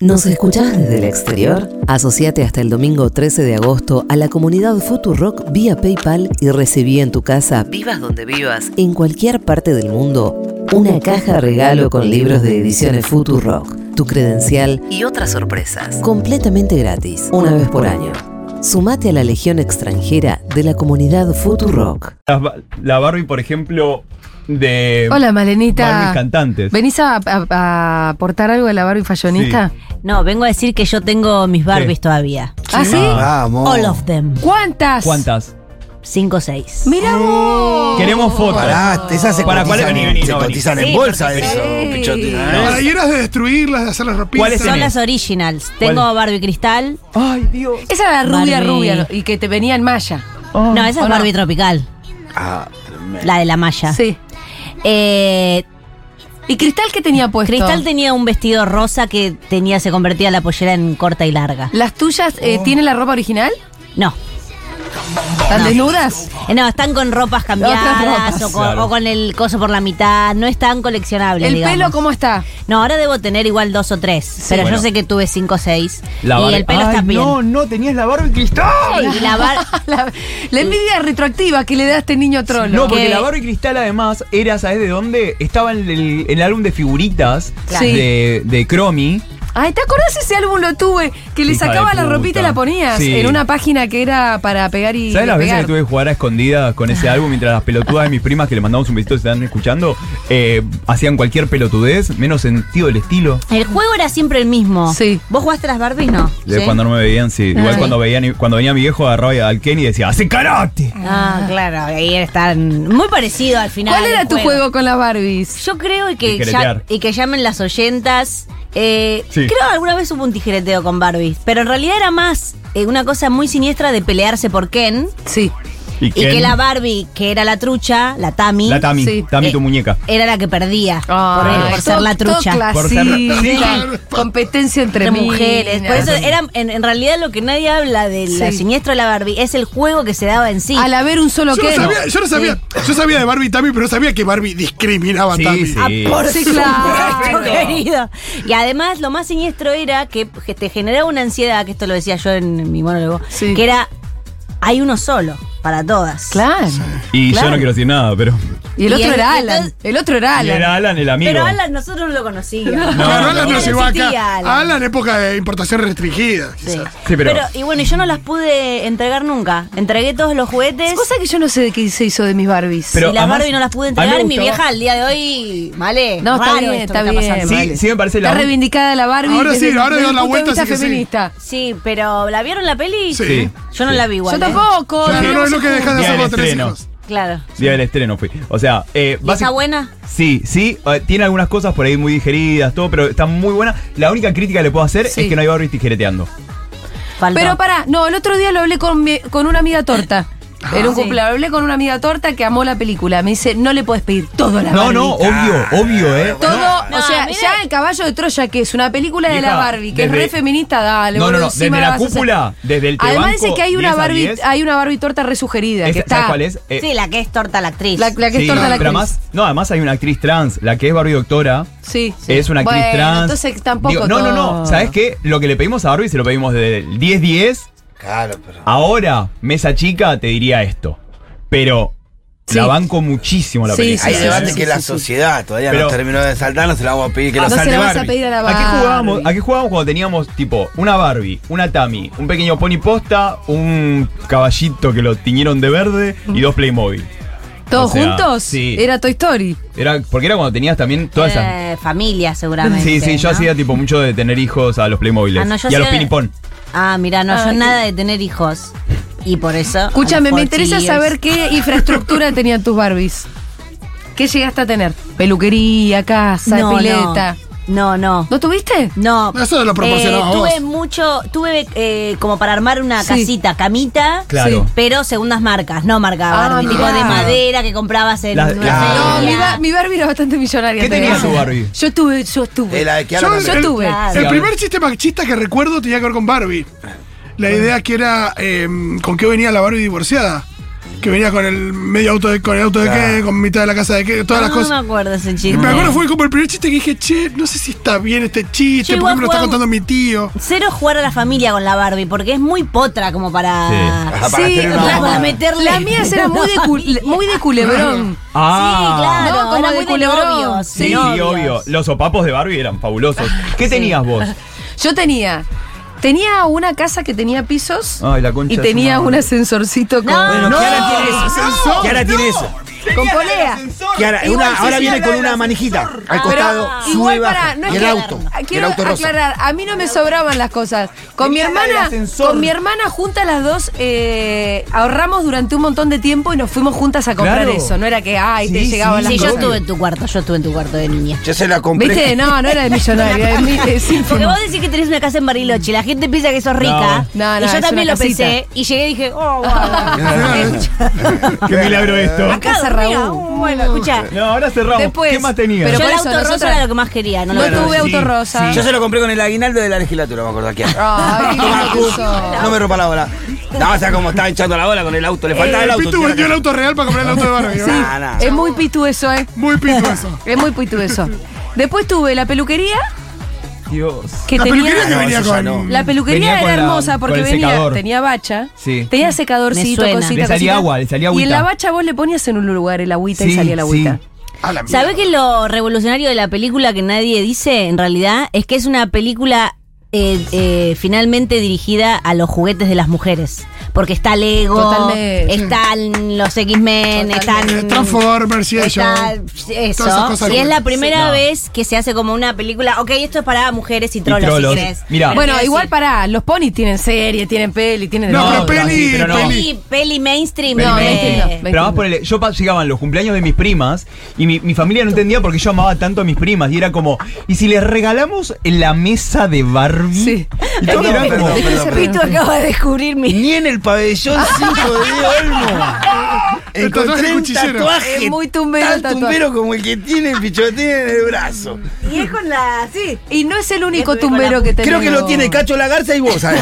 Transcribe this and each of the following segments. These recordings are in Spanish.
¿Nos escuchás desde el exterior? Asociate hasta el domingo 13 de agosto a la comunidad Futurock vía PayPal y recibí en tu casa, vivas donde vivas, en cualquier parte del mundo, una caja regalo con libros de ediciones Futurock, tu credencial y otras sorpresas. Completamente gratis, una vez por año. Sumate a la legión extranjera de la comunidad Futurock. La, ba- la Barbie, por ejemplo, de Hola, Malenita. Barbies Eh, cantantes. ¿Venís a, a- a aportar algo a la Barbie fallonista? No, vengo a decir que yo tengo mis Barbies todavía. ¿Ah, sí? Vamos. All of them. ¿Cuántas? ¿Cuántas? Cinco o seis. Mirá Oh. vos. Queremos fotos. Pará, esas se Para, ¿cuál es? cotizan, Vení, en- vení, se no, vení. cotizan en Sí, bolsa porque- eso, Sí. pichote. No. Las eras de destruirlas, de hacerlas ¿Cuál es repisas. el- Son las originals. Tengo ¿Cuál? Barbie Cristal. Ay, Dios. Ah. Esa era la rubia, Barbie. rubia, ¿no? y que te venía en malla. No, esa es Oh, no? Barbie Tropical. Ah, tremendo. La de la malla. Sí. Eh, ¿Y Cristal qué tenía puesto? Cristal tenía un vestido rosa que tenía, se convertía la pollera en corta y larga. ¿Las tuyas Oh. eh, tienen la ropa original? No. ¿Están desnudas? Eh, No, están con ropas cambiadas ropas. o con, Claro. o con el coso por la mitad. No es tan coleccionable. ¿El digamos. pelo cómo está? No, ahora debo tener igual dos o tres. pero Bueno. yo sé que tuve cinco o seis. La y Barbie- el pelo Ay, está bien. No, no, tenías la Barbie cristal. Y la Bar- La, la envidia retroactiva que le da a este niño trolo. No, porque Que- la Barbie Cristal además era, ¿sabes de dónde? Estaba en el, en el álbum de figuritas Claro. de, de Cromi. Ay, ¿te acordás ese álbum lo tuve? Que le Hija sacaba de la puta. ropita y la ponías Sí. en una página que era para pegar y. ¿Sabes las veces que despegar. tuve que jugar a escondidas con ese álbum mientras las pelotudas de mis primas que le mandamos un besito si están escuchando eh, hacían cualquier pelotudez, menos sentido del estilo? El juego era siempre el mismo. Sí. ¿Vos jugaste las Barbies? No. De ¿Sí? Cuando no me veían, sí. Igual Ah. cuando veían cuando venía mi viejo agarraba al Ken y decía, ¡hace karate! Ah, claro. Ahí están muy parecido al final. ¿Cuál era del tu juego con las Barbies? Yo creo y que, Tijeretear. ya- y que llamen las oyentas. Eh, Sí. Creo alguna vez hubo un tijereteo con Barbies, pero en realidad era más eh, una cosa muy siniestra de pelearse por Ken Sí. y que la Barbie, que era la trucha, la Tami, La Tami, Sí. Tami tu Eh, muñeca. era la que perdía por, Ay, por ser todo- la trucha. todo Por ser la- clasista, Competencia entre, entre mujeres. Por minas. eso era, en, en realidad lo que nadie habla de la Sí. siniestra de la Barbie es el juego que se daba en sí. Al haber un solo Yo que. no sabía, yo no sabía, yo sabía de Barbie y Tammy, pero no sabía que Barbie discriminaba Sí, a Tammy. sí. Ah, por Sí, supuesto, claro. querido. Y además lo más siniestro era que que te generaba una ansiedad, que esto lo decía yo en mi monólogo, Sí. que era hay uno solo para todas. Claro. Y claro. yo no quiero decir nada, pero. Y el Y otro el- era entonces- Alan. El otro era Y Alan. era Alan el amigo. Pero Alan nosotros no lo conocíamos. No, No, no, Alan no, no no llegó existía acá. Alan. Alan. época de importación restringida, Sí. quizás. Sí, pero- y bueno, yo no las pude entregar nunca. Entregué todos los juguetes. Cosa que yo no sé de qué se hizo de mis Barbies. Pero y la además, Barbie no las pude a entregar. mí me Mi gustaba- vieja al día de hoy, vale. No, está raro bien, esto que está bien. pasando. Sí, Vale. sí me parece la. Está reivindicada la Barbie. Ahora sí, ahora desde le doy el la punto de vuelta, vista así que sí. feminista. Sí, pero ¿la vieron la peli? Sí. Sí. Yo no la vi igual. Yo ¿eh? tampoco. la Pero no es vimos lo que juntos. dejas de Bien, hacer cuando tenés estreno. hijos. Claro. Día del estreno fui. O sea, eh, ¿Y está básic- buena? Sí, sí, eh, tiene algunas cosas por ahí muy digeridas, todo, pero está muy buena. La única crítica que le puedo hacer Sí. es que no hay Barbie tijereteando. Faltó. Pero pará, no, el otro día lo hablé con, mi- con una amiga torta. Ah, En un Sí. cumpleaños, hablé con una amiga torta que amó la película. Me dice, no le puedes pedir todo a la No, Barbie. no, Ah, obvio, obvio, ¿eh? Todo, No, o sea, mira. ya el caballo de Troya, que es una película de la Vieja, Barbie, que desde- es re feminista, dale. No, no, boludo, no, Ah, encima desde la vas a hacer- cúpula, desde el te Además banco, dice que hay una 10 a Barbie, 10. hay una Barbie torta resugerida, Esa- que está. ¿Sabes cuál es? Eh, sí, la que es torta la actriz. La, la que es sí, torta la actriz. pero además, no, además hay una actriz trans, la que es Barbie Doctora. Sí. Es una actriz Bueno, trans. entonces tampoco Digo, no, no, no. todo. ¿Sabes qué? Lo que le pedimos a Barbie se lo pedimos desde el 10-10. Claro, pero. Ahora, mesa chica, te diría esto. Pero Sí. la banco muchísimo la Sí, película. Hay sí, debate sí, que sí, la sí, sí. sociedad todavía Pero- no terminó de saltar, no se la vamos a pedir que No lo se salte la vas a Barbie. pedir a la ¿A Barbie. qué jugábamos? ¿A qué jugábamos cuando teníamos tipo una Barbie, una Tami, un pequeño pony posta, un caballito que lo tiñeron de verde y dos Playmobil? ¿Todos O sea, juntos? sí. Era Toy Story. Era porque era cuando tenías también todas esas Eh, familia, seguramente. Sí, sí, yo ¿no? hacía tipo mucho de tener hijos a los Playmobiles Ah, no, yo y a los hacía de- pinipón. Ah, mira, no, Ah, yo sí. nada de tener hijos. Y por eso. Escúchame, a los me interesa 40 saber qué infraestructura tenían tus Barbies. ¿Qué llegaste a tener? Peluquería, casa, No, no. pileta. No, no. No. tuviste? No. Eso lo proporcionaba Eh, vos. Tuve mucho. Tuve eh, como para armar una Sí. casita, camita. Claro. Sí. Pero segundas marcas, no marca Ah, Barbie. tipo mirá. de madera que comprabas en. La- una la- feria. No, mi, ba- mi Barbie era bastante millonaria. ¿Qué te tenía digo. tu Barbie? Yo tuve, yo tuve. Eh, la de que Yo- ahora yo- Yo también. tuve. Claro. El Sí, primer habla- chiste machista que recuerdo em, tenía que ver con Barbie. La idea que era eh, con qué venía la Barbie divorciada. que venía con el medio auto de, con el auto de Claro. qué, con mitad de la casa de qué, todas Ah, No, las me cosas. acuerdo ese Y chiste. me acuerdo fue como el primer chiste que dije, che, no sé si está bien este chiste, Yo porque igual me lo está jugaba- contando mi tío. Cero jugar a la familia con la Barbie, porque es muy potra como para. Para Sí, tener una Para, bomba. para meterle. La mía era muy de, cul- muy de culebrón. Ah, Claro, No, como era de muy de culebrón. novios. Sí, obvio. Los sopapos de Barbie eran fabulosos. ¿Qué tenías vos? Yo tenía. Tenía una casa que tenía pisos Ay, la concha y de su tenía madre. un ascensor con, Bueno, No, Kiara tiene eso. Kiara tiene eso. con polea. Kiara, Igual una- sí, ahora sí, viene habla con del una ascensor. manijita al Ah, costado, pero sube y igual baja. para, no y es el que- auto. y el Quiero auto rosa. aclarar, a mí no me sobraban las cosas. Con mi Tenía la del hermana, ascensor. con mi hermana juntas las dos eh, ahorramos durante un montón de tiempo y nos fuimos juntas a comprar Claro. eso. No era que ay, te Sí, llegaban Sí, las yo cosas. estuve en tu cuarto, yo estuve en tu cuarto de niña. Yo se la compré. ¿Viste? No, no era de millonaria, de, mi- de sí, Porque vos decís que tenés una casa en Bariloche, la gente piensa que sos rica. No, no, y yo es también una lo casita. pensé. Y llegué y dije, oh, wow. Qué milagro esto. Acá se Mira, Raúl. Uh, bueno, escucha. No, ahora cerramos. Después, ¿Qué más tenías? pero Yo por el eso auto rosa nosotras- era lo que más quería, no No, lo Bueno, tuve sí, auto rosa. Yo se lo compré con el aguinaldo de la legislatura, me acuerdo aquí. Ay, qué Toma, lindo que Ju, sos. no me rompa la bola. No, o sea, como estaba hinchando la bola con el auto, le Eh, faltaba el el auto. Eh, Pitu Kiara, vendió el que- auto real para comprar el auto de Barbie. ¿no? Nah, nah. Es muy pitu eso, ¿eh? Muy Pitu eso. Es muy pitu eso. Después tuve la peluquería Dios. que La tenía. peluquería que No, venía eso ya con... no. La peluquería Venía con era la- hermosa con porque el venía, secador. tenía bacha, Sí. tenía secadorcito, Me suena. cosita, Le salía cosita. agua, le Y salía en agüita. la bacha vos le ponías en un lugar el agüita y Sí, salía la agüita. sí. A la mierda. ¿Sabés que lo revolucionario de la película que nadie dice, en realidad, es que es una película eh, eh, finalmente dirigida a los juguetes de las mujeres? Porque está Lego, Totalmente. están los X-Men, Eh, están... Transformers y eso. está- eso. Todas esas cosas y es la lindas. primera No. vez que se hace como una película. Ok, esto es para mujeres y trolos, trolos. si querés. Mirá. Pero Bueno, quiero igual decir- pará, los ponis tienen serie, tienen peli, tienen... de No, todo. pero peli, sí, pero no. peli. Peli, peli mainstream. Peli No, eh, mainstream no. Pero además ponele, yo pa- llegaban los cumpleaños de mis primas y mi, mi familia no entendía por qué yo amaba tanto a mis primas. Y era como, ¿y si les regalamos la mesa de Barbie? Sí. Y todos No, miraban como, Este perdón, perdón, perdón. Pito acaba de descubrir mi. Ni en el pabellón 5 de Olmo. El tatuaje Encontré un cuchillero. tatuaje Es muy tumbero el tan tatuaje. tumbero como el que tiene el pichotín en el brazo. Y es con la. Sí. Y no es el único Estuve con tumbero la- que tenemos. Creo que lo tiene Cacho la Garza y vos, ¿sabes?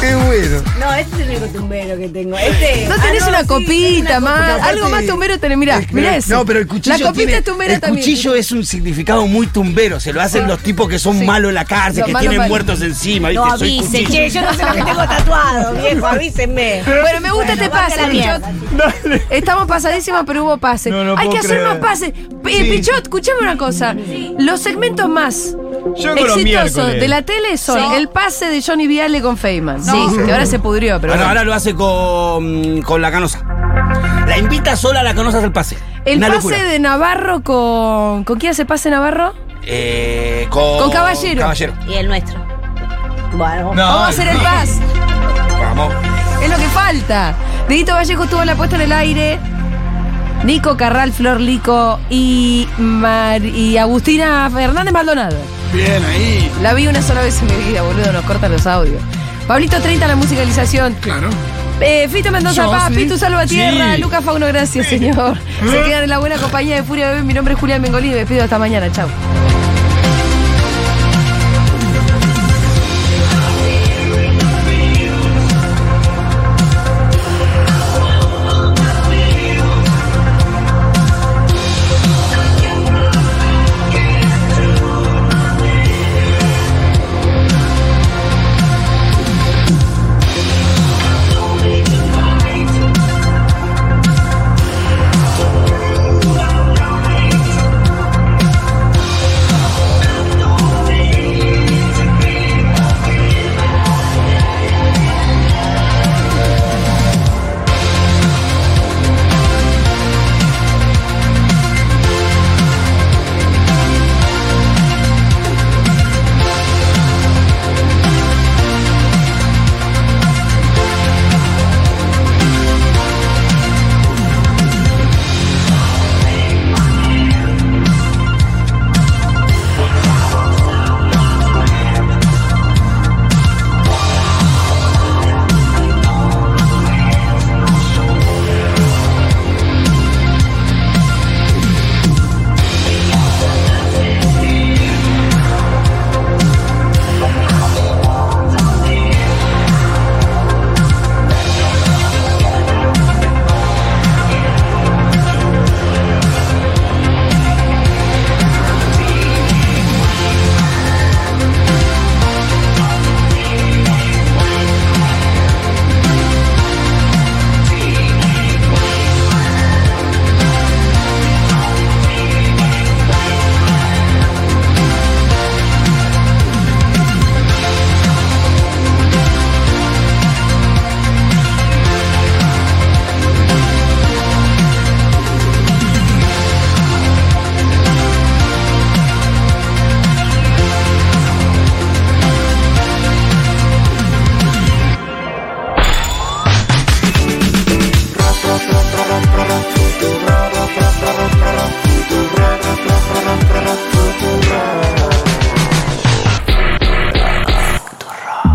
Qué bueno. No, este es el único tumbero que tengo. Este. No tenés Ah, no, una sí, copita tengo una más, Porque aparte- algo más tumbero tenés, mirá, el- mirá eso. No, pero el cuchillo. La copita tiene- es tumbera El también. Ah. cuchillo es un significado muy tumbero. Se lo hacen los tipos que son Sí. malos en la cárcel, Los que malos, tienen malos. muertos encima. No ¿viste? Soy avisen, cuchillo. che, yo no sé lo que tengo tatuado, viejo, avísenme. Bueno, me gusta este Bueno, vaya pase, la Pichot. mierda. Dale. Estamos pasadísimas, pero hubo pase. No, no Hay puedo que hacer creer. más pases. P- eh, Sí. Pichot, escuchame una cosa. Los segmentos más Yo con los exitosos miércoles. de la tele son Sí. el pase de Johnny Viale con Feynman. Sí. Que ahora se pudrió, pero. Ahora, bueno. ahora lo hace con, con la canosa. La invita sola a la canosa al pase. El Una pase locura. de Navarro con. ¿Con quién hace pase Navarro? Eh, con, Con Caballero. Caballero. Y el nuestro. Bueno. Oh, No, Vamos a hacer el pase. Vamos. Es lo que falta. Dieguito Vallejo tuvo la puesta en el aire. Nico Carral, Flor Lico y, Mar- y Agustina Fernández Maldonado. Bien ahí. La vi una sola vez en mi vida, boludo, nos cortan los audios. Pablito 30, la musicalización. Claro. Eh, Fito Mendoza Yo, Paz, sí. Pitu Salvatierra, Sí. Lucas Fauno, gracias, señor. Se quedan en la buena compañía de Furia Bebé. Mi nombre es Julián Mengolini, me despido hasta mañana. Chau.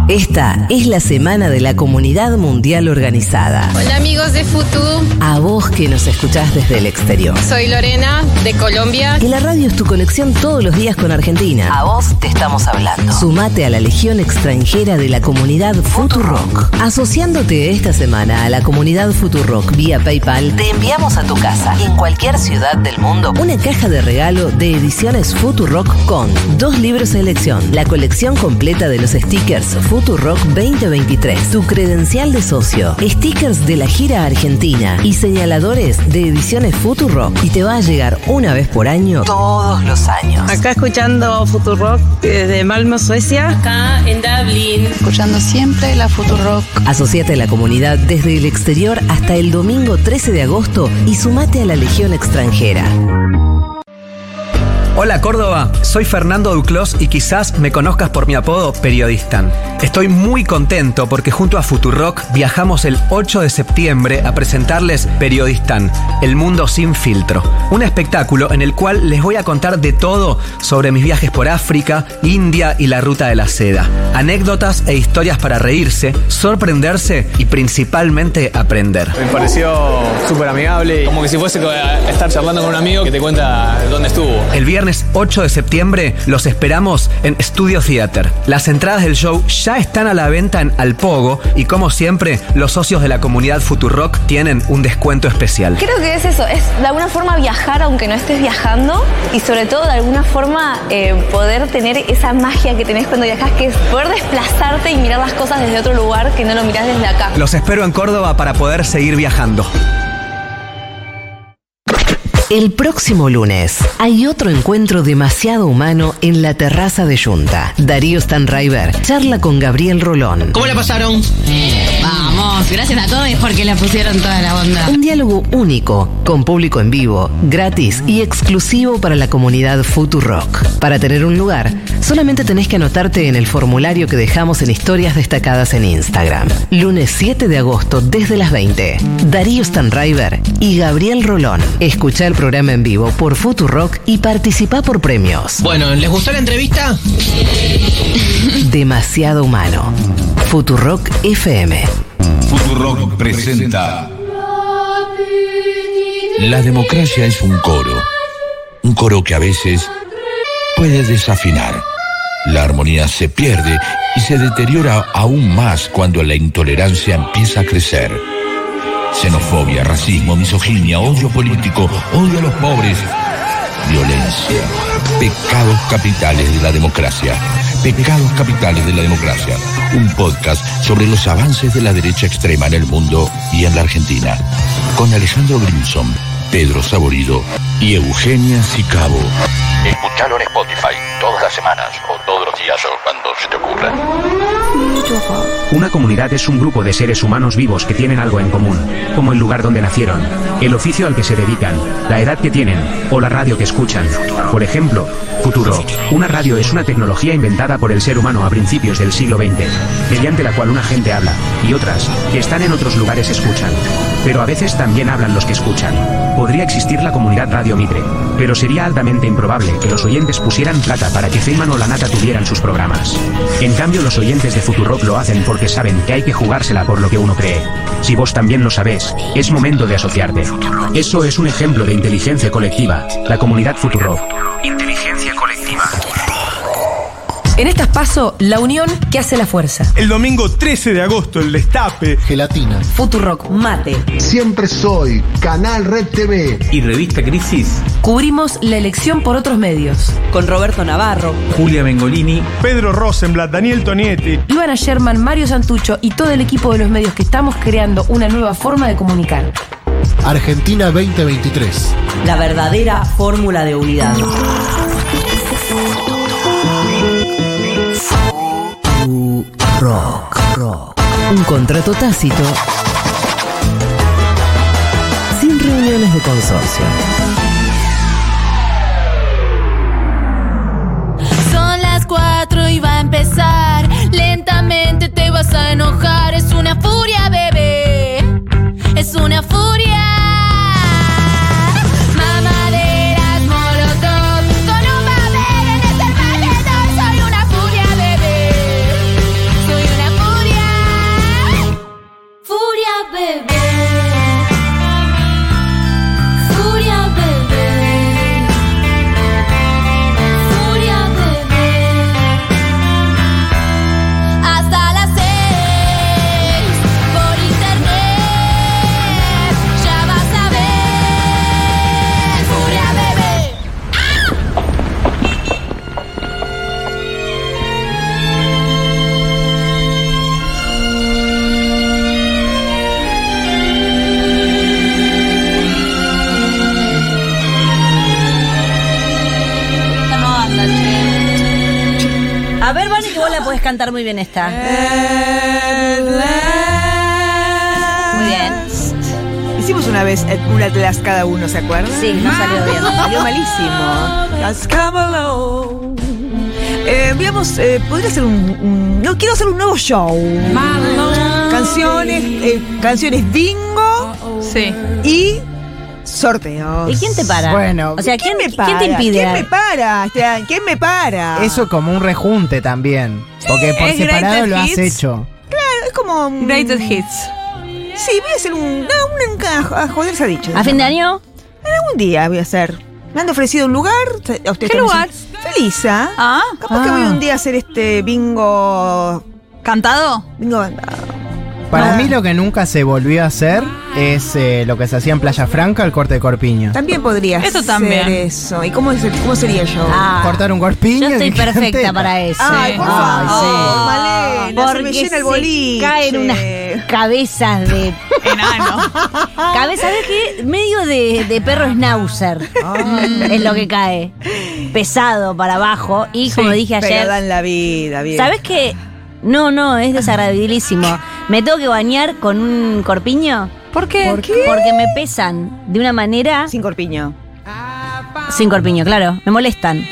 Esta es la semana de la comunidad mundial organizada. Hola amigos de Futu, A vos que nos escuchás desde el exterior. soy Lorena de Colombia. Que la radio es tu conexión todos los días con Argentina. A vos te estamos hablando. Sumate a la Legión Extranjera de la comunidad Futurock. Asociándote esta semana a la comunidad Futurock vía PayPal, te enviamos a tu casa, en cualquier ciudad del mundo, una caja de regalo de ediciones Futurock con dos libros de elección, la colección completa de los stickers Futurock 2023, tu credencial de socio, stickers de la gira argentina y señaladores de ediciones Futurock. Y te va a llegar una vez por año todos los años. Acá escuchando Futurock desde Malmo, Suecia. Acá en Dublín. escuchando siempre la Futurock. Asociate a la comunidad desde el exterior hasta el domingo 13 de agosto y sumate a la Legión Extranjera. Hola Córdoba, soy Fernando Duclos y quizás me conozcas por mi apodo Periodistan. Estoy muy contento porque junto a Futurock viajamos el 8 de septiembre a presentarles Periodistan, El Mundo Sin Filtro. Un espectáculo en el cual les voy a contar de todo sobre mis viajes por África, India y la Ruta de la Seda. Anécdotas e historias para reírse, sorprenderse y principalmente aprender. Me pareció súper amigable. Como que si fuese a estar charlando con un amigo que te cuenta dónde estuvo. El viernes 8 de septiembre los esperamos en Studio Theater. Las entradas del show ya están a la venta en Alpogo y como siempre, los socios de la comunidad Futurock tienen un descuento especial. Creo que es eso, es de alguna forma viajar aunque no estés viajando y sobre todo de alguna forma eh, poder tener esa magia que tenés cuando viajas, que es poder desplazarte y mirar las cosas desde otro lugar que no lo mirás desde acá. Los espero en Córdoba para poder seguir viajando. El próximo lunes hay otro encuentro demasiado humano en la terraza de Junta. Darío Stanraiver charla con Gabriel Rolón. ¿Cómo la pasaron? Vamos, gracias a todos porque la pusieron toda la onda. Un diálogo único, con público en vivo, gratis y exclusivo para la comunidad Futurock. Para tener un lugar, solamente tenés que anotarte en el formulario que dejamos en historias destacadas en Instagram. Lunes 7 de agosto, desde las 20. Darío Stanraiver y Gabriel Rolón. Escucha el programa en vivo por Futurock y participa por premios. Bueno, ¿les gustó la entrevista? Demasiado humano. Futurock FM. Futurock presenta. La democracia es un coro. Un coro que a veces puede desafinar. La armonía se pierde y se deteriora aún más cuando la intolerancia empieza a crecer. Xenofobia, racismo, misoginia, odio político, odio a los pobres, violencia. Pecados capitales de la democracia. Pecados capitales de la democracia. Un podcast sobre los avances de la derecha extrema en el mundo y en la Argentina. Con Alejandro Grimson, Pedro Saborido y Eugenia Sicabo. Escuchalo en Spotify todas las semanas o todos los días o cuando se te ocurra. Una comunidad es un grupo de seres humanos vivos que tienen algo en común, como el lugar donde nacieron, el oficio al que se dedican, la edad que tienen, o la radio que escuchan. Por ejemplo, Futuro. Una radio es una tecnología inventada por el ser humano a principios del siglo XX, mediante la cual una gente habla, y otras, que están en otros lugares, escuchan. Pero a veces también hablan los que escuchan. Podría existir la comunidad Radio Mitre, pero sería altamente improbable que los oyentes pusieran plata para que Feynman o la Nata tuvieran sus programas. En cambio, los oyentes de Futurock lo hacen porque saben que hay que jugársela por lo que uno cree. Si vos también lo sabés, es momento de asociarte. Eso es un ejemplo de inteligencia colectiva, la comunidad Futurock. Inteligencia colectiva. En estas paso, la unión que hace la fuerza. El domingo 13 de agosto, el destape. Gelatina. Futurock, mate. Siempre soy. Canal Red TV. Y revista Crisis. Cubrimos la elección por otros medios. Con Roberto Navarro. Julia Bengolini. Pedro Rosenblatt, Daniel Tonietti. Ivana Sherman, Mario Santucho y todo el equipo de los medios que estamos creando una nueva forma de comunicar. Argentina 2023. La verdadera fórmula de unidad. Rock, rock. Un contrato tácito. Sin reuniones de consorcio. Son las 4 y va a empezar. Lentamente te vas a enojar. Es una furia, bebé. Es una furia. Mamaderas, molotov. Con un papel en este paletón. Soy una furia, bebé. Soy una A ver, Vani, que vos la podés cantar muy bien esta. Muy bien. Hicimos una vez eh, una de las cada uno, ¿se acuerdan? Sí, no salió bien. Salió malísimo. Has come alone. Eh, veamos, eh, podría ser un, un- No, quiero hacer un nuevo show. Canciones, eh, canciones bingo. Sí. Y sorteos. ¿Y quién te para? Bueno, O sea, ¿quién- me para? quién te impide? ¿Quién me para, Esteban? ¿Quién me para? Eso como un rejunte también. Porque por es separado Greatest lo has Hits. hecho. Claro, es como. United Hits. Sí, voy a hacer un. No, un- nunca a joder se ha dicho. ¿A fin de año? En algún día voy a hacer. Me han ofrecido un lugar. a ustedes ¿Qué también lugar? son- Felisa. Ah. Capaz que Ah. voy un día a hacer este bingo. ¿Cantado? Bingo cantado. Para mí lo que nunca se volvió a hacer es eh, lo que se hacía en Playa Franca, el corte de corpiño. También podría Eso ser también. eso. ¿Y cómo, es el- cómo sería yo? Cortar un corpiño. Ah. Yo y estoy que gente- perfecta para eso. Ay, por Ay, favor, sí. Malena, se me Porque llena el se boliche. caen unas cabezas de enano. Cabezas de que medio de, de perro schnauzer es lo que cae. Pesado para abajo y como dije Pero ayer, dan la vida, bien. ¿sabes qué? No, no, es desagradabilísimo. ¿Me tengo que bañar con un corpiño? ¿Por qué? Porque me pesan de una manera sin corpiño. Sin corpiño, claro, me molestan.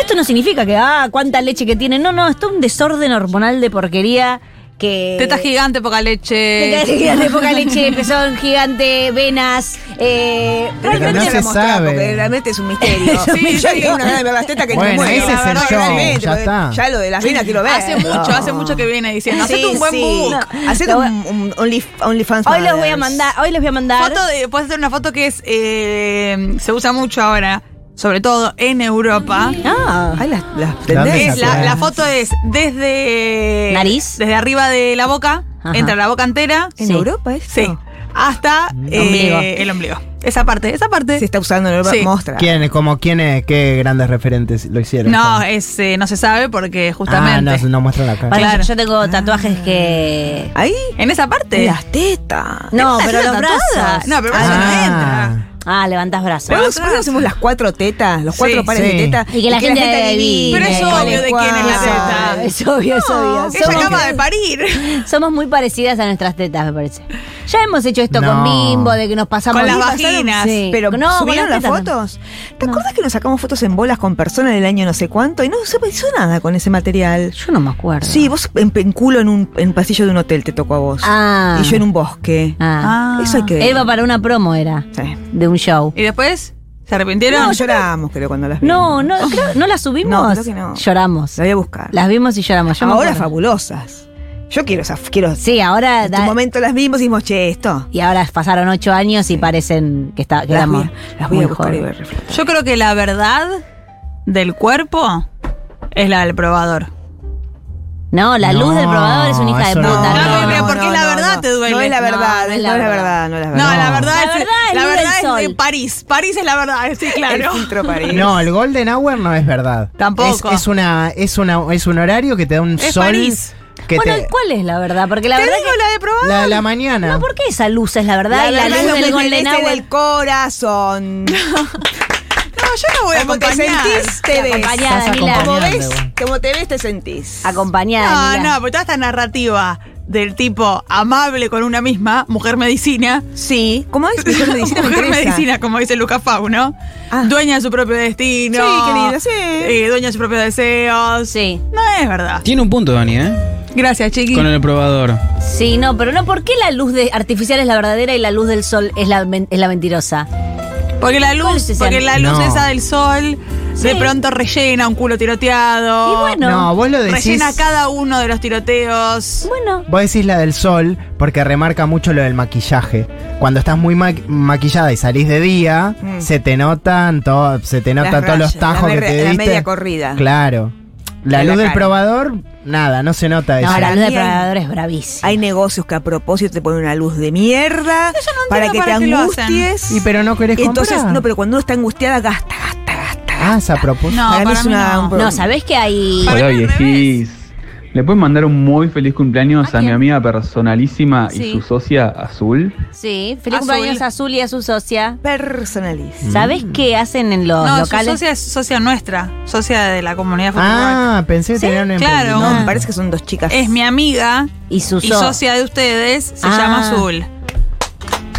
Esto no significa que, ah, cuánta leche que tiene. No, no, esto es un desorden hormonal de porquería que. Teta gigante, poca leche. Tetas gigantes, poca leche, pezón gigante, venas. Eh, Realmente no la se mostraba, sabe. Porque realmente es un misterio. Es un sí, yo misterio. tengo una gana de ver las tetas que no Bueno, me muero, la ese es el verdad, show, realmente, ya porque está. Ya lo de las venas quiero ver. Hace mucho, hace mucho que viene diciendo. Hacete un buen book. Hacete Lo- un, un only, OnlyFans. Hoy los voy a Mothers. mandar, hoy les voy a mandar. Foto de- puedes hacer una foto que es eh, se usa mucho ahora, sobre todo en Europa. Ah. Ay, las, las Es tendencias. la, la foto es desde Nariz. desde arriba de la boca, Ajá. entra la boca entera. ¿En Sí. Europa esto? Sí. Hasta Mm. eh, Ombligo. el ombligo. Esa parte, esa parte. Se está usando en Europa. Sí. Mostra. ¿Quién, como quiénes, qué grandes referentes lo hicieron? No, es, eh, no se sabe porque ah, justamente. no, no muestra la cara. Para, Yo tengo tatuajes que. Ahí. En esa parte. Las tetas. No, ¿Tenés pero una los tatuada? brazos. No, pero brazos no Ah, Ah, levantás brazos. ¿Podemos, podemos hacemos las cuatro tetas? Los cuatro Sí. pares Sí. de tetas. Y que la gente adivine Pero es cuál obvio de quién es la teta. Es obvio, es obvio. ella Somos- acaba de parir. Somos muy parecidas a nuestras tetas, me parece. Ya hemos hecho esto No. con Bimbo, de que nos pasamos Con las Sí, vaginas, sí. Pero No, subieron con las las tetas no. fotos. ¿Te acordás que nos sacamos fotos en bolas con personas del año no sé cuánto? Y no se hizo nada con ese material. Yo no me acuerdo. Sí, vos en, en culo en un, en un pasillo de un hotel te tocó a vos. Ah. Y yo en un bosque. Ah. Ah. Eso hay que ver. Él va para una promo, era. Sí. Eh. De un show. ¿Y después? ¿Se No, arrepintieron? llorábamos, creo, cuando las vi. No, no, creo- ¿no las subimos. No, creo que no. Lloramos. La voy a buscar. Las vimos y lloramos. Yo me Ahora acuerdo. fabulosas. Yo quiero esas. Quiero, Sí, ahora. en da- un momento las vimos y dijimos, che, esto. y ahora pasaron ocho años y parecen que, está, que Las voy, éramos a- las voy muy a buscar y jóvenes. ver. reflejo. Yo creo que la verdad del cuerpo es la del probador. No, la luz No, del probador es una hija de eso no. puta. No, no, no, no. no, porque es la verdad, te duele. No es la No, verdad, no es- no es la verdad, no es la No, verdad. la verdad La es, verdad es la luz verdad del es de sol. París. París es la verdad, sí, claro. El filtro París. No, el Golden Hour no es verdad. Tampoco. Es, es una, es, una, es un horario que te da un Es sol. París. Que Bueno, te, ¿cuál es la verdad? Porque la Te verdad digo la de probador. la de la mañana. No, ¿por qué esa luz es la verdad? La y la, verdad es luz lo que del Golden pertenece Hour. del corazón. No, yo no voy a Como te acompañar. sentís, te ves. Acompañada, Estás Mila. Como acompañando, ves, bueno. como te ves, te sentís. Acompañada. No, Mila. no, pero toda esta narrativa del tipo amable con una misma, mujer medicina. Sí. ¿Cómo es? Mujer medicina me mujer interesa. medicina, como dice Lucas Fau, ¿no? Ah. Dueña de su propio destino. Sí, querida, sí. eh, dueña de sus propios deseos. Sí. No es verdad. Tiene un punto, Dani, ¿eh? Gracias, chiqui. Con el probador. Sí, no, pero no, ¿por qué la luz de- artificial es la verdadera y la luz del sol es la, men- es la mentirosa? Porque la ¿Cuál luz, es ese porque la luz No. esa del sol de pronto rellena un culo tiroteado. Y bueno. No, vos lo decís. Rellena cada uno de los tiroteos. Bueno, Vos decís la del sol porque remarca mucho lo del maquillaje. Cuando estás muy ma- maquillada y salís de día, Mm. se te notan todo, se te notan Las todos los rayas, la tajos que mer- te la diste. media corrida. Claro. La En la luz del cara. probador, nada, no se nota eso. no, la luz del Bien. probador es bravísima. Hay negocios que a propósito te ponen una luz de mierda para que para te qué lo hacen. angusties. Y pero no querés entonces, comprar. no, pero cuando uno está angustiada, gasta, gasta, gasta. Ah, se a propósito. No, para, mí para es mí una, no. un problema. No, ¿sabés que hay...? Para mí al revés. ¿Le pueden mandar un muy feliz cumpleaños a, mi amiga personalísima Sí. y su socia Azul? Sí, feliz Azul. cumpleaños a Azul y a su socia. Mm. Personalísimo. ¿Sabes qué hacen en los No, su locales? socia es socia nuestra, socia de la comunidad Futurock. Ah, pensé que tenían un Claro, emprendimiento. Ah. parece que son dos chicas. Es mi amiga y, su y so- socia de ustedes, se Ah. llama Azul.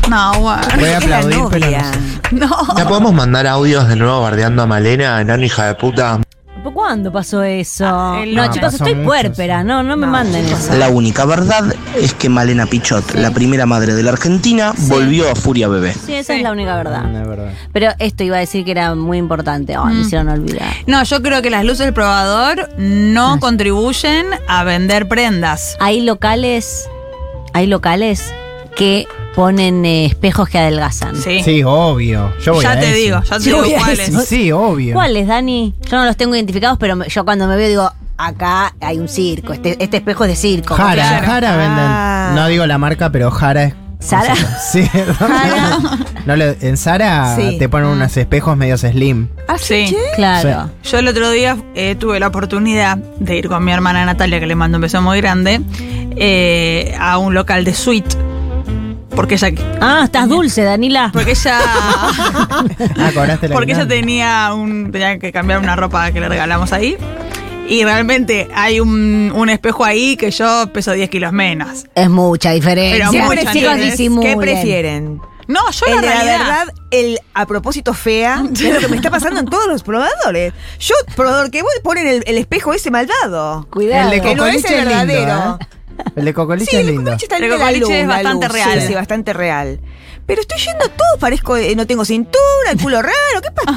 No, bueno. Voy a Es la aplaudir, pero no novia. No. ¿Ya podemos mandar audios de nuevo bardeando a Malena, enano hija de puta? ¿Por ¿Cuándo pasó eso? Ah, el no, lunes. chicos, Pasó estoy mucho, puerpera. No, no me manden eso. La única verdad es que Malena Pichot, la primera madre de la Argentina, volvió a Furia Bebé. Sí, esa es la única verdad. Pero esto iba a decir que era muy importante. Oh, Mm. me hicieron olvidar. No, yo creo que las luces del probador no Ah. contribuyen a vender prendas. Hay locales, hay locales que ponen eh, espejos que adelgazan. Sí. Sí, obvio. Yo voy Ya a te ese. digo, ya te Yo digo voy a cuáles. ese. Sí, obvio. ¿Cuáles, Dani? Yo no los tengo identificados, pero me- yo cuando me veo digo, acá hay un circo, este, este espejo es de circo. Jara, Claro. Ah. Jara Ah. venden. No digo la marca, pero Jara es. Sara. Sí, No, le- en Sara Sí. te Mm. ponen unos espejos medios slim. Ah, sí. Claro. Yo el otro día eh, tuve la oportunidad de ir con mi hermana Natalia, que le mando un beso muy grande, eh, a un local de suite. Porque ella. Ah, estás dulce, Danila. Porque ella. Ah, cobraste la porque ella guinada. tenía un. tenía que cambiar una ropa que le regalamos ahí. Y realmente hay un, un espejo ahí que yo peso 10 kilos menos. Es mucha diferencia. Pero Eh, Siempre mucha chicos diferencia. disimulan. ¿Qué prefieren? No, yo El la de la realidad. verdad, el a propósito fea, es lo que me está pasando en todos los probadores. Yo, probador, que voy a poner el, el espejo ese malvado. El de que no es Cocoliche el es lindo. verdadero. ¿eh? El de Cocoliche es lindo. Cocoliche está El bien de la Cocoliche es luz, la bastante luz, real. Sí, sí, bastante real. Pero estoy yendo a todo, parezco, eh, no tengo cintura, el culo raro, ¿qué pasa?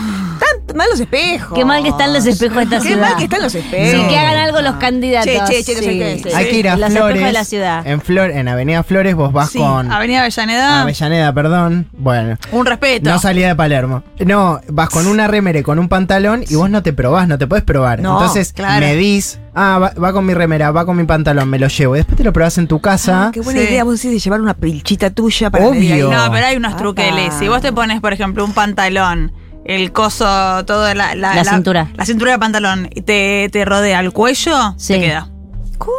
Tan mal los espejos. Qué mal que están los espejos de esta Qué ciudad. mal que están los espejos. Sí, que hagan algo Ah. los candidatos. Che, che, che, no sé sí. qué decir. Hay que ir a Los espejos Flores. de la ciudad. En, Flor, en Avenida Flores vos vas Sí, con. Avenida Avellaneda. Avellaneda, perdón. Bueno. Un respeto. No salía de Palermo. No, vas con una remera y con un pantalón y vos no te probás, no te podés probar. No, Entonces claro. medís, ah, va, va con mi remera, va con mi pantalón, me lo llevo. Y después te lo probás en tu casa. Ah, Qué buena Sí. idea vos decís de llevar una pilchita tuya para Obvio. medir ahí. No, pero hay unos truqueles. Si vos te pones, por ejemplo, un pantalón, el coso, todo la, La cintura. La cintura del pantalón y te, te rodea el cuello, se queda.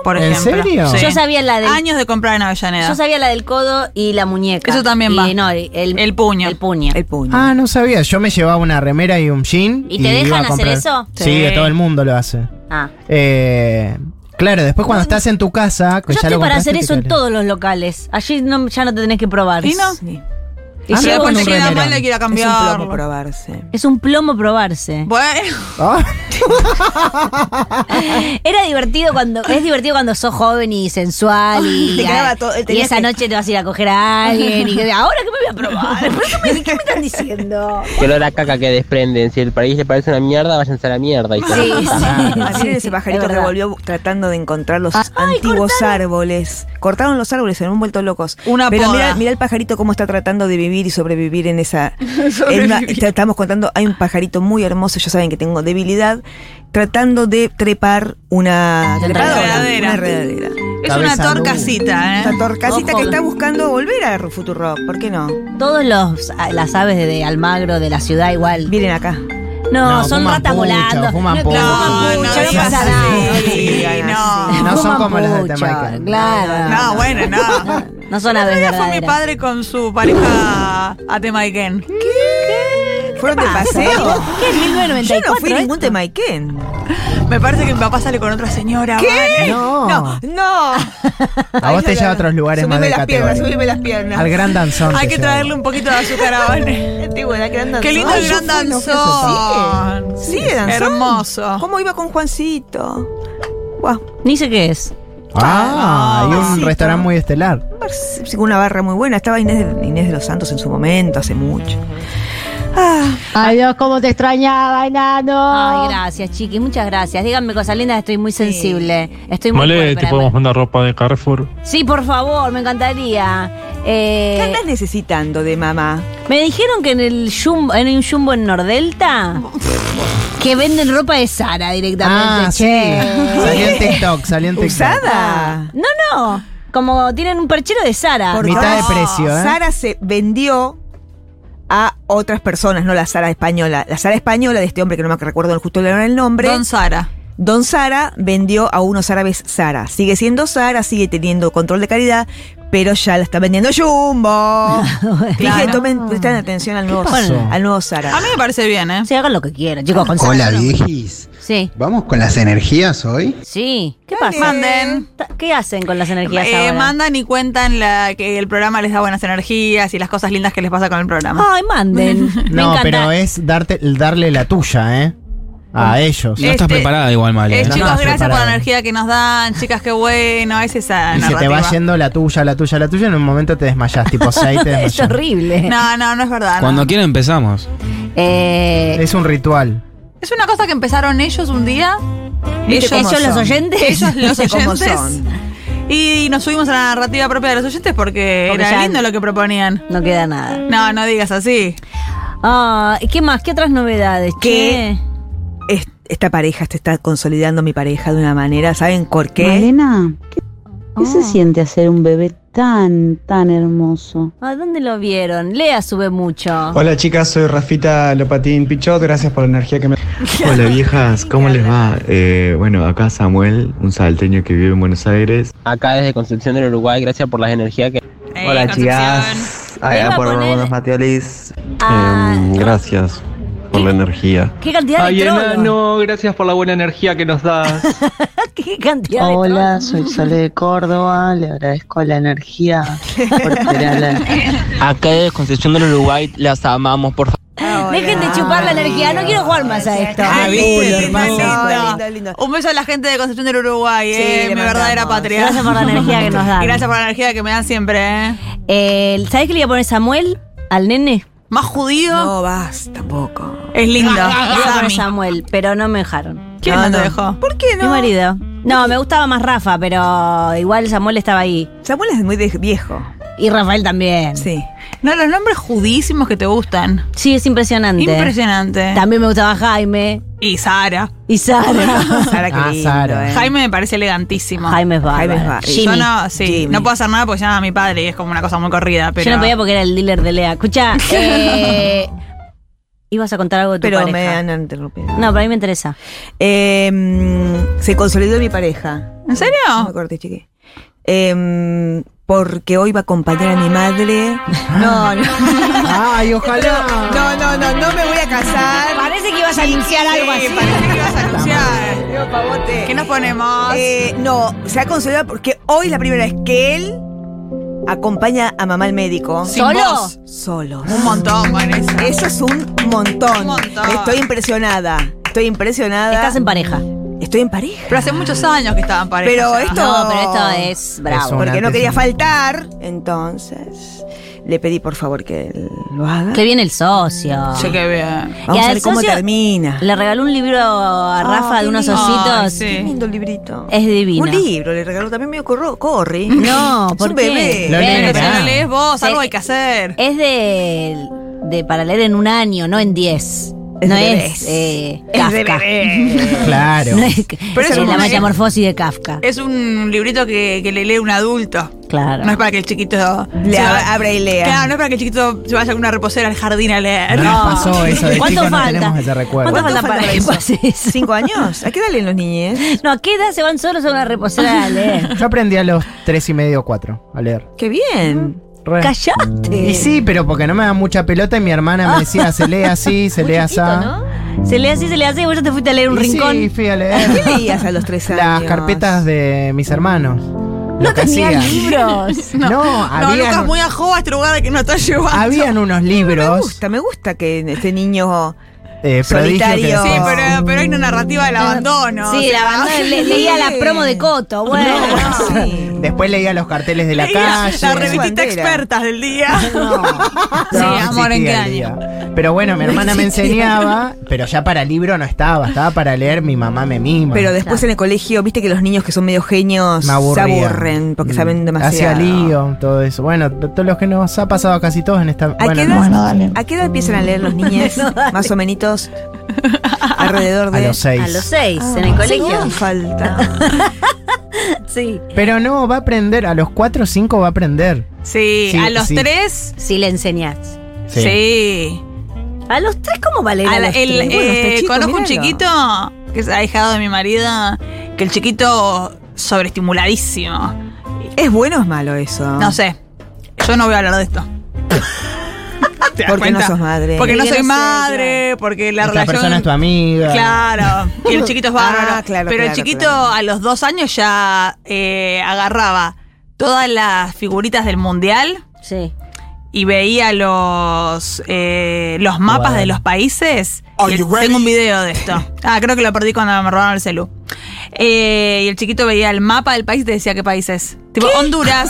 Por ¿En ejemplo. serio? Sí. Yo sabía la del Años de comprar en Avellaneda. Yo sabía la del codo y la muñeca. Eso también Y va. no, el, el puño. el puño. El puño. Ah, no sabía. Yo me llevaba una remera y un jean. ¿Y te dejan iba a hacer comprar. eso? Sí, Sí. todo el mundo lo hace. Ah. Eh, claro, después cuando estás en tu casa, que Yo ya estoy lo para compraste, hacer te eso en quedaría. todos los locales. Allí no, ya no te tenés que probar. ¿Y no? Sí. Y Ah, si pero vos después no- te es, un queda remerón. mal y quiera Es un cambiar. plomo probarse. plomo probarse. Bueno, Ah, Era divertido cuando es divertido cuando sos joven y sensual y, Te quedaba ah, todo- y tenías esa que- noche te vas a ir a coger a alguien y que, ahora que me voy a probar. ¿Por qué me- ¿Qué me están diciendo? Que olor a caca que desprenden. Si el país le parece una mierda, váyanse a la mierda. hijo de puta. Ayer ese pajarito es verdad. revolvió tratando de encontrar los antiguos árboles. Cortaron los árboles, se han vuelto locos. Una Pero poda. mira, mira el pajarito cómo está tratando de vivir y sobrevivir en esa. en una- Sobrevivir. te- estamos contando, hay un pajarito muy hermoso, ya saben que tengo debilidad, tratando de trepar una Una trepadora, enredadera. Una enredadera. es una torcasita, ¿eh? Una torcasita Ojo. que está buscando volver a Futurock, ¿por qué no? Todos los las aves de Almagro de la ciudad igual. Vienen acá. No, No, son fuman ratas pucho, volando. fuman no, pucho. fuman No, pucho, no no digas pasa así. Ah, nada. Sí, no. No son Fuman como las de pucho, Jamaica. Claro. No, bueno, no. No son aves Ese día fue mi verdaderas. padre con su pareja a Temaiken. ¿Fueron de paseo? ¿Qué es Yo 1994? no fui a ningún esto? temaiken. Me parece que mi papá sale con otra señora. ¿Qué? No. No, no. A vos te Ay, lleva a otros lugares Subime más de las piernas, categoría. subime las piernas. Al gran danzón. Hay te que lleva. traerle un poquito de azúcar a Vane. Qué buena, gran danzón. Qué lindo el gran Ay, yo fui, danzón. no, Sí, sí, danzón. Hermoso. ¿Cómo iba con Juancito? Guau, Ni sé qué es. Ah, hay un Besito. restaurante muy estelar. sí, una barra muy buena. Estaba Inés de, Inés de los Santos en su momento, hace mucho. Ah, Adiós, cómo te extrañaba, enano. Ay, gracias, chiqui, muchas gracias. Díganme cosas lindas, estoy muy sensible. Estoy muy Vale, te puerpera. podemos mandar ropa de Carrefour. Sí, por favor, me encantaría. Eh, ¿Qué andas necesitando de mamá? me dijeron que en el jumbo, en un jumbo en Nordelta que venden ropa de Sara directamente. Ah, sí. che. Salió en TikTok, salió en TikTok. ¿Usada? No, no. Como tienen un perchero de Sara. Por Mitad Dios. de precio, ¿eh? Sara se vendió a otras personas, no la Sara española. La Sara española de este hombre que no me recuerdo justo le el nombre. Don Sara. Don Sara vendió a unos árabes Sara. Sigue siendo Sara, sigue teniendo control de calidad, pero ya la está vendiendo Jumbo. Dije, tomen, presten atención al nuevo, pasó? al nuevo Sara. A mí me parece bien, ¿eh? Sí, hagan lo que quieran, chicos. Con Hola, Sara, ¿no? viejis. Sí. ¿Vamos con las energías hoy? Sí. ¿Qué pasa? Manden. Ta- ¿Qué hacen con las energías Eh, ahora? mandan y cuentan la, que el programa les da buenas energías y las cosas lindas que les pasa con el programa. Ay, manden. Me No, encanta. pero es darte, darle la tuya, ¿eh? A ellos. No estás Este- preparada igual, Mali. Eh, chicos, gracias por preparada. la energía que nos dan. Chicas, qué bueno. Es esa Y se te narrativa. va yendo la tuya, la tuya, la tuya, en un momento te desmayás, tipo 6 te desmayás. horrible. Eh, No, no, no es verdad. no. Cuando quiera empezamos. Es un ritual. Es una cosa que empezaron ellos un día. ¿Viste cómo son? Ellos los ¿Viste cómo oyentes. son? Y nos subimos a la narrativa propia de los oyentes porque, Porque era ya- lindo lo que proponían. No queda nada. No, no digas así. Ah, ¿y ¿Qué más? ¿Qué otras novedades? Que ¿Qué? es- esta pareja se está consolidando mi pareja de una manera, ¿saben por qué? Malena, ¿qué, qué se siente hacer un bebé tan, tan hermoso? Ah, ¿A dónde lo vieron? Lea sube mucho. Hola chicas, soy Rafita Lopatín Pichot, gracias por la energía que me... Hola viejas, ¿cómo les va? Eh, bueno, acá Samuel, un salteño que vive en Buenos Aires. Acá desde Concepción del Uruguay, gracias por las energías que. Hola chicas, allá Iba a por poner- Buenos Mateolis. Ah. Em, gracias por la energía. ¿Qué cantidad de trolos? gracias por la buena energía que nos das. ¿Qué cantidad de Hola, soy Sole de Córdoba, le agradezco la energía por tirar la- Acá desde Concepción del Uruguay las amamos, por favor. Dejen de chupar la energía, no quiero jugar más a esto. Ah, Uy, viste, lindo, hermoso. lindo. Un beso a la gente de Concepción del Uruguay, Sí, eh, le mi verdadera mandamos. patria. Gracias por la energía que nos dan. Gracias por la energía que me dan siempre. eh. Eh, ¿Sabés qué le iba a poner Samuel al nene? Más judío. No, vas, tampoco. Es lindo. Le iba a poner Sami. Samuel, pero no me dejaron. ¿Quién no, No, te no. dejó? ¿Por qué no? Mi marido. No, me gustaba más Rafa, pero igual Samuel estaba ahí. Samuel es muy de- viejo. Y Rafael también. Sí. No, los nombres judísimos que te gustan. Sí, es impresionante. Impresionante. También me gustaba Jaime Y Sara. y Sara. Sara, qué Ah, lindo, Sara. eh. Jaime me parece elegantísimo. Jaime es bárbaro. Jaime es bárbaro. Yo Jimmy. no, sí, no puedo hacer nada porque se llama mi padre y es como una cosa muy corrida, pero. Yo no podía porque era el dealer de Lea. Escucha, ibas a contar algo de tu Pero me pareja. han interrumpido. No, pero a mí me interesa. Eh, mm, se consolidó mi pareja. ¿En serio? No me corté, chiqui. Eh, mm, porque hoy va a acompañar a mi madre. No, no. Ay, ojalá. No, no, no, no me voy a casar. Parece que ibas a iniciar algo así. Parece que ibas a anunciar. ¿Qué nos ponemos? Eh, no, se ha consolidado porque hoy es la primera vez que él acompaña a mamá al médico. Sin ¿Solo? vos. Solo. Un montón, Vanessa. Eso es un montón. Un montón. Estoy impresionada. Estoy impresionada. Estás en pareja. Estoy en pareja. Pero hace muchos años que estaban pareja. Pero ya. esto. No, pero esto es bravo. Es una porque no antes y quería un- faltar. Entonces, le pedí por favor que él lo haga. Que viene el socio. Sí, qué bien. Vamos Y a al ver cómo socio termina. Le regaló un libro a Rafa de unos Ay, ositos. Qué sí. lindo librito. Es divino. Un libro, le regaló también medio corro, corri. No, es ¿por un qué? bebé. Lo Ven, leen Pero acá. si lo lees vos, algo Eh, hay que hacer. Es de, de para leer en un año, no en diez. Es no de es bebés. eh, Es de Kafka. bebé. Claro. No es, Pero es es un la bebé. metamorfosis de Kafka. Es un librito que, que le lee un adulto. Claro. No es para que el chiquito Le se ab- va- abra y lea. Claro, no es para que el chiquito se vaya con una reposera al jardín a leer. No. Nos pasó eso de ¿Cuánto chico, no falta? tenemos ese recuerdo. ¿Cuánto, falta para que pase eso? ¿Cinco años? ¿A qué edad leen los niños? No, ¿a qué edad se van solos a una reposera a leer? Yo aprendí a los tres y medio, cuatro a leer. ¡Qué bien! Re. ¡Callate! Y sí, pero porque no me da mucha pelota y mi hermana me decía, se lee así, se lee así. ¿no? Se lee así, se lee así, y vos ya te fuiste a leer un Y rincón. Sí, fui ¿Qué a leer leías a los tres años? las carpetas de mis hermanos. Lo que hacía. Tenías libros. No, No, Lucas, habían, muy ajoba este lugar que no está llevando. habían unos Me libros gusta, me gusta que este niño. eh, prodigio que Solitario. Sí, después- pero, pero hay una narrativa del abandono. Ah, sí, o sea, la banda le- sí. leía la promo de Coto. Bueno, Sí. Después leía los carteles de la leía La calle. revistita Bandera. expertas del día. No, Sí, amor, ¿en existía qué el año? día. Pero bueno, mi hermana me enseñaba, pero ya para libro no estaba, estaba para leer, mi mamá me mima. Pero después en el colegio, viste que los niños que son medio genios me se aburría. aburren porque Mm. saben demasiado. Hacía lío, todo eso. Bueno, de todos los que nos ha pasado a casi todos en esta. ¿A, bueno, qué no, edad, no, dale. ¿A qué edad empiezan a leer los niños? Más o menos alrededor de. A los seis. a los seis, Ah, en el sí, colegio. no falta. Sí. Pero no, va a aprender, a los cuatro o cinco va a aprender. Sí, Sí, a los sí. tres. Si le enseñás. Sí. Sí. A los tres, ¿cómo va a leer? A A la- los el, tres? eh, Bueno, está chico, conozco un míralo. chiquito que es ahijado de mi marido, que el chiquito sobreestimuladísimo. ¿Es bueno o es malo eso? No sé. Yo no voy a hablar de esto. ¿Te das Porque no cuenta? sos madre. Porque no Porque soy no sé, madre, porque la Esta relación. persona es tu amiga. Claro, y el chiquito es bárbaro. Ah, claro, pero el claro, chiquito claro. a los dos años ya eh, agarraba todas las figuritas del mundial. Sí. Y veía los, eh, los mapas Bueno. de los países. Y el- tengo un video de esto. Ah, creo que lo perdí cuando me robaron el celu. Eh, y el chiquito veía el mapa del país y te decía qué país es. Tipo, Honduras,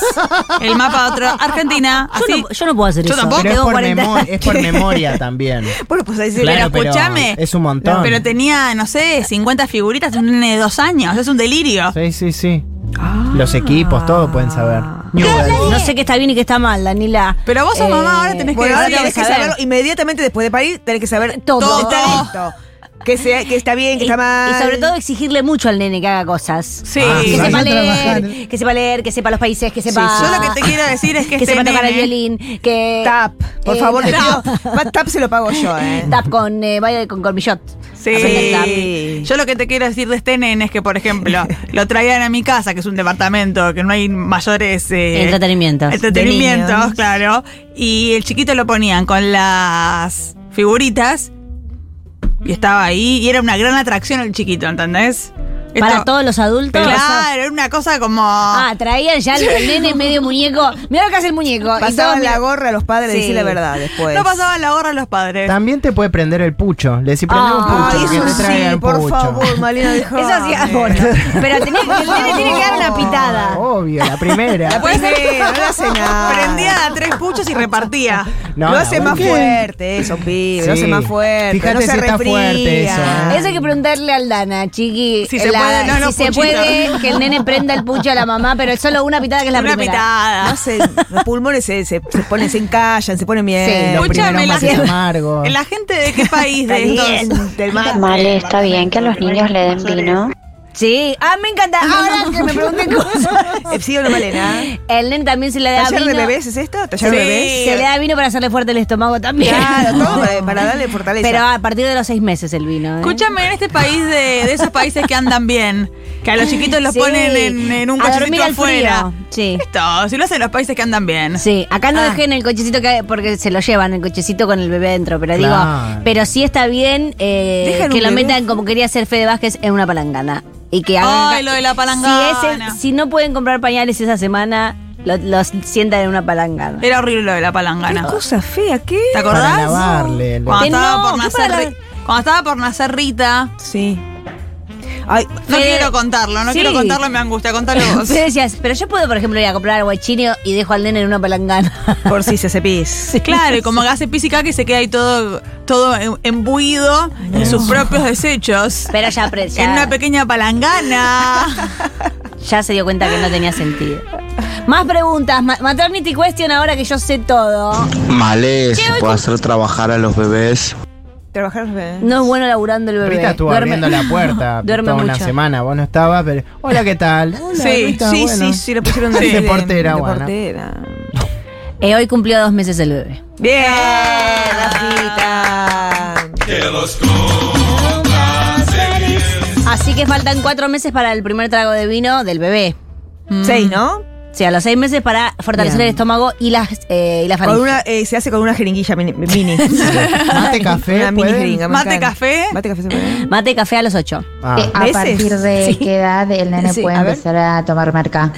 el mapa de otro, Argentina. Yo así. no, yo no puedo hacer Yo eso. tampoco. Pero es Tengo por, 40. memo- es por memoria también. Bueno, pues ahí se- Claro, pero pero escúchame. es un montón. Pero tenía, no sé, 50 figuritas de un nene de dos años. Es un delirio. Sí, sí, sí. Los equipos, todo pueden saber. Ah. No sé qué está bien y qué está mal, Eh, Danila. Pero vos sos mamá, ahora tenés que Bueno, ahora decirlo, tenés que saber. saberlo inmediatamente después de parir, tenés que saber Todo. todo. Está listo. Que, sea, que está bien, que está mal. Y sobre todo exigirle mucho al nene que haga cosas. Sí. Ah, que sí, sepa vayan leer, trabajando. que sepa leer, que sepa los países, que sepa. Yo lo que te quiero decir es que este sepa tocar el nene- violín, que. Tap, por eh, favor, le tap. pido- va, Tap se lo pago yo, eh. Tap con eh, baile con cormillot. Sí. Yo lo que te quiero decir de este nene es que, por ejemplo, lo traían a mi casa, que es un departamento, que no hay mayores eh, Entretenimientos. De entretenimientos, niños. claro. Y el chiquito lo ponían con las figuritas y estaba ahí y era una gran atracción el chiquito, ¿entendés? Para Esto- todos los adultos. Claro, era una cosa como. Ah, traían ya el, el nene medio muñeco. Mirá lo que hace el muñeco. Y todos Pasaban la miran- gorra a los padres, Sí. decir la verdad Pues. después. No pasaban la gorra a los padres. También te puede prender el pucho. Le decís, prendeme un Ah, pucho, que eso te traiga sí, el por pucho. favor, Malena, dejame. Eso sí, ah, bueno. Pero tenés, el nene tiene que dar una pitada. Obvio, la primera. Pues sí, no le hace nada. Prendía a tres puchos y repartía. No, lo la hace más última. fuerte eso, pibe. Sí. Lo hace más fuerte. Fíjate no se si está resfría. fuerte eso, ¿eh? Eso hay que preguntarle al Dana, chiqui. Si se La- puede, no, si no, se puchito. puede que el nene prenda el pucho a la mamá, pero es solo una pitada que es la Una primera. pitada. No sé, los pulmones se, se, se ponen, se encallan, se ponen bien. Sí. Los Escúchame, primeros la- mates amargos. ¿La gente de qué país de estos? Caliente, el mate. Vale, está bien que a los niños le den vino. Sí. Ah, me encanta. Ahora que me pregunten cosas. Epsilon Eh, Malena. El nene también se le da ¿Taller vino. de bebés es esto? ¿Taller Sí. de bebés? Se le da vino para hacerle fuerte el estómago también. Claro, todo para, para darle fortaleza. Pero a partir de los seis meses el vino. ¿eh? Escúchame, en este país de, de esos países que andan bien, que a los chiquitos los Sí. ponen en, en un A dormir cochecito al frío. afuera. Sí. Esto, si lo hacen los países que andan bien. Sí, acá no Ah. dejen el cochecito que, porque se lo llevan el cochecito con el bebé dentro, pero digo, Claro. pero sí está bien eh, Dejan que un lo bebé. metan como quería hacer Fede Vázquez en una palangana y que hagan Ay, lo de la Si, palangana. ese- si no pueden comprar pañales esa semana, lo- los sientan en una palangana. Era horrible lo de la Qué palangana. cosa fea, ¿qué? ¿Te Para acordás? lavarle. le- Cuando Que estaba, no, por ¿qué nacer, para la- Ri- cuando estaba por nacer Rita. Sí. Ay, No Fede- quiero contarlo, no Eh, Sí. quiero contarlo, me angustia, contalo vos. Fede decías, pero yo puedo, por ejemplo, ir a comprar guachino y dejo al nene en una palangana. por si se hace pis. Claro, y como que hace pis y caca y se queda ahí todo, todo em- embuido en sus propios desechos. Pero ya, pre- ya- En una pequeña palangana. ya se dio cuenta que no tenía sentido. Más preguntas. ma- maternity question ahora que yo sé todo. Malé, se puede hacer trabajar a los bebés. Trabajar eh. los bebés. No es bueno laburando el bebé. Rita estuvo Duerme- abriendo la puerta Duerme toda una mucho. semana. Vos no estabas, pero. Hola, ¿qué tal? Hola, Sí, Rita, sí, bueno. sí, sí, lo pusieron Sí. de, De portera, de bueno. portera. Eh, hoy cumplió dos meses el bebé. Bien, Rafita. Así que faltan cuatro meses para el primer trago de vino del bebé. Mm. Seis, ¿no? O sea, los seis meses para fortalecer Bien. el estómago y las eh, y la Con faringe. una, eh, se hace con una jeringuilla mini. mini. Mate café. una mini ¿pueden? jeringa. me Mate encanta. café. Mate café se puede. Mate y café a los ocho. Ah. Eh, ¿A ¿Meses? partir de Sí. qué edad el nene Sí, puede a ver. empezar a tomar marca?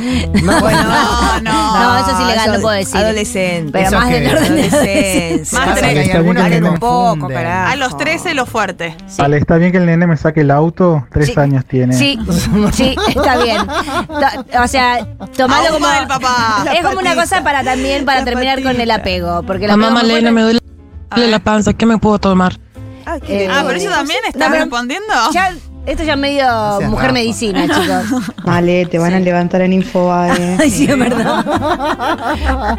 No, bueno, No, no. No, eso es ilegal, no puedo decir. Adolescente. Pero Eso más que- del orden de adolescencia. Más Pasa que tres. hay Está bueno algunos que que no un poco, confunden. carajo. A los 13 lo fuerte. Vale, está bien que el nene me saque el auto, tres Sí. años tiene. Sí, sí, está bien. To- o sea, tomalo Aún como. mal, papá. Es como una patita. cosa para también para La terminar con patita. el apego. Porque la Mamá Malena, me duele A ver. la panza, ¿qué me puedo tomar? Ah, qué Eh, Ah, lindo. pero eso también está No, pero- respondiendo. Ya, esto ya medio seas mujer Rafa. medicina, chicos. Vale, te van a levantar en Infobae. Ay, sí, es verdad.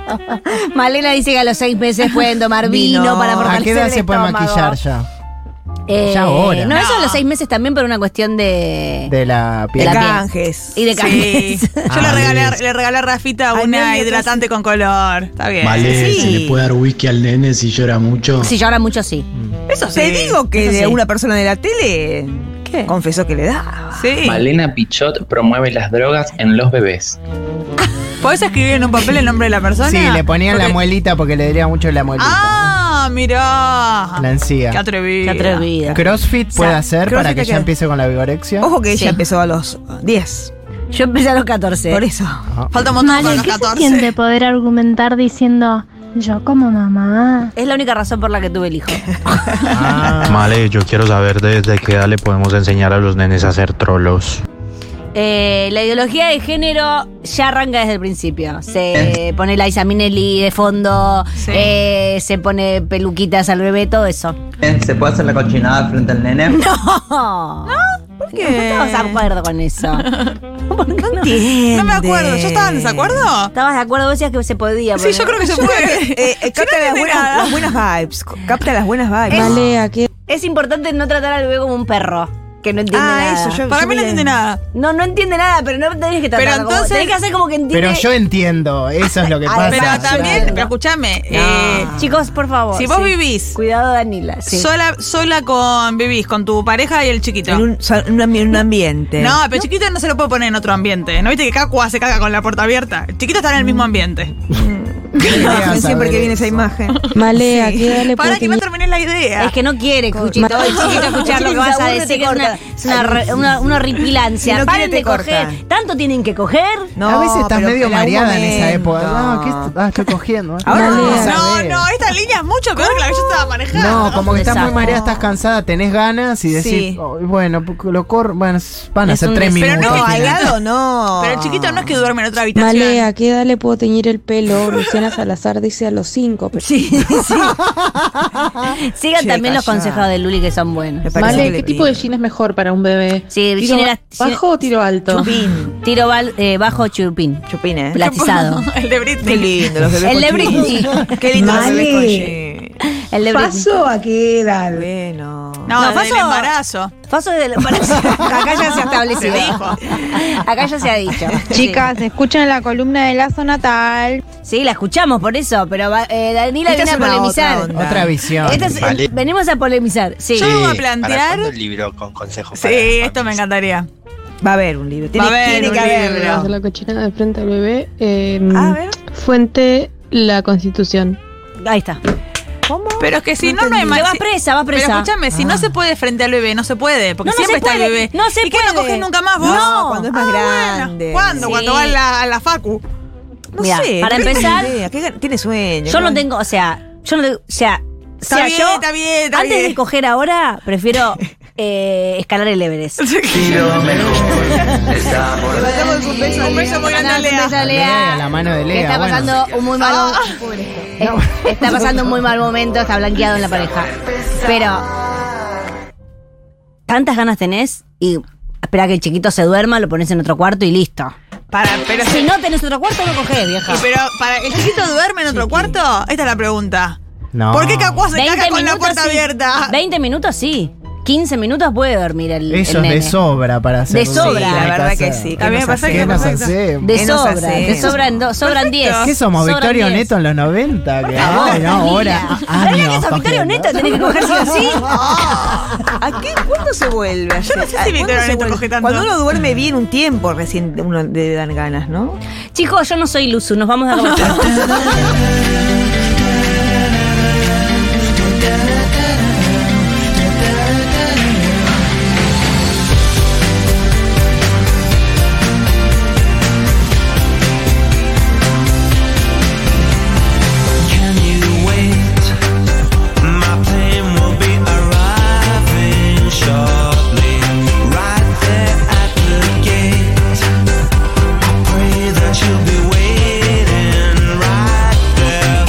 Malena dice que a los seis meses pueden tomar vino, Vino. para ¿A ¿A fortalecer qué edad el se puede estómago. maquillar ya? Eh, Ya ahora. No, eso a los No. seis meses también por una cuestión de. De la De piel. la piel. canjes. y de Sí. cambios. Yo le Ah, regalé, bien. le regalé a Rafita Ay, una nadie te hidratante con color. Está bien. Vale, Sí. ¿se le puede dar whisky al nene si llora mucho? Si llora mucho, sí. Eso sí. Te digo que Eso de sí. una persona de la tele ¿Qué? Confesó que le da. Sí. Malena Pichot promueve las drogas en los bebés. ¿Podés escribir en un papel el nombre de la persona? Sí, le ponían la Porque- muelita porque le diría mucho la muelita. Ah, mirá. La encía. Ah. Qué atrevida. Qué atrevida. Crossfit puede hacer CrossFit para que hay ya que- empiece con la vigorexia. Ojo que Sí. ella empezó a los 10. Yo empecé a los 14. Por eso. Ah. Falta un montón para Mario, los ¿qué se 14. siente poder argumentar diciendo yo como mamá? Es la única razón por la que tuve el hijo. Male, yo quiero saber desde qué edad le podemos enseñar a los nenes a ser trolos. Eh, la ideología de género ya arranca desde el principio. Se pone la Isa Minelli de fondo, eh, se pone peluquitas al bebé, todo eso. ¿Se puede hacer la cochinada frente al nene? ¡No! ¿Por qué? No estamos de acuerdo con eso. No entiende. No me acuerdo. ¿Yo estaba en desacuerdo? ¿Estabas de acuerdo? Vos decías que se podía. Sí, yo creo que se puede. Eh, eh, Yo no capta las, entendí buenas, nada. las buenas vibes. co- Capta las buenas vibes. Vale, aquí. Es importante no tratar al bebé como un perro, que no entiende Ah, nada. eso. Yo, Para yo mí no me- entiende nada. No, no entiende nada, pero no tenés que tratarlo. Pero como- entonces- tenés que hacer como que entiende. Pero yo entiendo, eso es lo que Ay, pasa. Pero también, claro. pero escúchame. No. eh, Chicos, por favor. si vos sí. vivís Cuidado, Danila. sí. sola, sola con vivís, con tu pareja y el chiquito. En un, sal- en un ambi- en un ambiente. No, pero el chiquito no se lo puede poner en otro ambiente. ¿No viste que Cacua se caga con la puerta abierta? El chiquito está en el mismo ambiente. Quería siempre saber que viene eso. esa imagen. Vale, aquí dale Para que no oportunidad. terminé la idea. Es que no quiere, Cuchito, el chiquito escuchar lo que vas a decir, que es una, es una, re- una, una horripilancia. Si no Paren quiere, te de coger. corta. Tanto tienen que coger. No, a veces estás pero medio en algún mareada en esa momento. época. No, ¿qué est- ah, estoy cogiendo. Ahora no, no. No, sabés. no, esta línea es mucho peor que la que yo estaba manejando. No, como que estás muy Exacto. mareada, estás cansada, tenés ganas y decís, Sí. "Oh, bueno, poco- lo corro, bueno, s- van a Es ser un tres des- minutos. pero No, no es al al final". lado no. Pero el chiquito no es que duerme en otra habitación. Vale, aquí dale puedo teñir el pelo. Luciana Salazar dice a los cinco. pero- Sigan Che, también los callá. consejos de Luli que son buenos. Me parece Vale, que ¿qué le tipo de jean es mejor para un bebé? Sí, ¿Tiro jean era- bajo o tiro alto? Chupín. Tiro bal- eh, bajo chupín. Chupín, ¿eh? Platizado. el de Britney. Qué lindo los bebés El de con jean. Britney. Qué lindo los bebés con Vale. jean. El de Britney. Paso a qué edad. Bueno. No, No, desde el paso- embarazo. Paso del embarazo. Acá ya se ha establecido. Se dijo. Acá ya se ha dicho. Chicas, escuchen la columna de Lazo Natal. Sí, la escuchamos por eso, pero va- eh, Danila Esta viene a es una polemizar. otra onda. Otra visión. Esta Este es- Vale. Venimos a polemizar. Sí. Yo- voy a Sí, ¿para plantear- cuándo el libro con consejos para Sí, esto familias? me encantaría. Va a haber un libro. Va Tiene, a haber tiene un que libro. haberlo. Hacer la cochina de frente al bebé. eh, A ver. Fuente la Constitución. Ahí está. ¿Cómo? Pero es que si no, no hay Te más. vas presa, vas Pero presa. Ah. escúchame, si no se puede frente al bebé, no se puede, porque No, no siempre se está el puede, bebé. no se ¿Y qué no puede. coges nunca más vos? No, Ah, cuando es más bueno. grande. ¿Cuándo? Sí. Cuando va a la, a la facu. No Mira, sé. para no tengo empezar, idea. ¿Qué gan- tiene sueño. Yo no ¿Cómo? tengo, o sea, yo no tengo, o sea, o Está sea, bien, yo está bien, está antes bien. de coger ahora, prefiero eh, escalar el Everest. Le mandamos un beso. Un beso muy grande a Lea. Lea, la mano de Que Lea. está bueno. pasando un muy mal Ah. momento. Está pasando un muy mal momento, está blanqueado en la pareja. Pero tantas ganas tenés y espera que el chiquito se duerma, lo pones en otro cuarto y listo. Para, pero Si no tenés otro cuarto, no cogés, vieja. Y pero para el chiquito duerme en otro cuarto, esta es la pregunta. No. ¿Por qué Cacuá se caga con la puerta sí. abierta? 20 minutos sí. 15 minutos puede dormir el, el Eso es nene. de sobra para hacer De un- sobra. Sí, la hay verdad que hacer. sí. ¿Qué A mí me nos parece que hacemos? perfecto. ¿Qué nos hacemos? De Menos sobra, hacemos. te sobran, dos, sobran 10. ¿Qué somos? Victoria Neto en los 90. que, ay, no, ahora. Ah, La verdad que años sos Victoria cogiendo. Neto, tenés que coger sí o sí. ¿A qué? ¿Cuándo se vuelve? a hacer? no sé si ¿A- Victoria cuándo se Neto vuelve? coge tanto. Cuando uno duerme bien un tiempo, recién uno le dan ganas, ¿no? Chicos, yo no soy Luzu, nos vamos a comer. You'll be waiting right there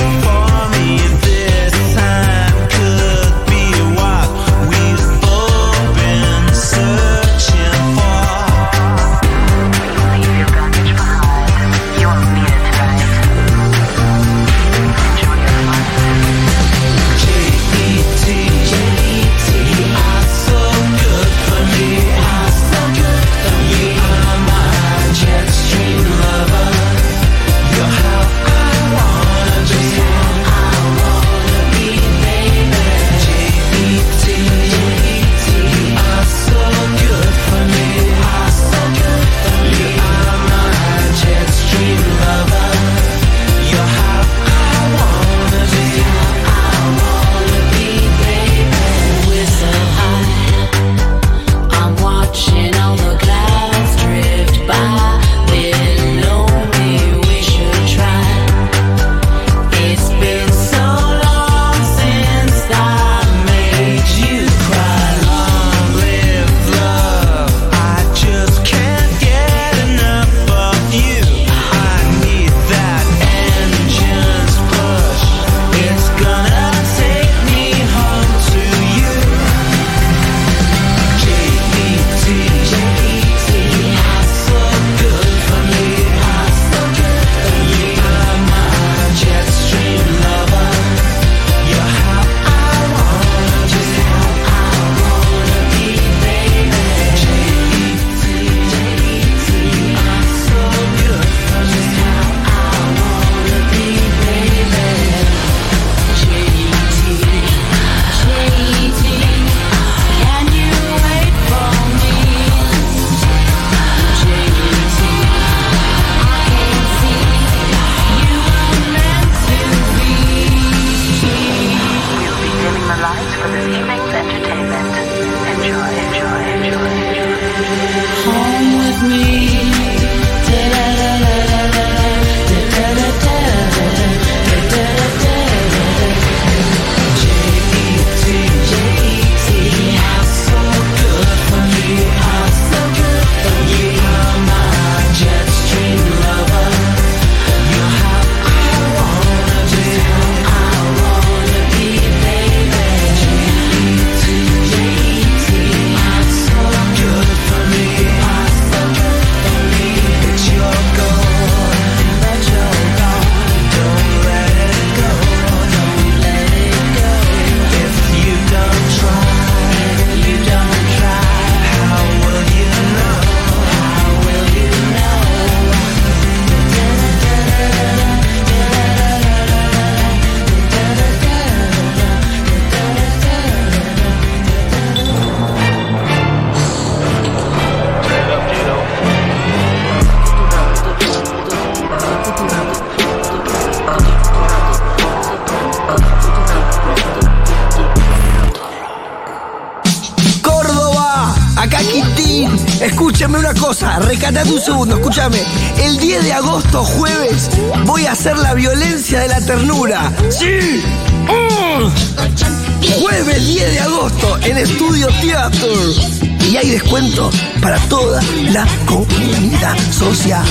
Córdoba, acá Quintín. Escúchame una cosa, recatate un segundo, escúchame. El 10 de agosto, jueves, voy a hacer la violencia de la ternura. ¡Sí! ¡Mm! Jueves 10 de agosto en Estudio Theater. Y hay descuento para toda la comunidad social.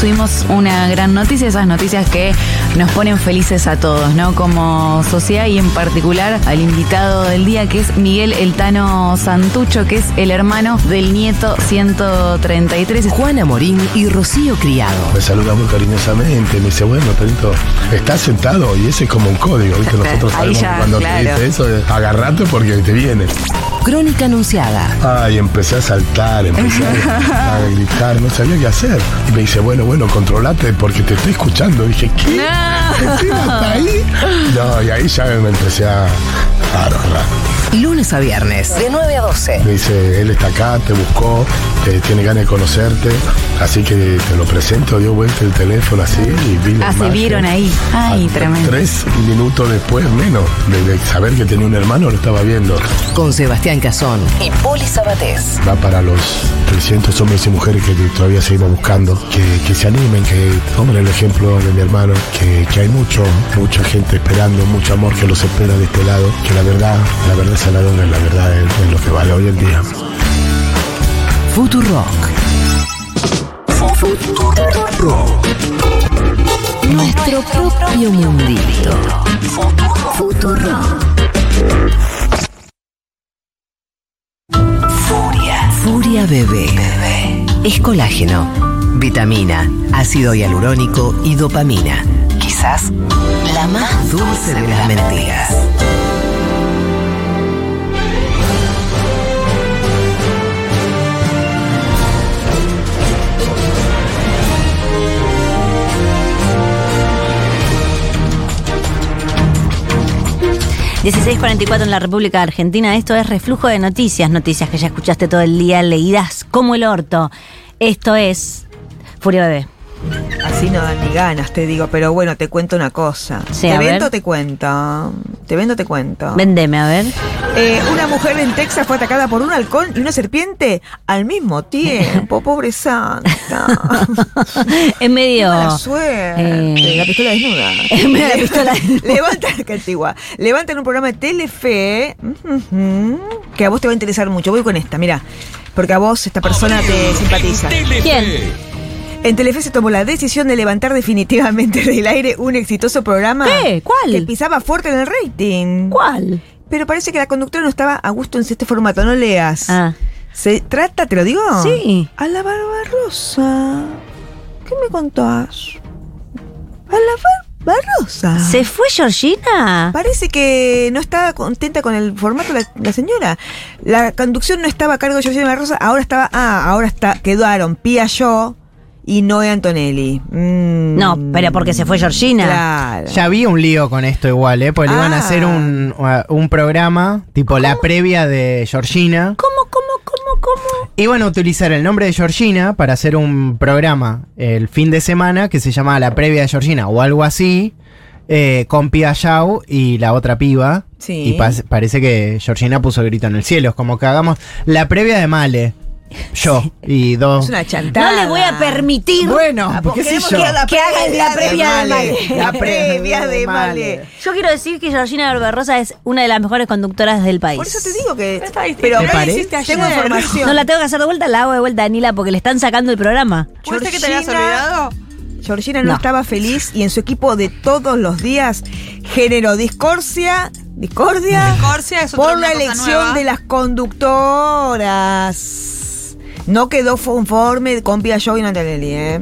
Tuvimos una gran noticia, esas noticias que nos ponen felices a todos, ¿no? Como sociedad y en particular al invitado del día que es Miguel Eltano Santucho, que es el hermano del nieto 133. Juana Morín y Rocío Criado. Me saluda muy cariñosamente, me dice, bueno, Torito, estás sentado y ese es como un código, ¿viste? Nosotros Ahí sabemos ya, que cuando claro. te dice eso, es, agarrate porque te viene. Crónica anunciada. Ay, empecé a saltar, empecé a, a gritar, no sabía qué hacer. Y me dice, bueno, bueno, controlate porque te estoy escuchando. dije, ¿qué? No. No, y ahí ya me empecé a, a arrojar. Lunes a viernes, de 9 a 12. Me dice, él está acá, te buscó, eh, tiene ganas de conocerte, así que te lo presento, dio vuelta el teléfono así y vi la Ah, se imagen. vieron ahí. Ay, tremendo. Tres minutos después, menos, de, de saber que tenía un hermano, lo estaba viendo. Con Sebastián Cazón. Y Poli Sabatés. Va para los 300 hombres y mujeres que todavía seguimos buscando, que, que se animen, que tomen el ejemplo de mi hermano, que, que hay mucho, mucha gente esperando, mucho amor que los espera de este lado, que la verdad, la verdad es la dona, la verdad es- es lo que vale hoy en día. Futurock. Nuestro propio mundito. Futurock. Furia. Furia bebé. Es colágeno, vitamina, ácido hialurónico y dopamina. Quizás la más dulce de las mentiras. Mm. 16.44 en la República Argentina. Esto es reflujo de noticias, noticias que ya escuchaste todo el día, leídas como el orto. Esto es Furia Bebé. Así no dan ni ganas, te digo, pero bueno, te cuento una cosa. Sí, te a ver. vendo, o te cuento. Te vendo, o te cuento. Vendeme, a ver. Eh, una mujer en Texas fue atacada por un halcón y una serpiente al mismo tiempo, pobre santa. en medio. Qué mala suerte. Eh. La pistola desnuda. En medio de la pistola Levanta, qué antigua. Levantan un programa de Telefe ujú, que a vos te va a interesar mucho. Voy con esta, mira. Porque a vos esta persona te simpatiza. ¿Quién? En Telefe se tomó la decisión de levantar definitivamente del aire un exitoso programa. ¿Cuál? Que pisaba fuerte en el rating. ¿Cuál? Pero parece que la conductora no estaba a gusto en este formato, no leas. Se trata, te lo digo. Ah. Sí. A la Barbarosa. ¿Qué me contás? A la Barbarosa. ¿Se fue Georgina? Parece que no estaba contenta con el formato la, la señora. La conducción no estaba a cargo de Georgina Barrosa, ahora estaba, ah, ahora está, quedaron Pía Yo y Noé Antonelli. Mm. No, pero porque se fue Georgina. Claro. Ya había un lío con esto igual, ¿eh? Porque le iban a Ah. hacer un, uh, un programa, tipo la previa de Georgina. ¿Cómo, cómo, cómo, cómo? Iban a utilizar el nombre de Georgina para hacer un programa el fin de semana que se llamaba La Previa de Georgina o algo así, eh, con Pia Yau y la otra piba. Sí. Y pas- parece que Georgina puso grito en el cielo. Es como que hagamos la previa de Male. Yo y dos. Es una No chantada. le voy a permitir. Ah, Bueno, ¿por qué sé Queremos yo? ir a la Que hagan la previa de Male. La previa de Male. Yo quiero decir que Georgina Barbarosa es una de las mejores conductoras del país. Por eso te digo que. pero Pero ¿Te parece? tengo información. No la tengo que hacer de vuelta, la hago de vuelta, Danila, porque le están sacando el programa. ¿Fuiste que te habías Georgina- olvidado? Georgina no, No. estaba feliz y en su equipo de todos los días generó discordia, discordia Corsia es otra por la una cosa elección nueva. de las conductoras. No quedó conforme con Pia Show y Nataleli, ¿eh?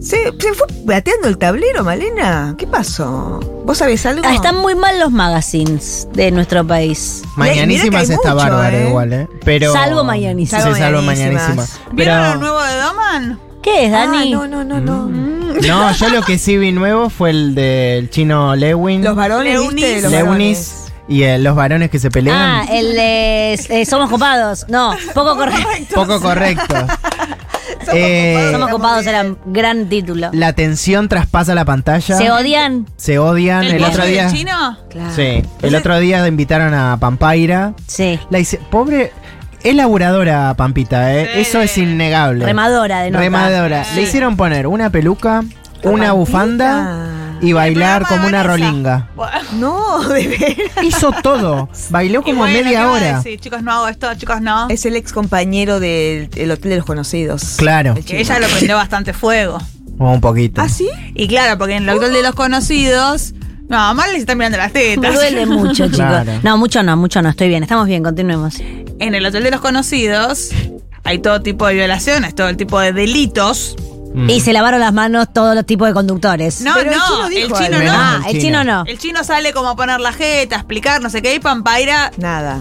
Se, se fue plateando el tablero, Malena. ¿Qué pasó? ¿Vos sabés algo? Ah, están muy mal los magazines de nuestro país. Mañanísimas Mirá que hay está mucho, bárbara eh. igual, ¿eh? Pero Salvo Mañanísimas. Sí, salvo Mañanísimas. Mañanísimas. ¿Vieron Pero- lo nuevo de Doman? ¿Qué es, Ah, Dani? no, no, no, no. Mm. No, yo lo que sí vi nuevo fue el del chino Lewin. Los varones, ¿viste? Leunis. Los varones. Lewnis y eh, los varones que se Ah, pelean. el de eh, Somos Copados. No, poco correcto. Poco correcto. Eh, Somos Copados era un gran título. la tensión traspasa la pantalla. ¿Se odian? Se odian. El, postre otro del día. chino? Ah. Sí. El otro día invitaron a Pampaira. Sí. La dice, pobre. Es laburadora, Pampita, ¿eh? Eso es innegable. Remadora de nota. Remadora. Le hicieron poner una peluca, una bufanda y bailar como una rolinga. Oh, No, de veras. Hizo todo. Bailó como Bueno, ¿qué media iba a hora. decir? Chicos, no hago esto, chicos, no. Es el ex compañero del el Hotel de los Conocidos. Claro. El Que ella lo prendió bastante fuego. Un poquito. ¿Ah, sí? Y claro, porque en el hotel de los conocidos. No, mal les están mirando las Me tetas. duele mucho, chicos. Claro. No, mucho no, mucho no. Estoy bien, estamos bien, continuemos. En el hotel de los conocidos hay todo tipo de violaciones, todo el tipo de delitos. Mm. Y se lavaron las manos todos los tipos de conductores. No, Pero el no, chino el dijo chino, algo. no. Ah, el chino no. El chino sale como a poner la jeta, a explicar, no sé qué, y Pampaira. Nada.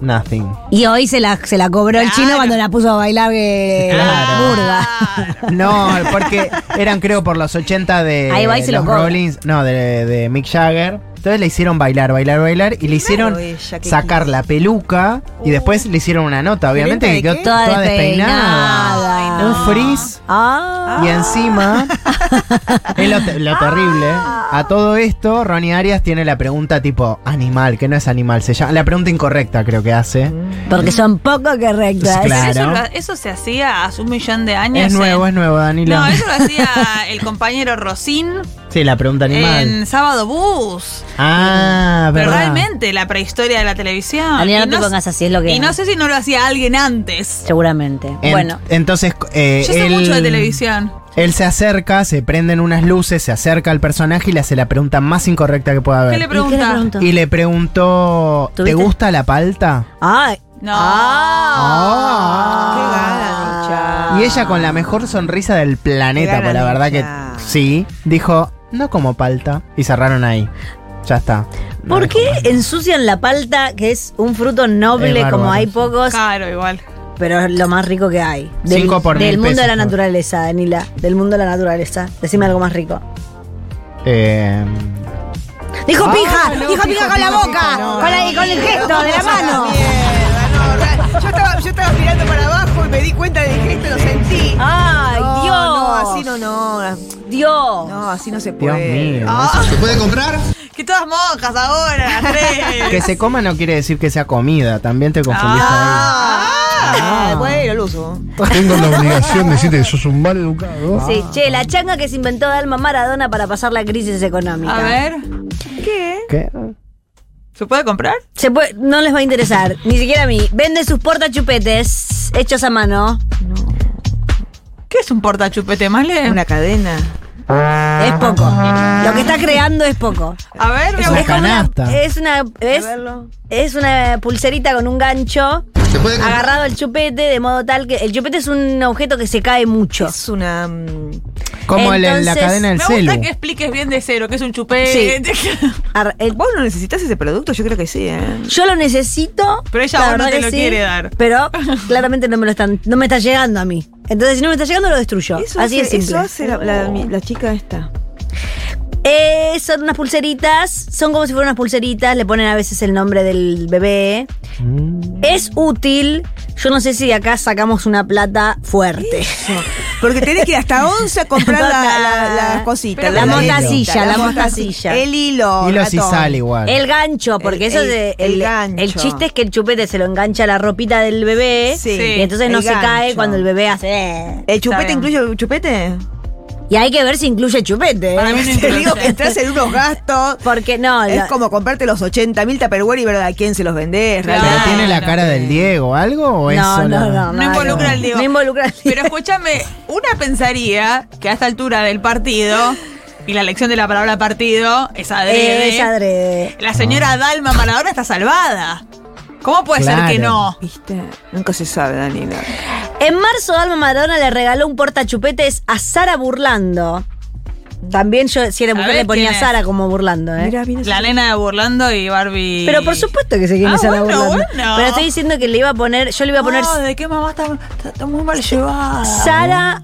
Nothing. Y hoy se la, se la cobró el Claro. chino cuando la puso a bailar eh, Claro. burda. Ah, No, porque eran creo por los 80 de Ahí va y se los lo cobra. Rollins, no, de, de Mick Jagger. Entonces le hicieron bailar, bailar, bailar y le hicieron ella, qué sacar quiso. la peluca y después le hicieron una nota, obviamente, que ¿Violenta quedó de qué? toda, Toda despeinada. despeinada. Ay, Un frizz Ah. y encima es lo, te- lo terrible. ¿eh? A todo esto, Ronnie Arias tiene la pregunta tipo animal, que no es animal, se llama la pregunta incorrecta creo que hace. Porque son poco correctas. Claro. Eso, lo- eso se hacía hace un millón de años. Es en- nuevo, es nuevo, Danilo. No, eso lo hacía el compañero Rosín Sí, la pregunta animal. en Sábado Bus. Ah, Pero verdad. realmente, la prehistoria de la televisión. Daniela, Y no te pongas así, es lo que Y no es. sé si no lo hacía alguien antes. Seguramente. En- bueno. Entonces, eh, Yo sé él, mucho de televisión. Él se acerca, se prenden unas luces, se acerca al personaje y le hace la pregunta más incorrecta que pueda ¿Qué le haber. ¿Y qué le pregunta? preguntó? Y le preguntó, ¿te ¿Tuviste? gusta la palta? Ay. No. Qué Ah. Ah. gana, Lucha. Y ella Ah. con la mejor sonrisa del planeta, Qué pues la gana verdad que ella. sí, dijo, no como palta. Y cerraron ahí. Ya está. No ¿Por es qué como- ensucian la palta, que es un fruto noble Es bárbaro. como hay pocos, Caro, igual. pero es lo más rico que hay? Del, Cinco por del mil mundo de la pesos, por- naturaleza, Danila. Del mundo de la naturaleza. Decime algo más rico. Eh, Dijo Ah, pija, no, dijo pija, pija, con la pija, boca, pija, no, con, no, la- con el gesto de la mano. Yo estaba, yo estaba mirando para abajo y me di cuenta del gesto, lo sentí. Ay, No, Dios. No, así no, no. Dios. No, así no se Dios puede. mío. Ah. ¿Se puede comprar? Que todas monjas ahora, Andrés. Que se coma no quiere decir que sea comida, también te confundiste Ah, bueno, lo uso. ahí. Tengo la obligación de decirte que sos un mal Ah. educado. Sí, che, la changa que se inventó Dalma Maradona para pasar la crisis económica. A ver. ¿Qué? ¿Qué? ¿Se puede comprar? Se puede- no les va a interesar, ni siquiera a mí. Vende sus portachupetes hechos a mano. ¿Qué es un portachupete, Male? Una cadena. Ah. Es poco. Lo que está creando es poco. A ver, Es voy a como buscar. una- Es una, es, es una pulserita con un gancho agarrado al chupete, de modo tal que el chupete es un objeto que se cae mucho. Es una. Como el- la cadena del mm, Me celu. gusta que expliques bien de cero, que es un chupete. eh, ¿Vos no necesitas ese producto? Yo creo que sí, ¿eh? Yo lo necesito. Pero ella la a vos no verdad te que lo quiere dar. Pero claramente no me lo están, no me está llegando a mí. Entonces, si no me está llegando, lo destruyo. Eso Así hace- es simple. Eso hace la, la- mi- la chica esta. Eh, son unas pulseritas, son como si fueran unas pulseritas, le ponen a veces el nombre del bebé. Mm. Es útil. Yo no sé si de acá sacamos una plata fuerte. Porque tenés que ir hasta 11 a comprar la, la, la cosita. Pero la montasilla, motacilla, la motacilla. El hilo. Hilo sí ratón. sale igual. El gancho, porque El- eso el- es de- el Eh, el, gancho. el chiste es que el chupete se lo engancha a la ropita del bebé Sí, y entonces el no se gancho. cae cuando el bebé hace. eh. ¿El Está chupete bien. incluye el chupete? Y hay que ver si incluye chupete. ¿eh? Para mí no Te digo que estás en unos gastos. Porque no, Es la- como comprarte los 80 mil Tupperware y ver a quién se los vendés. ¿Pero realmente. tiene Ah, la cara del Diego o algo? ¿O es No, solo- no, no, No involucra al Diego. No involucra al Pero escúchame, una pensaría que a esta altura del partido, y la elección de la palabra partido es Eh, adrede, es adrede. la señora Ah. Ah. Dalma Maradona está salvada. ¿Cómo puede ser que Claro. no? Viste, Nunca se sabe, Daniela. En marzo, Alma Madonna le regaló un portachupetes a Sara Burlando. También yo, si era mujer, ver le ponía quién es. Sara como burlando, ¿eh? La nena de Burlando y Barbie. Pero por supuesto que se quiere Ah, Sara bueno, Burlando. bueno. Pero estoy diciendo que le iba a poner, yo le iba a poner Ah, No, ¿de qué mamá está, está- está muy mal llevada? Sara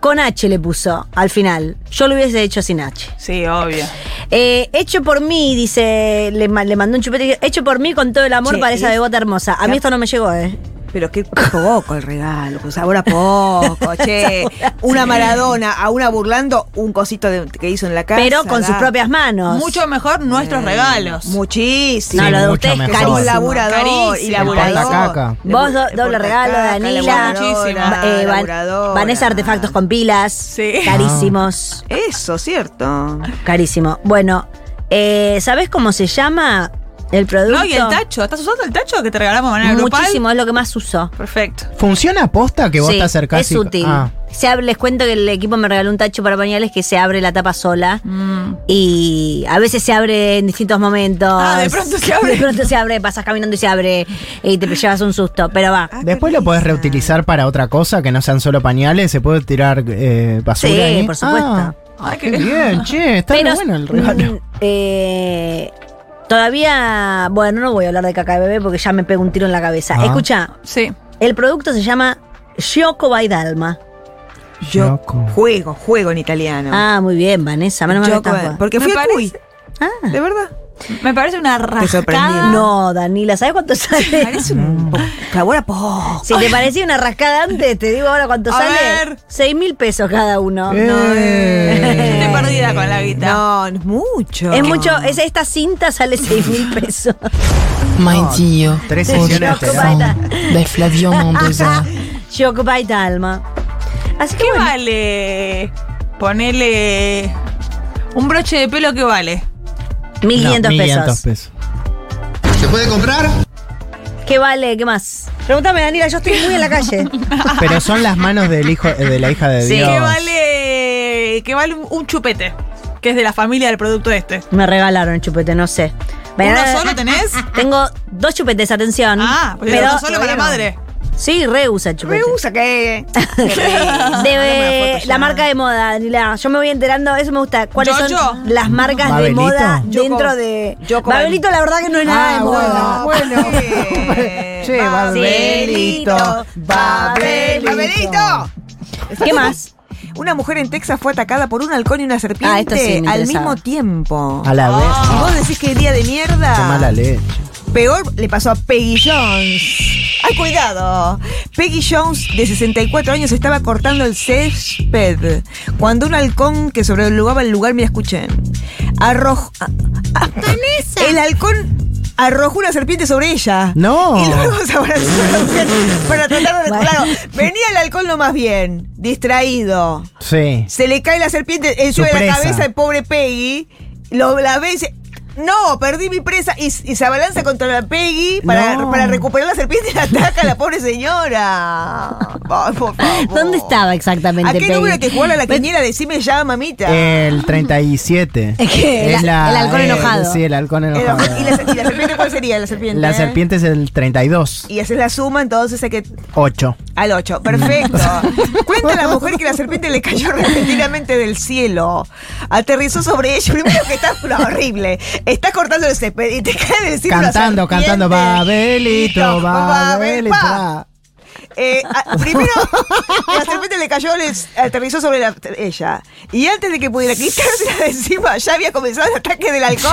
con H le puso al final. Yo lo hubiese hecho sin H. Sí, obvio. Eh, hecho por mí, dice, le, ma- le mandó un chupete. Hecho por mí con todo el amor Che, para esa es- devota hermosa. A mí esto no me llegó, ¿eh? Pero qué poco el regalo, con sabor a poco, che. Una Maradona a una burlando un cosito de- que hizo en la casa. Pero con sus da. propias manos. Mucho mejor nuestros regalos. Muchísimo. No, lo de mucho ustedes mejor. carísimo. Un laburador y Carísimo. laburador. El portacaca. Vos do- doble regalo, Danila. Muchísima. Eh, Van- Vanessa Artefactos con pilas. Carísimos. Eso, cierto. Carísimo. Bueno, eh, ¿sabés cómo se llama el producto? No, y el tacho. ¿Estás usando el tacho que te regalamos de manera grupal? Muchísimo, es lo que más uso. Perfecto. ¿Funciona aposta que vos Sí, te acercás? Es y- útil. Ah, Se abre- les cuento que el equipo me regaló un tacho para pañales que se abre la tapa sola Mm. y a veces se abre en distintos momentos. Ah, de pronto se abre. De pronto se abre, pasas caminando y se abre y te llevas un susto, pero va. Ah, Después lo podés reutilizar para otra cosa que no sean solo pañales. Se puede tirar eh, basura. Sí, ahí? por supuesto. Ah, Ay, qué bien, che. Está re bueno el regalo. mm, eh, todavía, bueno, no voy a hablar de caca de bebé porque ya me pego un tiro en la cabeza. Ah. Escucha, Sí. el producto se llama Gioco by Dalma. Yo juego, juego en italiano. Ah, muy bien, Vanessa. Menos mal que Gioco estás by- vos. porque fui Me al CUI. De verdad. Me parece una rascada. sorprendí. No, Danila, ¿sabes cuánto sale? Parece un po- sabor a poco. Si te parecía una rascada antes, te digo ahora cuánto A sale. ver. Seis mil pesos cada uno. No, Estoy eh. perdida con la guita. No, no es mucho. Es mucho, es esta cinta sale seis mil pesos. My Dio, Tres sesiones Oddio de terapia. San, de Flavio Mendoza. Yo ocupa Dalma. Así que ¿Qué bueno, vale? Ponele un broche de pelo que vale. 1500 No, pesos. pesos. ¿Se puede comprar? ¿Qué vale? ¿Qué más? Pregúntame, Danila, yo estoy muy en la calle. Pero son las manos del hijo, eh, de la hija de Sí, Dios. ¿Qué vale? ¿Qué vale un, un chupete? Que es de la familia del producto este. Me regalaron el chupete, no sé. ¿Uno Ven, solo tenés? Tengo dos chupetes, atención. Ah, pues Pero- uno solo para la madre. Sí, reusa el chupete. Reusa que. Debe la marca de moda, Danila. Yo me voy enterando, eso me gusta. ¿Cuáles Yo-yo. son las marcas de ¿Babelito? moda Yo dentro con- de. yo con- Babelito, la verdad que no es nada de moda. Ah, Ah, bueno. Che, Babelito. Babelito. Babelito. ¿Qué más? Una mujer en Texas fue atacada por un halcón y una serpiente Ah, esto sí me al interesaba. mismo tiempo. A la vez. Y vos decís que día de Qué mierda. mala leche. Peor le pasó a Peggy Jones. cuidado. Peggy Jones, de 64 años, estaba cortando el césped cuando un halcón que sobrelevaba el lugar, mira, escuchen, arrojó. ah, El halcón arrojó una serpiente sobre ella. No. Y luego se abrazó a la mujer para tratar de. Claro, venía el halcón lo más bien, distraído. Sí. Se le cae la serpiente encima de la Sorpresa. cabeza al pobre Peggy. Lo, la ve y dice. No, perdí mi presa y, y se abalanza contra la Peggy para, No. para recuperar la serpiente y la ataca a la pobre señora. Ay, por favor. ¿Dónde estaba exactamente ¿A qué Peggy? Eh. número que jugaba la quiniela? Decime ya, mamita. El 37. Es que Es la- el eh, halcón enojado. Sí, el halcón enojado. ¿Y la, y la serpiente cuál sería? La serpiente. La serpiente es el 32. Y haces la suma, entonces hay que 8. Al 8, perfecto. Cuenta la mujer que la serpiente le cayó repentinamente del cielo. Aterrizó sobre ella. Primero que está no, horrible. Está cortando el césped y te cae del cielo. una Cantando, cantando. serpiente. Babelito, Babel, Babelito. pa. Eh, a- primero, la serpiente le cayó, le aterrizó sobre la- ella. Y antes de que pudiera quitársela de encima, ya había comenzado el ataque del halcón.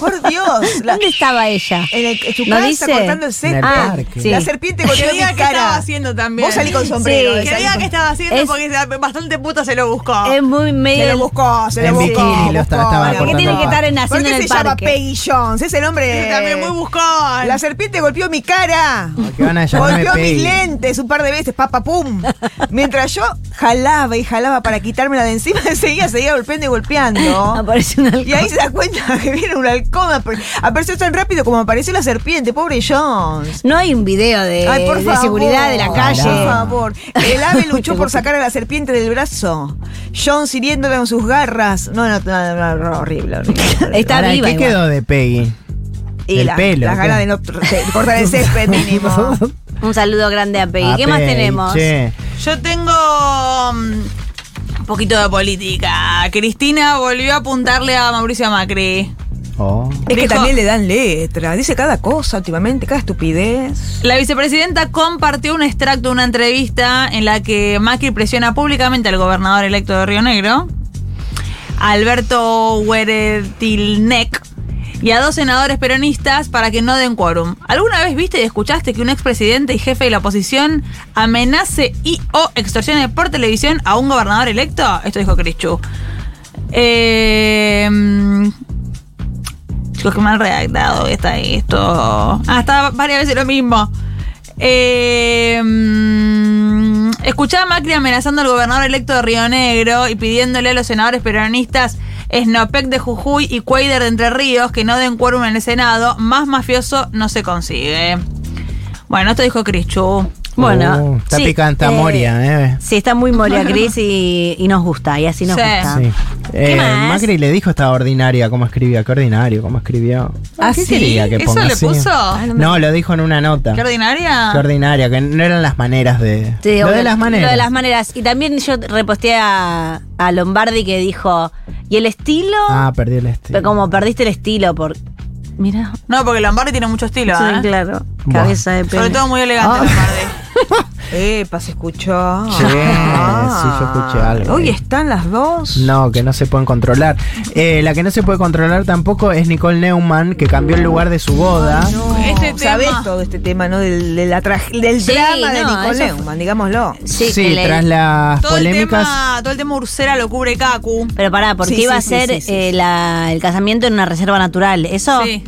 Por Dios. La- ¿Dónde estaba ella? en, el- en su ¿No casa dice? cortando el En césped. el Ah, parque. sí. La serpiente Que golpeó mi diga cara. qué estaba haciendo también. Vos salí con sombrero. Sí, que salí diga con- qué estaba haciendo Es- porque se- bastante puto se lo buscó. Es muy medio. Se lo buscó, se lo En buscó. bikini lo está- buscó. estaba ¿Por qué cortando tiene el que estar en ¿Por haciendo qué en se el llama parque? Peggy Jones? Es el hombre. También muy buscó. La serpiente golpeó mi cara. Que van a llamarme golpeó mis Peggy. lentes un par de veces, papa pum. Mientras yo jalaba y jalaba para quitármela de encima, seguía, seguía golpeando y golpeando. Aparece un halcón. Y ahí se da cuenta que viene un halcón. apare- Apareció tan rápido como apareció la serpiente, pobre Jones. No hay un video de, Ay, por de favor. seguridad de la calle. Por favor. El ave luchó por sacar a la serpiente del brazo. Jones hiriéndola con sus garras. No, no, no, no, no, horrible, horrible. horrible. Está Ahora, viva ¿Qué igual. quedó de Peggy? Y el la- pelo, Las ganas de no de cortar el césped mínimo. Un saludo grande a Peggy. A ¿Qué más Peggy, tenemos? che. Yo tengo mm, un poquito de política. Cristina volvió a apuntarle a Mauricio Macri. Oh. Es que Dijo- también le dan letra. Dice cada cosa últimamente, cada estupidez. La vicepresidenta compartió un extracto de una entrevista en la que Macri presiona públicamente al gobernador electo de Río Negro, Alberto Hueretilnec, y a dos senadores peronistas para que no den quórum. ¿Alguna vez viste y escuchaste que un expresidente y jefe de la oposición amenace y o extorsione por televisión a un gobernador electo? Esto dijo Crichu. Eh, mm, Chicos, qué mal redactado que está esto. Ah, está varias veces lo mismo. Eh, mm, escuchaba a Macri amenazando al gobernador electo de Río Negro y pidiéndole a los senadores peronistas Snopec de Jujuy y Cuader de Entre Ríos que no den quórum en el Senado. Más mafioso no se consigue. Bueno, esto dijo Crichu. Bueno. Oh, está sí, picante a eh, Moria, ¿eh? Sí, está muy Moria Cris y, y nos gusta, y así nos Sí. gusta. Sí. ¿Qué Eh, más? Macri le dijo estaba ordinaria cómo escribía, qué ordinario, cómo escribió. ¿Ah, ¿Qué sí? quería que ¿Eso ponga le así? puso? Ah, Ay, no me- No, lo dijo en una nota. ¿Qué ordinaria? Qué ordinaria, que no eran las maneras de. Sí, lo obvio, de las maneras. Lo de las maneras. Y también yo reposteé a, a Lombardi que dijo, ¿y el estilo? Ah, perdí el Pero estilo. como perdiste el estilo por... Mira, No, porque Lombardi tiene mucho estilo. sí, ¿eh? claro. Buah. Cabeza de Ah. pelo. Sobre todo muy elegante Lombardi. Epa, se escuchó. Che, Ah. sí, yo escuché algo Hoy ahí. están las dos. No, que no se pueden controlar. Eh, la que no se puede controlar tampoco es Nicole Neumann, que cambió el lugar de su boda. Este tema- Sabés todo este tema, ¿no? Del, de la traj- del Sí, drama de no, Nicole eso fue- Neumann, digámoslo. Sí, Sí, que le- tras las Todo el, polémicas. tema, Ah, todo el tema Ursera lo cubre Kaku. Pero pará, Ah, porque Sí, sí, iba a sí, ser sí, sí, eh, la- el casamiento en una reserva natural. Eso... Sí.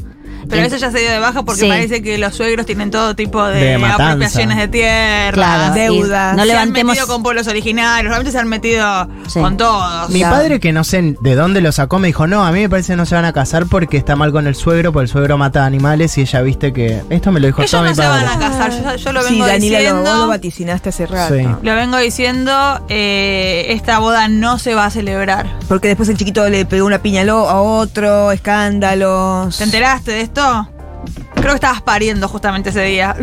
Pero eso ya se dio de baja porque Sí. parece que los suegros tienen todo tipo de, De matanza. apropiaciones de tierra, Claro, y deudas. no Se han levantemos- metido con pueblos originarios, realmente se han metido Sí. con todos. Mi padre, que no sé de dónde lo sacó, me dijo, no, a mí me parece que no se van a casar porque está mal con el suegro, porque el suegro mata animales y ella viste que... Esto me lo dijo Ellos todo no mi se padre. van a casar, yo, yo lo Sí, vengo Daniela, lo, diciendo. vos lo vaticinaste hace rato. Sí. lo vengo diciendo, eh, esta boda no se va a celebrar. Porque después el chiquito le pegó una piña a lo- a otro, escándalos. ¿Te enteraste de esto? Creo que estabas pariendo justamente ese día.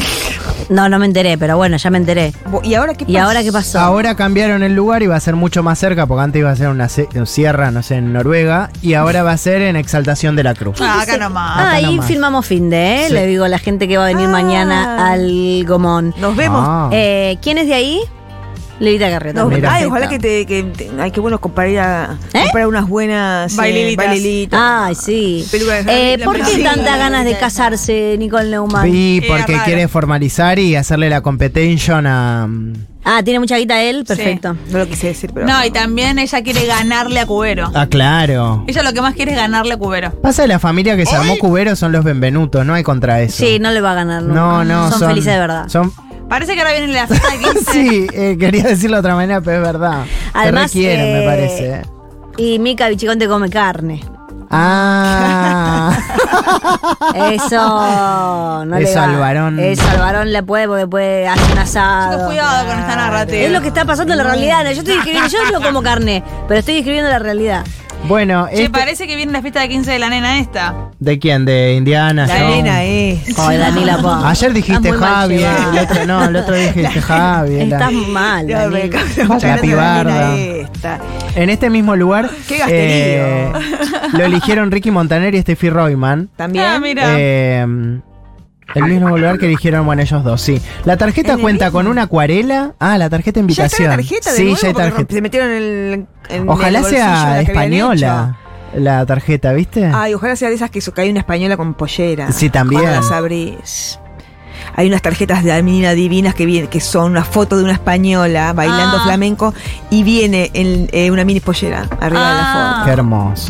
No, no me enteré, pero bueno, ya me enteré. Bo- ¿Y ahora qué ¿Y ahora qué pasó? Ahora cambiaron el lugar y va a ser mucho más cerca, porque antes iba a ser una se- en sierra, no sé, en Noruega, y ahora va a ser en Exaltación de la Cruz. Ah, acá nomás. Ah, Acá ahí nomás. filmamos fin de, ¿eh? Sí. Le digo a la gente que va a venir Ah. mañana al Gomón. Nos vemos. Ah. Eh, ¿Quién es de ahí? Levita Carrión. No, Mira. ay, ojalá que te, que te- ay, qué bueno comprar, ir a- comprar unas buenas eh, ¿Eh? Baililitas. baililitas. Ay, sí. Películas de- Eh, la ¿Por qué película. tantas ganas de casarse, Nicole Neumann? Sí, porque quiere formalizar y hacerle la competition a. Ah, tiene mucha guita él, perfecto. No lo quise decir, No, y también ella quiere ganarle a Cubero. Ah, claro. Ella lo que más quiere es ganarle a Cubero. Pasa de la familia que se armó Cubero son los Benvenutos, no hay contra eso. Sí, no le va a ganar. nunca. no, no. Son, felices de verdad. son- Parece que ahora viene la fiesta de 15. sí, eh, quería decirlo de otra manera, pero es verdad. Además, Se requieren, eh, me parece. eh. Y Mica Bichiconte come carne. Ah, Eso no le Eso va. al varón. Eso al varón le puede porque puede hacer un asado. cuidado con esta narrativa. Es lo que está pasando Este, en la realidad. Yo estoy describiendo, yo no como carne, pero estoy describiendo la realidad. bueno, Che, este- parece que viene la fiesta de 15 de la nena esta. ¿de quién? ¿De Indiana? La Jones? nena eh. es. Ay, Daniela, po. Ayer dijiste Estás muy mal Javi, llevada. el otro no, el otro dijiste Javi. la- Estás mal. Ya, me Daniel. causa La mucha gracia pibarda. nena esta. En este mismo lugar Qué gasterío. eh, lo eligieron Ricky Montaner y Steffi Royman. También. Ah, mira. Eh, el mismo lugar que eligieron, bueno, ellos dos, sí. La tarjeta cuenta con una acuarela. Ah, la Ya está tarjeta invitación. la tarjeta de sí, nuevo ya hay porque tarjeta. se metieron en el en Ojalá el bolsillo sea la que habían española la tarjeta, ¿viste? hecho. Ay, ojalá sea de esas que, so- que hay una española con pollera. Sí, también. ¿Cómo las abrís? Hay unas tarjetas de mina divinas que vienen, que son una foto de una española bailando Ah. flamenco y viene en, eh, una mini pollera arriba Ah. Qué hermoso.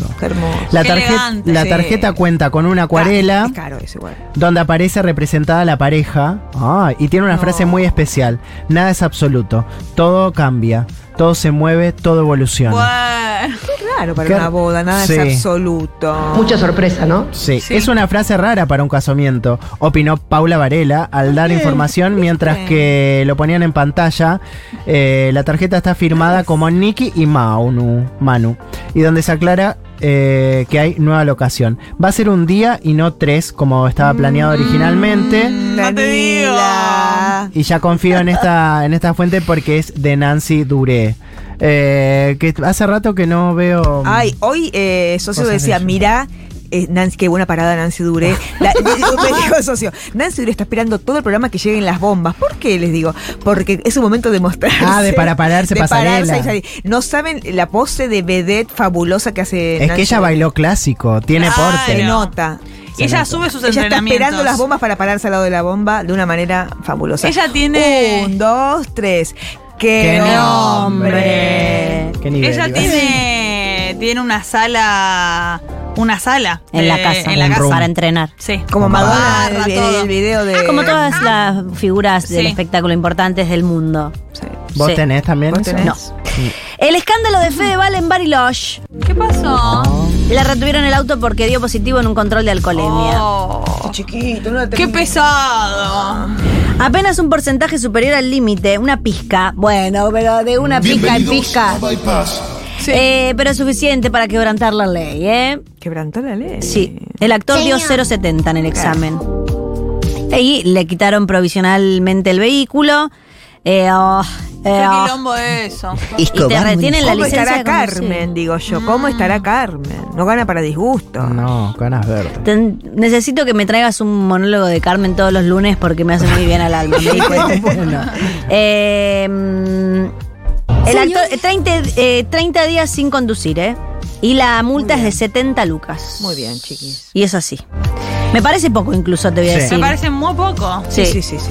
de la foto. Qué hermoso. La, Qué tarjeta- elegante. la Sí. tarjeta cuenta con una acuarela. Es caro eso igual. donde aparece representada la pareja. Ah, y tiene una frase muy especial. Nada es absoluto. Todo cambia. Todo se mueve, todo evoluciona. Qué raro para Qué- una boda, nada Sí. es absoluto. sorpresa, ¿no? Sí. es una frase rara para un casamiento, opinó Paula Varela al dar información mientras que lo ponían en pantalla. Eh, la tarjeta está firmada como Nicky y Maunu, Manu, y donde se aclara eh, que hay nueva locación. Va a ser un día y no tres, como estaba planeado Mm. originalmente. No te digo. Y ya confío en esta, en esta fuente porque es de Nancy Duré. Eh, que hace rato que no veo. Ay, hoy eh, socio Cosas de decía, ella. mirá. eh, Nancy, qué buena parada Nancy Duré. La- le digo, me dijo socio, Nancy Duré está esperando todo el programa que lleguen las bombas. ¿Por qué les digo? Porque es un momento de mostrarse. Ah, de para pararse, de pararse pasarela. y salir. No saben la pose de vedette fabulosa que hace es que Nancy ella Duré. bailó clásico, Ah, tiene Claro. porte. Se nota. Y ella sube sus Ella está entrenamientos. esperando las bombas para pararse al lado de la bomba de una manera fabulosa. Ella tiene- Un, dos, tres. ¡Qué, ¡Qué nombre! ¿Qué nivel, Ella Iván? tiene, tiene una sala. Una sala. En la eh, casa, En la un casa. room. para entrenar. Sí. Como Madonna, Barra, el, todo. el video de. Ah, como todas las figuras del Sí. espectáculo importantes del mundo. ¿Vos Sí. tenés también ¿Vos eso? tenés? El escándalo de Fedeval en Bariloche. ¿Qué pasó? La retuvieron el auto porque dio positivo en un control de alcoholemia. Oh, Chiquito, no la ¡Qué termino. pesado! Apenas un porcentaje superior al límite, una pizca. Bueno, pero de una pizca en pizca. Eh, pero es suficiente para quebrantar la ley, ¿eh? Quebrantó la ley. Sí. El actor dio 0,70 en el examen. Y le quitaron provisionalmente el vehículo. Eh, oh, ¡Qué eh, oh. quilombo eso! Y te retienen la ¿Cómo licencia estará de conducir. Carmen? Digo yo, ¿cómo estará Carmen? No gana para disgusto. No, ganas verte. Ten- necesito que me traigas un monólogo de Carmen todos los lunes porque me hace muy bien al alma. me di cuenta. Eh, mm, el actor, eh, 30, eh, 30 días sin conducir, ¿eh? Y la multa es de 70 lucas. Muy bien, chiquis. Y es así. Me parece poco incluso, te voy a Sí. decir. Me parece muy poco. Sí. sí, sí. sí.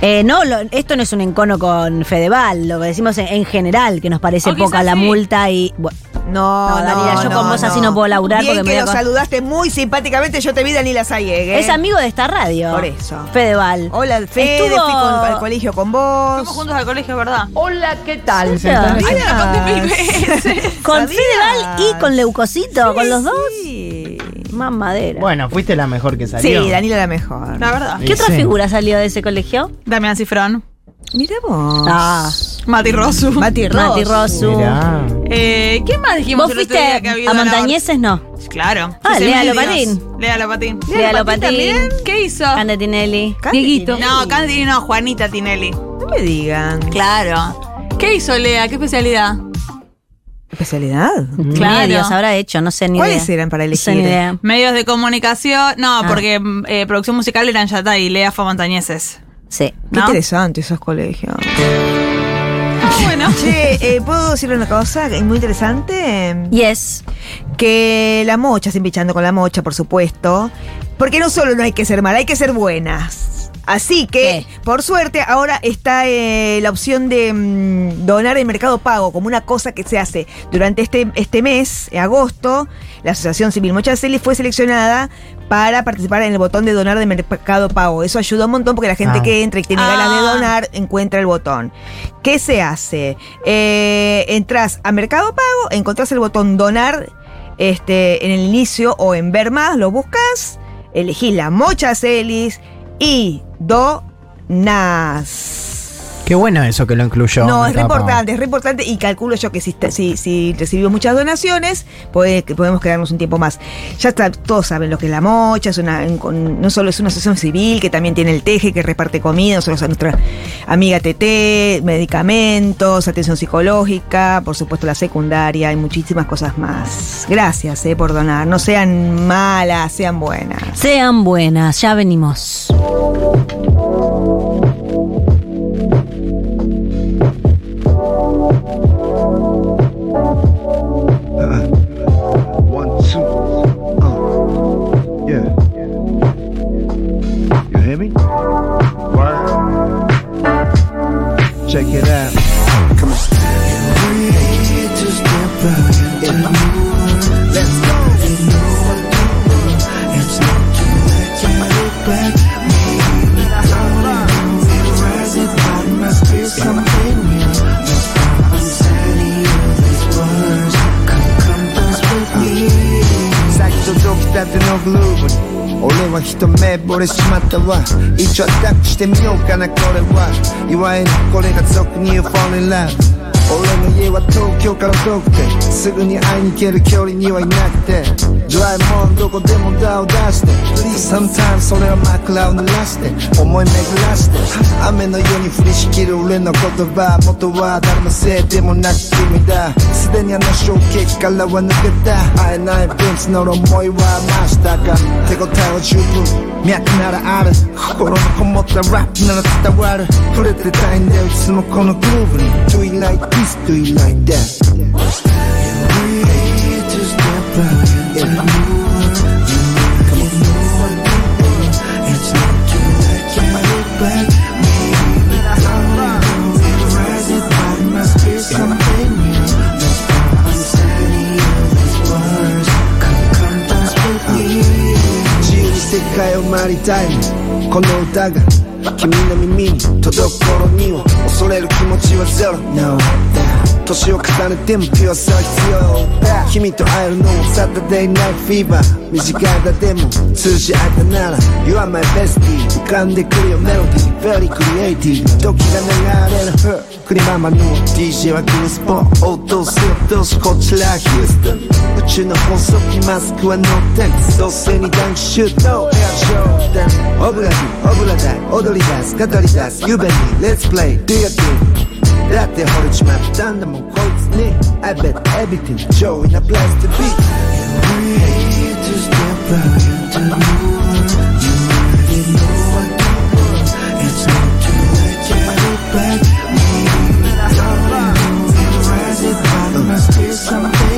Eh, no, lo- esto no es un encono con Fedeval, lo que decimos en, en general, que nos parece O poca quizás la sí. multa y... bueno, No, No, Daniela, yo con vos así no puedo laburar Bien porque me que voy a lo co- saludaste muy simpáticamente, yo te vi Daniela Sayegue. es amigo de esta radio. Por eso. Fedeval. Hola, Fede, Estuvo- fui con- al colegio con Fuimos vos. juntos al colegio, ¿verdad? Hola, ¿qué tal? Hola. Ay, ya la conté mil veces. Con ¿Sabías? Fedeval y con Leucocito, con los dos. Sí, Mamadera. Bueno, fuiste la mejor que salió. sí Daniela la mejor. La verdad. ¿Qué otra sí. figura salió de ese colegio? Damián Cifrón. Mira vos. Ah, Mati Rosu. Mati Ross. Mati Rosu. Mirá. Eh, ¿Quién más dijimos ¿Vos el otro fuiste día que ha habido a una- Montañeses? No. Claro. Ah, Ese Lea medio. Lopatín. Lea Lopatín. Lea Lopatín. también. ¿Qué hizo? Candetinelli. Cande Dieguito. No, Candy no, Juanita Tinelli. No me digan. Claro. ¿Qué hizo Lea? ¿Qué especialidad? ¿Especialidad? Claro. Medios habrá hecho, no sé ni idea. ¿Cuáles eran para No sé elegir? ni idea. Medios de comunicación. No, Ah. porque mm, eh, producción musical eran Yatá y Lea fue Montañeses. Sí. Qué ¿No? interesante esos colegios. bueno. Che, eh, ¿puedo decirle una cosa muy interesante? Yes. Que la mocha, siempre echando con la mocha, por supuesto. Porque no solo no hay que ser mala, hay que ser buenas. Así que, por suerte, ahora está eh, la opción de mm, donar en Mercado Pago como una cosa que se hace. Durante este, este mes, en agosto, la Asociación Civil Mochaceli fue seleccionada para participar en el botón de donar de Mercado Pago. Eso ayudó un montón porque la gente Ah. que entra y tiene Ah. ganas de donar encuentra el botón. ¿Qué se hace? Eh, entras a Mercado Pago, encontrás el botón donar este, en el inicio o en ver más, lo buscas, elegís la mocha Celis y donas. Qué bueno eso que lo incluyó. No, me es re tapa. importante, es re importante y calculo yo que si, está- si, si recibimos muchas donaciones, puede, que podemos quedarnos un tiempo más. Ya está- todos saben lo que es la mocha, es una, en- con- no solo es una asociación civil que también tiene el teje, que reparte comida, nosotros a nuestra amiga TT, medicamentos, atención psicológica, por supuesto la secundaria y muchísimas cosas más. Gracias eh, por donar, no sean malas, sean buenas. Sean buenas, ya venimos. One, two, uh, yeah. You hear me? Word. Check it out. Come on. Exacto、独立だってのグルーヴ俺は一目惚れしまったわ一応アタックしてみようかなこれはいわゆるこれが俗に言うフォーリンラブ俺の家は東京から遠くてすぐに会いに行ける距離にはいなくてドラえもんどこでも顔出して Please sometimes それは枕を濡らして思い巡らして雨のように降りしきる俺の言葉元は誰のせいでもなく君だすでにあの衝撃からは抜けた会えない分募る思いはましたが手応えは十分脈ならある心のこもったラップなら伝わる触れてたいんだよいつもこのグルーブに Do you like this? Do you like that?「自由に世界を回りたいのこの歌が君の耳に届く頃には恐れる気持ちはゼロ No 年を重ねてもピュアさは必要だ君と会えるのもサタデーナイトフィーバー短い間でも通じ合えたなら You are my bestie 浮かんでくるよメロディー Very creative 時が流れる Her クリママの DJ はグリスポン応答せよどうしこちらヒューストン宇宙の法則マスクはノーテンクス同性にダンクシュートエアショーダンオブラディオブラダイ踊り出す語り出す夢に Let's play Do your thing だって惚れちまったんだもんこいつに I bet everything Joe in a place to be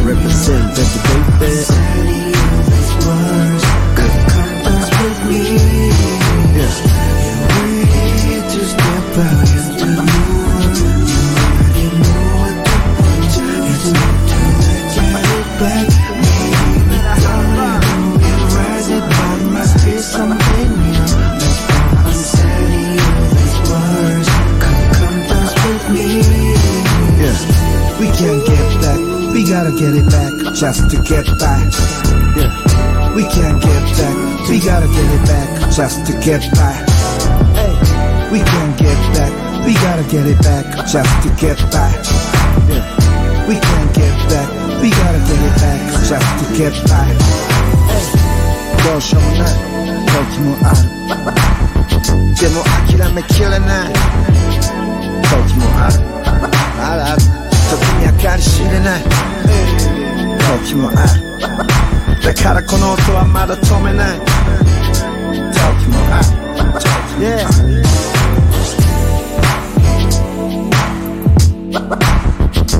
Represent the baby. We can't get back, we gotta get it back just to get by. Yeah. We can't get back, we gotta get it back just to get by. Hey. We can't get back, we gotta get it back just to get by. Yeah. We can't get back, we gotta get it back just to get by. Hey. どうしようもない時もあ るでも諦めきれない時もあるあらある時にはかり知れない時もあるだからこの音はまだ止めない時もある時もある Yeah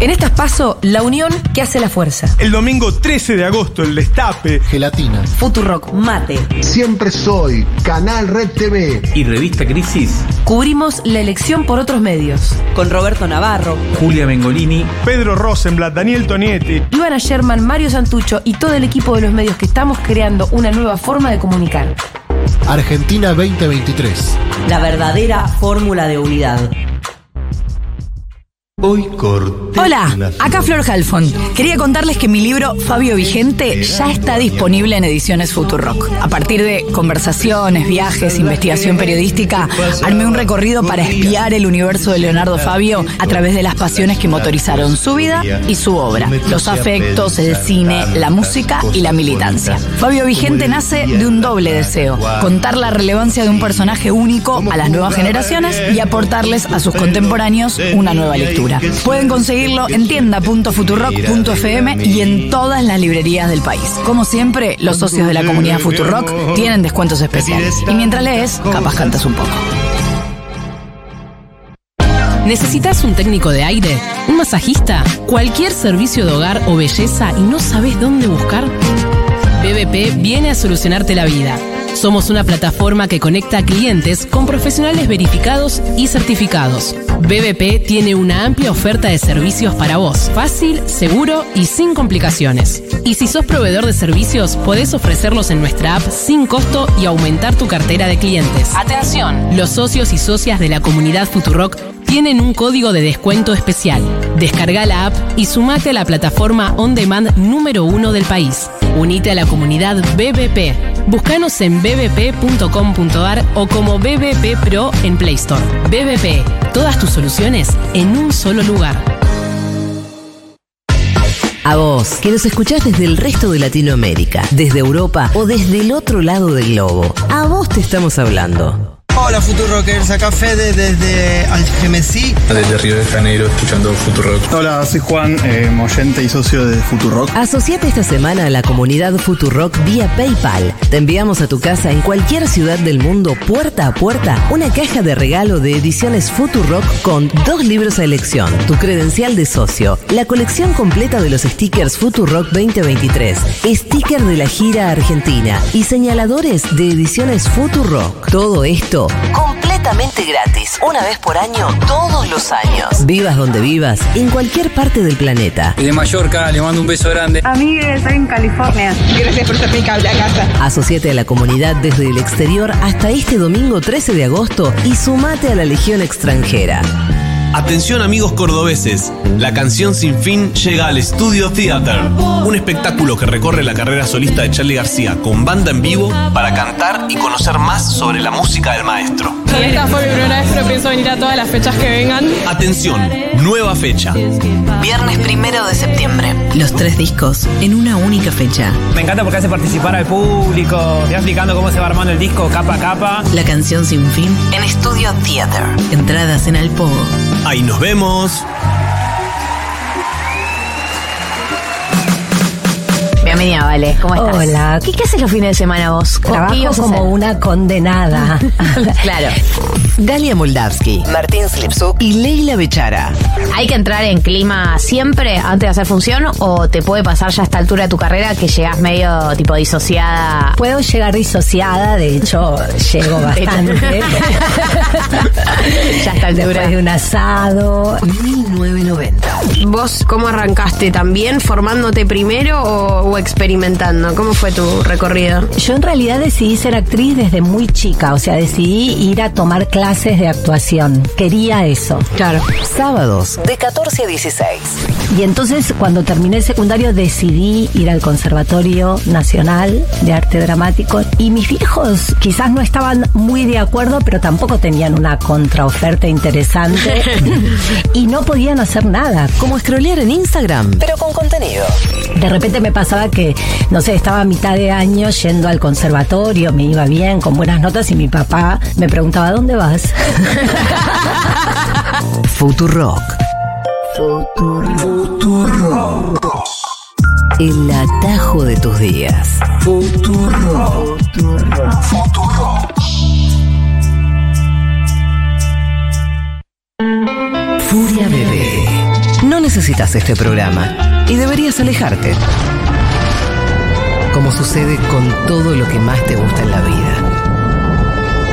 En estas paso, la unión que hace la fuerza. El domingo 13 de agosto, el destape. Gelatina. Futurock, mate. Siempre soy, Canal Red TV. Y Revista Crisis. Cubrimos la elección por otros medios. Con Roberto Navarro, Julia Bengolini. Pedro Rosenblatt, Daniel Tonietti. Ivana Sherman, Mario Santucho y todo el equipo de los medios que estamos creando una nueva forma de comunicar. Argentina 2023. La verdadera fórmula de unidad. Hoy corté. Hola, acá Flor Halfon. Quería contarles que mi libro Fabio Vigente ya está disponible en ediciones Futurock. A partir de conversaciones, viajes, investigación periodística, armé un recorrido para espiar el universo de Leonardo Fabio a través de las pasiones que motorizaron su vida y su obra, los afectos, el cine, la música y la militancia. Fabio Vigente nace de un doble deseo, contar la relevancia de un personaje único a las nuevas generaciones y aportarles a sus contemporáneos una nueva lectura. Pueden conseguirlo en tienda.futurock.fm y en todas las librerías del país. Como siempre, los socios de la comunidad Futurock tienen descuentos especiales. Y mientras lees, capaz cantas un poco. ¿Necesitas un técnico de aire? ¿Un masajista? ¿Cualquier servicio de hogar o belleza y no sabes dónde buscar? BBP viene a solucionarte la vida. Somos una plataforma que conecta a clientes con profesionales verificados y certificados. BBP tiene una amplia oferta de servicios para vos, fácil, seguro y sin complicaciones. Y si sos proveedor de servicios, podés ofrecerlos en nuestra app sin costo y aumentar tu cartera de clientes. Atención. Los socios y socias de la comunidad Futurock tienen un código de descuento especial. Descarga la app y sumate a la plataforma on demand número uno del país. Unite a la comunidad BBP. Búscanos en bbp.com.ar o como BBP Pro en Play Store. BBP, todas tus soluciones en un solo lugar. A vos, que nos escuchás desde el resto de Latinoamérica, desde Europa o desde el otro lado del globo. A vos te estamos hablando. Hola Futurockers, acá Fede desde Algemesí. Desde Río de Janeiro escuchando Futurock. Hola, soy Juan, eh, oyente y socio de Futurock. Asociate esta semana a la comunidad Futurock vía PayPal. Te enviamos a tu casa en cualquier ciudad del mundo, puerta a puerta, una caja de regalo de ediciones Futurock con dos libros a elección, tu credencial de socio, la colección completa de los stickers Futurock 2023, sticker de la gira argentina y señaladores de ediciones Futurock. Todo esto completamente gratis, una vez por año, todos los años. Vivas donde vivas, en cualquier parte del planeta. De Mallorca, le mando un beso grande. Amigues, estoy en California. Gracias por estar cable a casa. Asociate a la comunidad desde el exterior hasta este domingo 13 de agosto y sumate a la Legión Extranjera. Atención amigos cordobeses, la canción Sin Fin llega al Studio Theater, un espectáculo que recorre la carrera solista de Charlie García con banda en vivo para cantar y conocer más sobre la música del maestro. Esta fue mi primera vez, pero pienso venir a todas las fechas que vengan. Atención, nueva fecha. Viernes primero de septiembre. Los tres discos en una única fecha. Me encanta porque hace participar al público, te va explicando cómo se va armando el disco capa a capa. La canción Sin Fin en Studio Theater. Entradas en Alpogo. Ahí nos vemos. Bienvenida, Vale. ¿Cómo estás? Hola. ¿Qué, qué haces los fines de semana vos? Trabajo como una condenada. claro. Galia Moldavsky, Martín Slipsuk y Leila Bechara. ¿Hay que entrar en clima siempre antes de hacer función o te puede pasar ya a esta altura de tu carrera que llegas medio tipo disociada? Puedo llegar disociada, de hecho, llego bastante. ya a esta altura. Después de un asado. 1990. ¿Vos cómo arrancaste? ¿También formándote primero o, o experimentando? ¿Cómo fue tu recorrido? Yo en realidad decidí ser actriz desde muy chica, o sea, decidí ir a tomar clases clases de actuación. Quería eso. Claro. Sábados, de 14 a 16. Y entonces, cuando terminé el secundario, decidí ir al Conservatorio Nacional de Arte Dramático. Y mis viejos quizás no estaban muy de acuerdo, pero tampoco tenían una contraoferta interesante. y no podían hacer nada. Como scrollear en Instagram, pero con contenido. De repente me pasaba que, no sé, estaba a mitad de año yendo al conservatorio, me iba bien, con buenas notas, y mi papá me preguntaba, ¿dónde vas? Futurock. Futuro. Futuro. El atajo de tus días. Futuro. Futuro. Furia Bebé. No necesitas este programa y deberías alejarte. Como sucede con todo lo que más te gusta en la vida.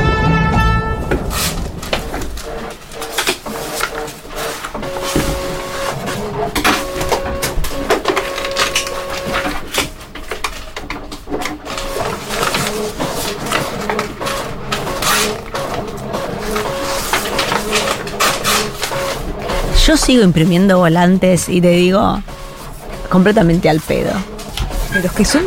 Yo sigo imprimiendo volantes y te digo, completamente al pedo. Pero es que son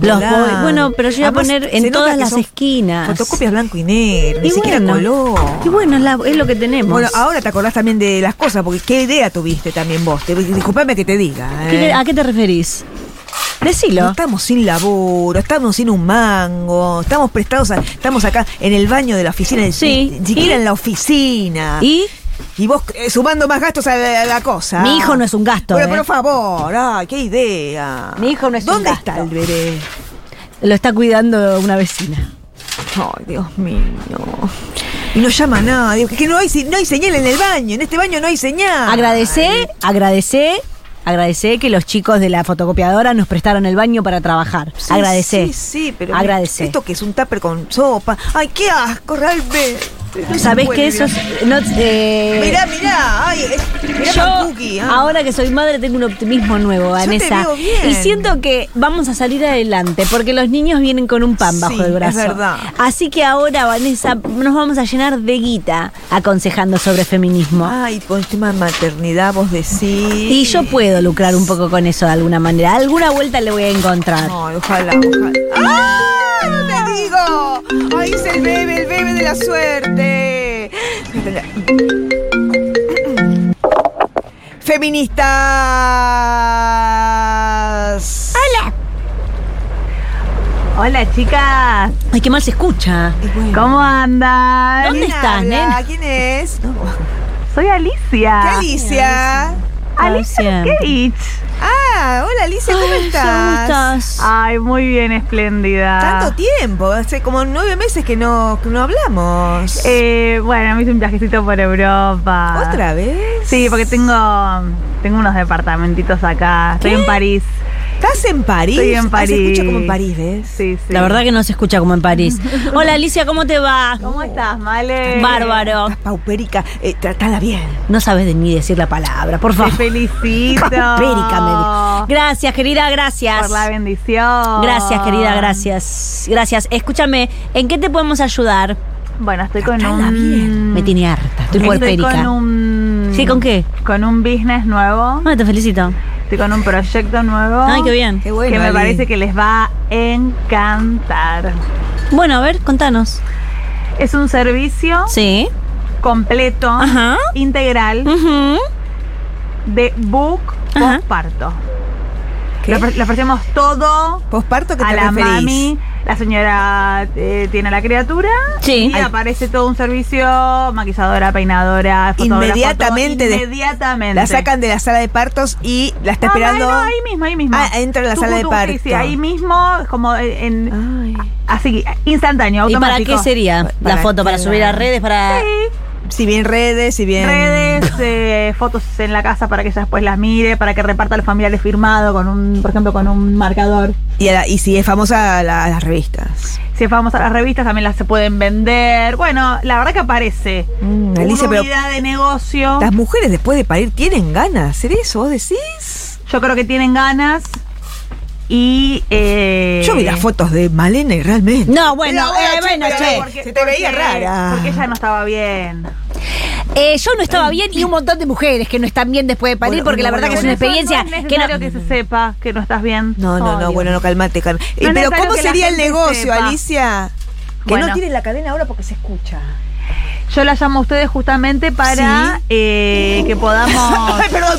Los volantes. voy- bueno, pero yo voy a poner en se nota todas que las son esquinas. Fotocopias blanco y negro, ni Y siquiera bueno, color. Y bueno, es, la- es lo que tenemos. Bueno, ahora te acordás también de las cosas, porque qué idea tuviste también vos. Te- Disculpame que te diga. ¿Qué- ¿eh? ¿A qué te referís? Decilo. No estamos sin laburo, estamos sin un mango, estamos prestados, a- estamos acá en el baño de la oficina, ni- Sí. ni siquiera ¿Y? en la oficina. ¿Y? Y vos eh, sumando más gastos a la, a la cosa. Mi hijo no es un gasto, Bueno, ¿eh? por favor, ay, qué idea. Mi hijo no es un ¿Dónde gasto. está el bebé? Lo está cuidando una vecina. Ay, Dios mío. Y no llama nadie, que no hay, si- no hay señal en el baño, en este baño no hay señal. Agradecé, agradecé, agradecé que los chicos de la fotocopiadora nos prestaron el baño para trabajar. Sí, agradecé. Sí, sí, pero. Agradecé. Esto que es un tupper con sopa. Ay, qué asco, realmente. No se ¿Sabés puede, que eso es- mirá. no, eh, Mirá, mirá, ay, es- mirá Yo, Pantuki, ah. ahora que soy madre, tengo un optimismo nuevo, te Vanessa. veo bien. Y siento que vamos a salir adelante, porque los niños vienen con un pan bajo Sí, el es brazo. verdad. Así que ahora, Vanessa, nos vamos a llenar de guita aconsejando sobre feminismo. Ay, con el tema de maternidad vos decís. Y yo puedo lucrar un poco con eso de alguna manera. Alguna vuelta le voy a encontrar. No, ojalá, ojalá. ¡Ah! ¡No te digo! ¡Ay, es el bebé, el bebé de la suerte! Feministas. Hola. Hola, chicas. Ay, qué mal se escucha. ¿Cómo andan? ¿Dónde ¿Quién estás, habla? nena? ¿Quién es? No. Soy Alicia. ¿Qué Alicia? Alicia Alicia. Kevich. Ah, hola Alicia, ¿cómo Ay, estás? ¿cómo estás? Ay, muy bien, espléndida. Tanto tiempo, hace como nueve meses que no, que no hablamos. Eh, bueno, me hice un viajecito por Europa. ¿Otra vez? Sí, porque tengo, tengo unos departamentitos acá. Estoy en París. ¿Estás en París? Estoy en Ah, se escucha como en París. París, ¿ves? Sí, sí. La verdad que no se escucha como en París. Hola Alicia, ¿cómo te va? ¿Cómo estás, Male? Bárbaro. Eh, Estás paupérica, eh, tratala bien. No sabes de ni decir la palabra, por Te favor. felicito. Paupérica, me dijo. Gracias, querida, gracias. Por la bendición. Gracias, querida, gracias. Gracias. Escúchame, ¿en qué te podemos ayudar? Bueno, estoy con Tratala un. bien. Me tiene harta, estoy Estoy puerpérica. con un. ¿Sí, con qué? Con un business nuevo. Ah, te felicito. Estoy con un proyecto nuevo. Ay, qué bien. Qué bueno. que me Ali. parece que les va a encantar. Bueno, a ver, contanos. Es un servicio Sí. completo, Ajá. integral, Ujú. de book Ajá. postparto. ¿Qué? Le ofre- le ofrecemos todo ¿Posparto que a te la referís? mami. La señora eh, tiene a la criatura Sí. y aparece todo un servicio, maquilladora, peinadora, fotógrafa, Inmediatamente todo, de- inmediatamente. La sacan de la sala de partos y la está Ah, esperando. no, ahí mismo, ahí mismo. Ah, entra a la Tucu, sala de tucu, sí, parto. sí, ahí mismo, es como en, Ay. Así, instantáneo, ¿Y para automático. qué sería la Para foto? ¿Para que subir la- a redes? ¿Para Si bien redes, si bien. Redes, eh, fotos en la casa para que ella después las mire, para que reparta a los familiares firmado con un, por ejemplo, con un marcador. Y, a la- y si es famosa, la- las revistas. Si vamos a las revistas también las se pueden vender. Bueno, la verdad que aparece. Mm, Una Alicia, pero. unidad de negocio. Las mujeres después de parir tienen ganas de hacer eso, vos decís. Yo creo que tienen ganas y eh, Yo vi las fotos de Malena y realmente. No, bueno, Pero bueno, eh, bueno, che, che. porque- se te veía rara. Porque ella no estaba bien. Eh, yo no estaba bien y un montón de mujeres que no están bien después de parir Bueno, porque la bueno, verdad bueno, que es una Eso experiencia no es que no... necesario que se sepa que no estás bien. No, no, no, Obvio. bueno, no, calmate, calmate. Y, No es pero necesario ¿cómo que la sería el gente negocio, sepa. Alicia? Que Bueno. no tiene la cadena ahora porque se escucha. Yo la llamo a ustedes justamente para Sí. eh, que podamos. Ay, perdón,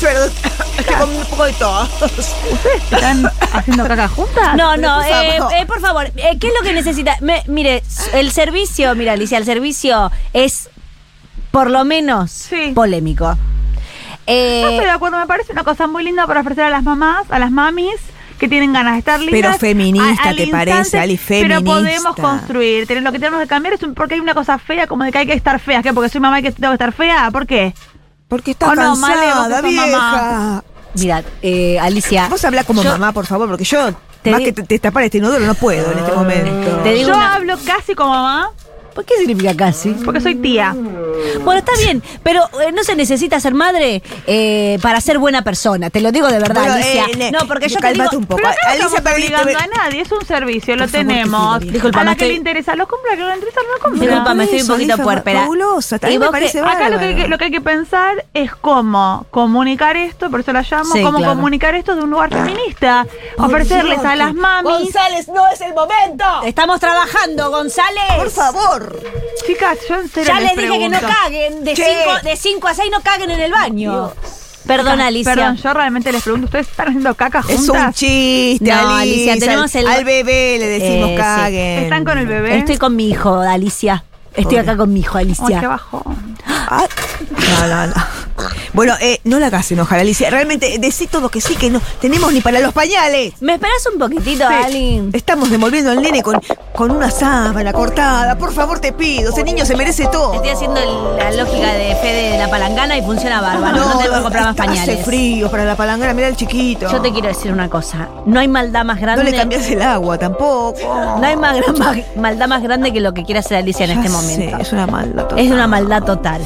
perdón. Estoy con un poco de tos. ¿Están haciendo caca juntas? No, no, Pero, por eh, favor. eh, por favor, eh, ¿qué es lo que necesita? Me- mire, s- el servicio, mira, Alicia, el servicio es por lo menos Sí. polémico. Eh, no estoy de acuerdo, me parece una cosa muy linda para ofrecer a las mamás, a las mamis que tienen ganas de estar lindas. Pero feminista, a- al ¿te parece, instante, Ali? Pero podemos Feminista. construir. Tener, lo que tenemos que cambiar es un- porque hay una cosa fea, como de que hay que estar fea. ¿Qué? Porque soy mamá y que tengo que estar fea. ¿Por qué? Porque está cansada, vieja. Mira, eh, Alicia. Vos habla como yo- mamá, por favor, porque yo, más que te, te tapar este inodoro, no puedo en este momento. Te digo Yo una- hablo casi como mamá ¿Por qué significa casi? porque soy tía. Bueno, está bien, pero eh, no se necesita ser madre eh, para ser buena persona. Te lo digo de verdad, Bueno, Alicia. eh, ne- no, porque yo te digo. calmate un poco. Pero acá no Alicia, estamos pero- obligando a nadie, es un servicio, lo Por favor, te pido tenemos. bien. Disculpa, a me la que estoy- le interesa, lo compra, que no le interesa, no lo compra. Disculpame, Por estoy un eso, poquito Alicia, puerpera. fabulosa, a ¿Y mí me vos parece qué- Acá lo que, hay bárbaro. que- lo que hay que pensar es cómo comunicar esto, por eso la llamo, Sí, cómo claro. comunicar esto de un lugar feminista. ofrecerles a las mamis. González, no es el momento. Estamos trabajando, González. Por favor. Chicas, yo en serio Ya les dije que no pregunto. caguen. De Che. 5 de cinco a 6 no caguen en el baño. Perdón, Chicas, Alicia. Perdón, yo realmente les pregunto, ¿ustedes están haciendo caca juntas? Es un chiste, No, Alicia. Alicia, tenemos al, el- al bebé le decimos Eh, sí. caguen. ¿Están con el bebé? Estoy con mi hijo, Alicia. Estoy Pobre. acá con mi hijo, Ay, qué Alicia. bajón. Ah, no, no, no. Bueno, eh, no la casen, ojalá, Alicia. Realmente, decí todo que sí, que no tenemos ni para los pañales. ¿Me esperas un poquitito, Sí. Ali? Estamos devolviendo al nene con, con una sábana cortada. Por favor, te pido. Ese niño se merece todo. Estoy haciendo la lógica de Fede de la palangana y funciona bárbaro. No, tenemos que comprar más está- Hace pañales. frío para la palangana, mira el chiquito. Yo te quiero decir una cosa. No hay maldad más No grande. le cambias el agua tampoco. No hay más gran- más- maldad más grande que lo que quiere hacer Alicia en Ya este sé, momento. es una maldad. total. Es una maldad total.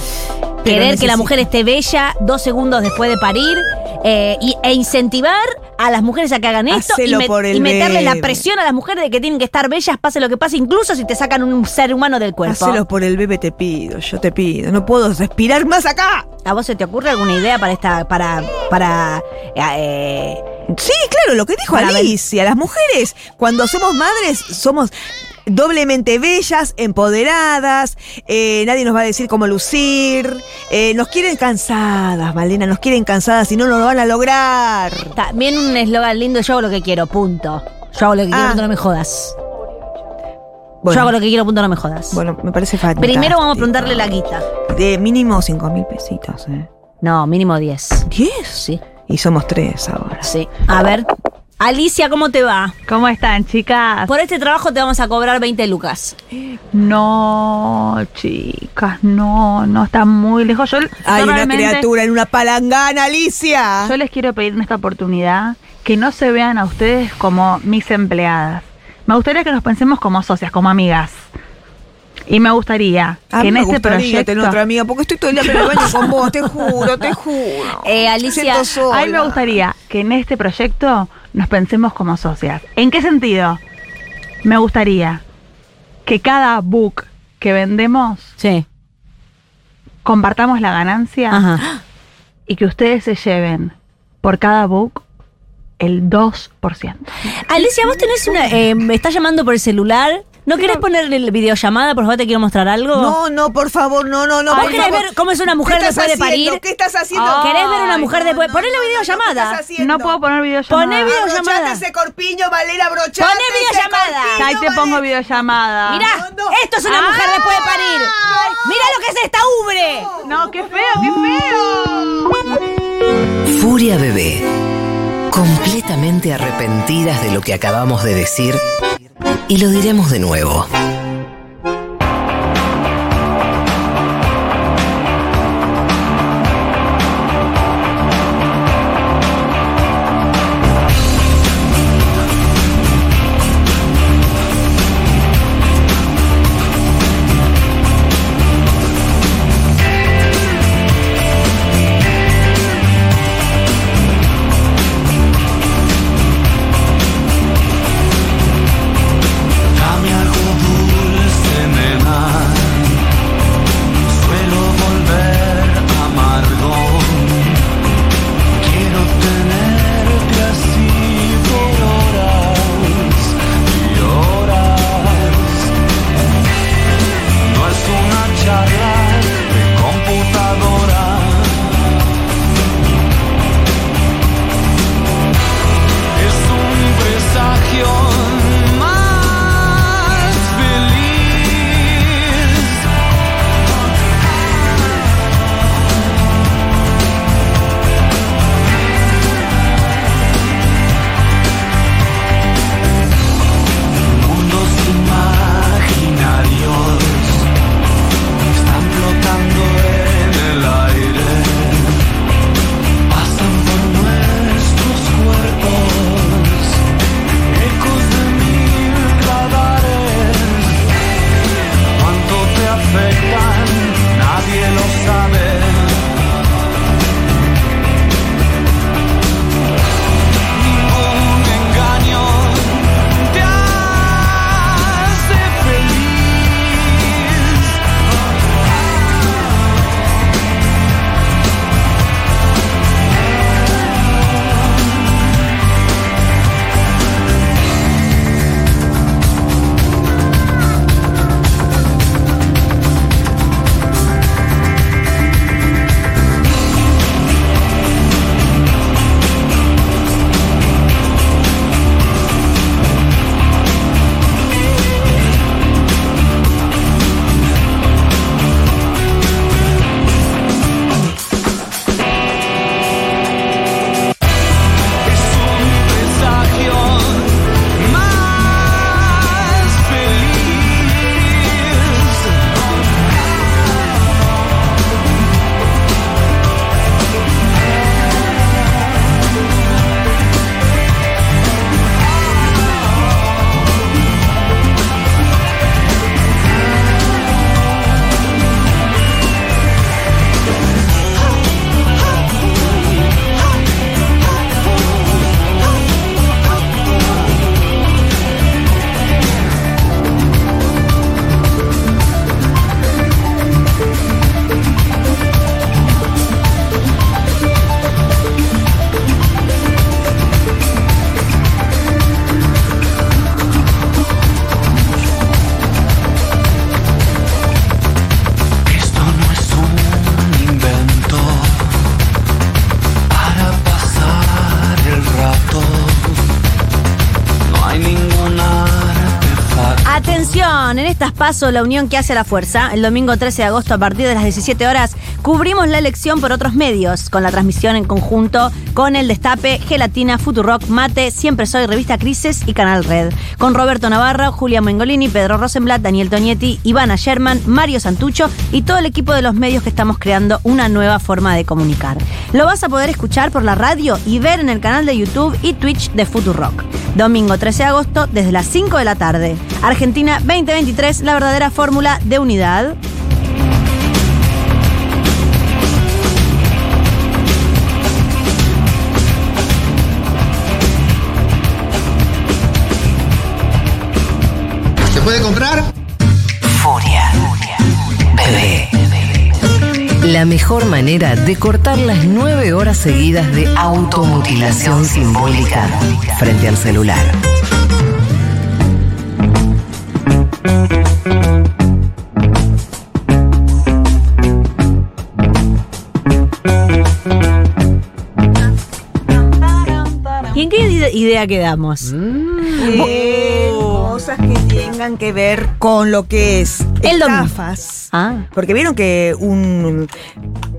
Querer que la necesito. mujer esté bella dos segundos después de parir eh, y- e incentivar a las mujeres a que hagan esto y, Hacelo por el y meterle la bebé. presión a las mujeres de que tienen que estar bellas, pase lo que pase, incluso si te sacan un ser humano del cuerpo. Hacelo por el bebé, te pido. Yo te pido. No puedo respirar más acá. ¿A vos se te ocurre alguna idea para esta. para. para. eh, Sí, claro, lo que dijo Para ver. Alicia, las mujeres cuando somos madres somos doblemente bellas, empoderadas, eh, nadie nos va a decir cómo lucir, eh, nos quieren cansadas, Malena, nos quieren cansadas y no lo van a lograr. También un eslogan lindo, yo hago lo que quiero, punto. Yo hago lo que Ah. quiero, punto, no me jodas. Bueno, Yo hago lo que quiero, punto, no me jodas. bueno, me parece fantástico. Primero vamos a preguntarle la guita. De mínimo 5 mil pesitos, ¿eh? No, mínimo 10. ¿Diez? Sí, Y somos tres ahora. sí. A ver, Alicia, ¿cómo te va? ¿Cómo están, chicas? Por este trabajo te vamos a cobrar 20 lucas. No, chicas, no, no, está muy lejos. Yo, yo Hay una realmente- criatura en una palangana, Alicia. Yo les quiero pedir en esta oportunidad que no se vean a ustedes como mis empleadas. Me gustaría que nos pensemos como socias, como amigas. Y me gustaría A que mí en me este gustaría tener proyecto. otra amiga, porque estoy todo el día en el baño con vos, te juro, te juro. Eh, Alicia, Siento sola. A mí me gustaría que en este proyecto nos pensemos como socias. ¿En qué sentido? Me gustaría que cada book que vendemos Sí. compartamos la ganancia Ajá. y que ustedes se lleven por cada book el 2%. Alicia, vos tenés una. eh, me estás llamando por el celular. ¿No querés ponerle la videollamada? Por favor, te quiero mostrar algo. No, no, por favor, no, no, no. ¿Vos por querés favor. ver cómo es una mujer ¿Qué estás después de haciendo? parir? Ah, ¿Qué estás haciendo? ¿Querés ver a una Ay, mujer no, después? no, Ponle no, no, videollamada. ¿qué estás haciendo? No puedo poner videollamada. Poné video- videollamada. Abrochate ese corpiño, Valera, abrochate. Poné ese videollamada. corpiño, Ahí te pongo Valera. videollamada. Mirá, No, no. esto es una Ah. mujer después de parir. Mirá lo que es esta ubre. No, qué feo, qué feo. Furia Bebé. Completamente arrepentidas de lo que acabamos de decir y lo diremos de nuevo. Dame algo duro. Unión. En estas pasos, la Unión que hace a la fuerza, el domingo 13 de agosto a partir de las 17 horas, cubrimos la elección por otros medios, con la transmisión en conjunto con El Destape, Gelatina, Futurock, Mate, Siempre Soy, Revista Crisis y Canal Red. Con Roberto Navarra, Julia Mengolini, Pedro Rosenblatt, Daniel Tonietti, Ivana Sherman, Mario Santucho y todo el equipo de los medios que estamos creando una nueva forma de comunicar. Lo vas a poder escuchar por la radio y ver en el canal de YouTube y Twitch de Futurock. Domingo 13 de agosto desde las 5 de la tarde. Argentina 2023, la verdadera fórmula de unidad. ¿Se puede comprar? Furia. Bebé. La mejor manera de cortar las nueve horas seguidas de automutilación simbólica frente al celular. ¿Y en qué ide- idea quedamos? Mm. Eh, cosas que tengan que ver con lo que es El domingo. estafas. Ah. Porque vieron que un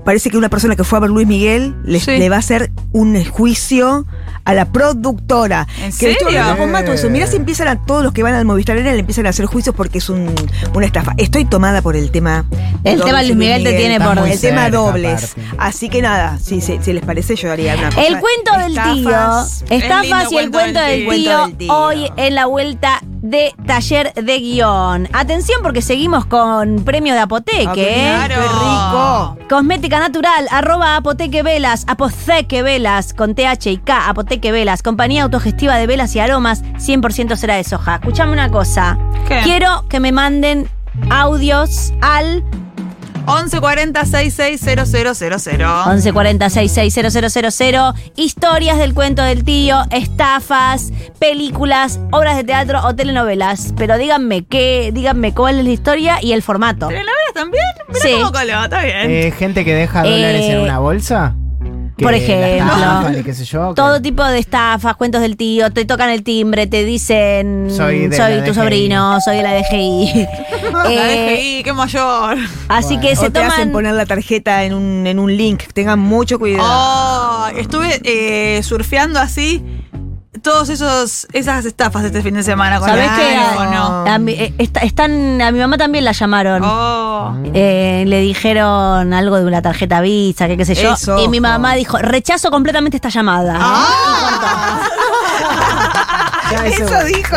parece que una persona que fue a ver Luis Miguel le, Sí. le va a hacer un juicio a la productora. ¿En que estuvo serio? hablando con Mato eso. Mirá si empiezan a todos los que van al Movistar Arena le empiezan a hacer juicios porque es un- una estafa. Estoy tomada por el tema. El dobles tema de Luis Miguel te tiene está por- muy El cerca, tema dobles. Así que nada, si, si- si les parece, yo haría una cosa. El cuento del Estafas. tío. Estafas y el cuento del tío, Cuento del tío. hoy en la vuelta de taller de guión. Atención porque seguimos con premio de apoteque. Ah, ¿eh? Claro. Qué rico. Cosmética natural, arroba apoteque velas, apoteque velas, con TH y K, apoteque velas, compañía autogestiva de velas y aromas, 100% será de soja. Escuchame una cosa. ¿Qué? Quiero que me manden audios al 1140 660000. 1140660000 historias del cuento del tío, estafas, películas, obras de teatro o telenovelas. Pero díganme qué, díganme cuál es la historia y el formato. ¿Telenovelas también? Mira Sí. cómo coló, está bien. Eh, gente que deja Eh, dólares en una bolsa. que por la ejemplo. estafan y qué sé yo. que- Todo tipo de estafas, cuentos del tío, te tocan el timbre, te dicen Soy de la tu DGI". sobrino, soy de la DGI. La Eh, DGI, qué mayor. así que O se te hacen toman poner la tarjeta en un, en un link. Tengan mucho cuidado. Oh, estuve eh, surfeando así todos esos esas estafas este fin de semana con ¿Sabés la qué? o no. A mi, eh, está- están, a mi mamá también la llamaron. Oh. Eh, le dijeron algo de una tarjeta Visa, que qué sé yo. Eso, y mi ojo. mamá dijo, rechazo completamente esta llamada. ¿eh? Ah. Ya eso- Eso dijo.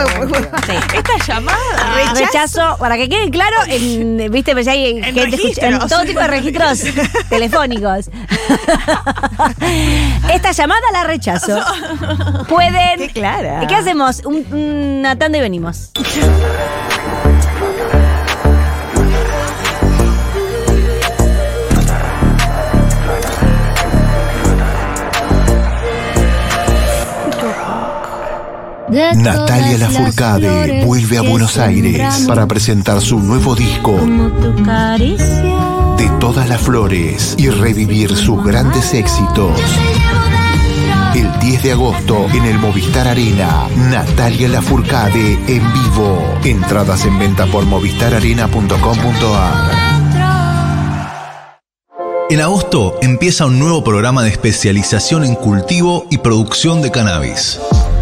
Esta llamada. Ah, Rechazo. para que quede claro, en, viste, pues hay gente escucha- en registros. todo tipo de registros telefónicos. Esta llamada la rechazo. Pueden. Qué clara. ¿Qué hacemos? Un, una tanda y venimos. Natalia Lafourcade vuelve a Buenos Aires para presentar su nuevo disco De todas las flores y revivir sus grandes éxitos. El 10 de agosto en el Movistar Arena, Natalia Lafourcade en vivo. Entradas en venta por movistararena.com.ar. En agosto empieza un nuevo programa de especialización en cultivo y producción de cannabis.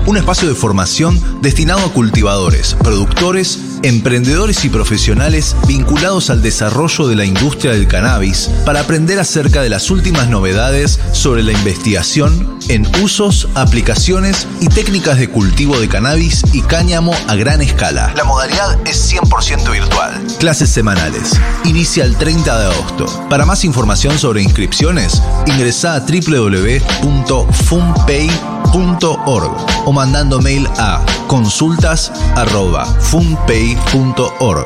Un espacio de formación destinado a cultivadores, productores, emprendedores y profesionales vinculados al desarrollo de la industria del cannabis para aprender acerca de las últimas novedades sobre la investigación en usos, aplicaciones y técnicas de cultivo de cannabis y cáñamo a gran escala. La modalidad es 100% virtual. Clases semanales. Inicia el 30 de agosto. Para más información sobre inscripciones, ingresa a www.funpay.org o mandando mail a consultas.funpay.org.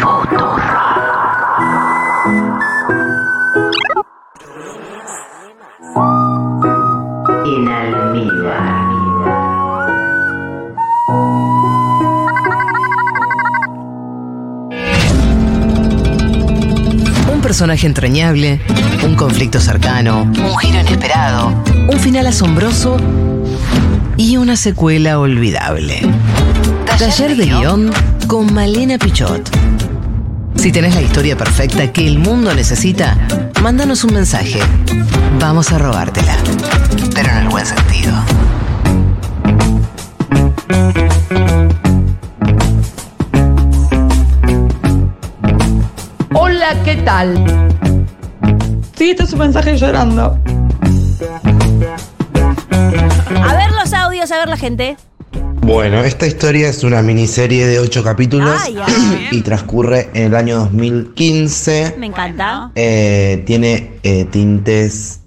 Futurock. personaje entrañable, un conflicto cercano, un giro inesperado, un final asombroso y una secuela olvidable. Taller de guión con Malena Pichot. Si tenés la historia perfecta que el mundo necesita, mándanos un mensaje. Vamos a robártela. Pero en el buen sentido. Hola, ¿qué tal? Sí, este es un mensaje llorando. A ver los audios, a ver la gente. Bueno, esta historia es una miniserie de ocho capítulos Ay, ah, y transcurre en el año 2015. Me encanta. Eh, tiene eh, tintes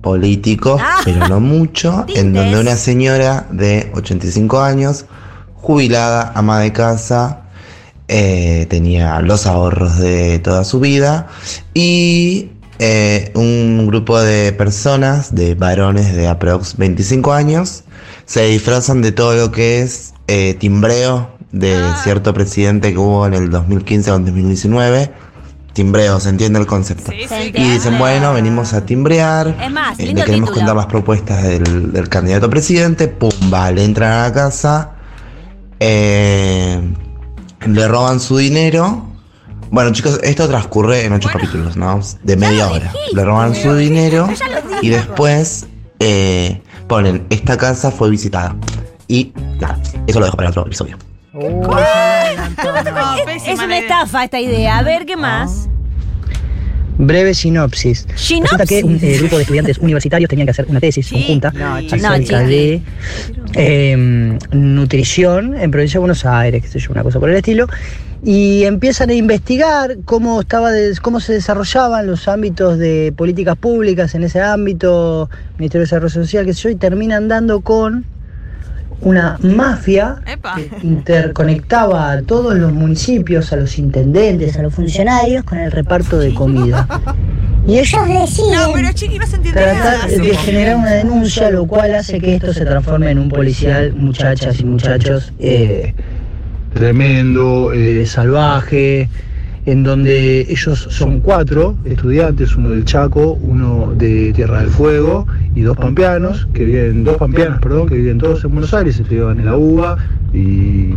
políticos, pero no mucho, en donde una señora de 85 años, jubilada, ama de casa, eh, tenía los ahorros de toda su vida y eh, un grupo de personas, de varones de aprox 25 años, se disfrazan de todo lo que es eh, timbreo de Ah. cierto presidente que hubo en el 2015 o en 2019. Timbreo, se entiende el concepto. y dicen, bueno, venimos a timbrear, Es más, eh, le lindo queremos título. contar las propuestas del, del candidato a presidente, pumba, le entran a la casa, eh, le roban su dinero. Bueno, chicos, esto transcurre en ocho capítulos, ¿no? De media hora. Le roban su dinero y después eh, ponen, esta casa fue visitada. Y nada, eso lo dejo para otro episodio. Es- es, una estafa esta idea. A ver, ¿qué más? Breve sinopsis. Sinopsis. Resulta que un eh, grupo de estudiantes universitarios tenían que hacer una tesis conjunta acerca chiqui. de eh, nutrición en provincia de Buenos Aires, qué sé yo, una cosa por el estilo. Y empiezan a investigar cómo, estaba des- cómo se desarrollaban los ámbitos de políticas públicas en ese ámbito, Ministerio de Desarrollo Social, qué sé yo, y terminan dando con una mafia que interconectaba a todos los municipios, a los intendentes, a los funcionarios con el reparto de comida. Y ellos deciden No, pero Chiqui no se entiende nada. tratar de generar una denuncia, lo cual hace que esto se transforme en un policial, muchachas y muchachos, eh, tremendo, eh, salvaje, en donde ellos son cuatro estudiantes, uno del Chaco, uno de Tierra del Fuego y dos pampeanos, que viven, dos pampeanos, perdón, que viven todos en Buenos Aires, estudiaban en la UBA y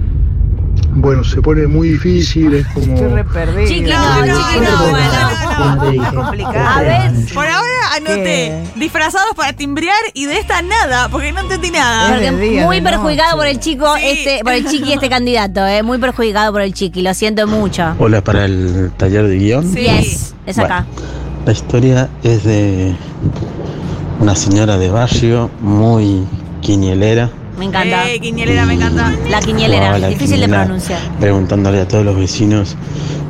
bueno, se pone muy difícil, es como... Chiqui, no, Chiqui, no, bueno. A ver, por ahora anoté disfrazados para timbrear y de esta nada, porque no entendí nada. Porque muy perjudicado por el chico, este, por el chiqui, este candidato, eh, muy perjudicado por el chiqui, lo siento mucho. Hola para el taller de guión. Yes, es acá. La historia es de una señora de barrio muy quinielera. Me encanta. Eh, quinielera, me encanta. La quinielera, Jugaba la difícil de quiniela, pronunciar. Preguntándole a todos los vecinos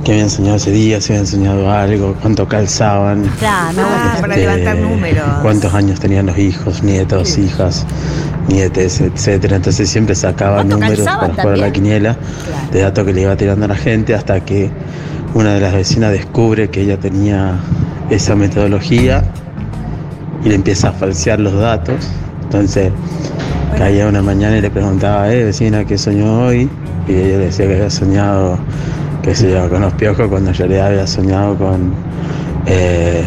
qué habían soñado ese día, si habían soñado algo, cuánto calzaban. Claro, me gusta. Ah, para este, levantar números. Cuántos años tenían los hijos, nietos, hijas, nietes, etcétera. Entonces siempre sacaba números para calzaban jugar a la también? quiniela, de datos que le iba tirando a la gente, hasta que una de las vecinas descubre que ella tenía esa metodología y le empieza a falsear los datos. Entonces caía una mañana y le preguntaba, eh, vecina, ¿qué soñó hoy? Y ella le decía que había soñado, qué sé yo, con los piojos, cuando en realidad había soñado con... eh,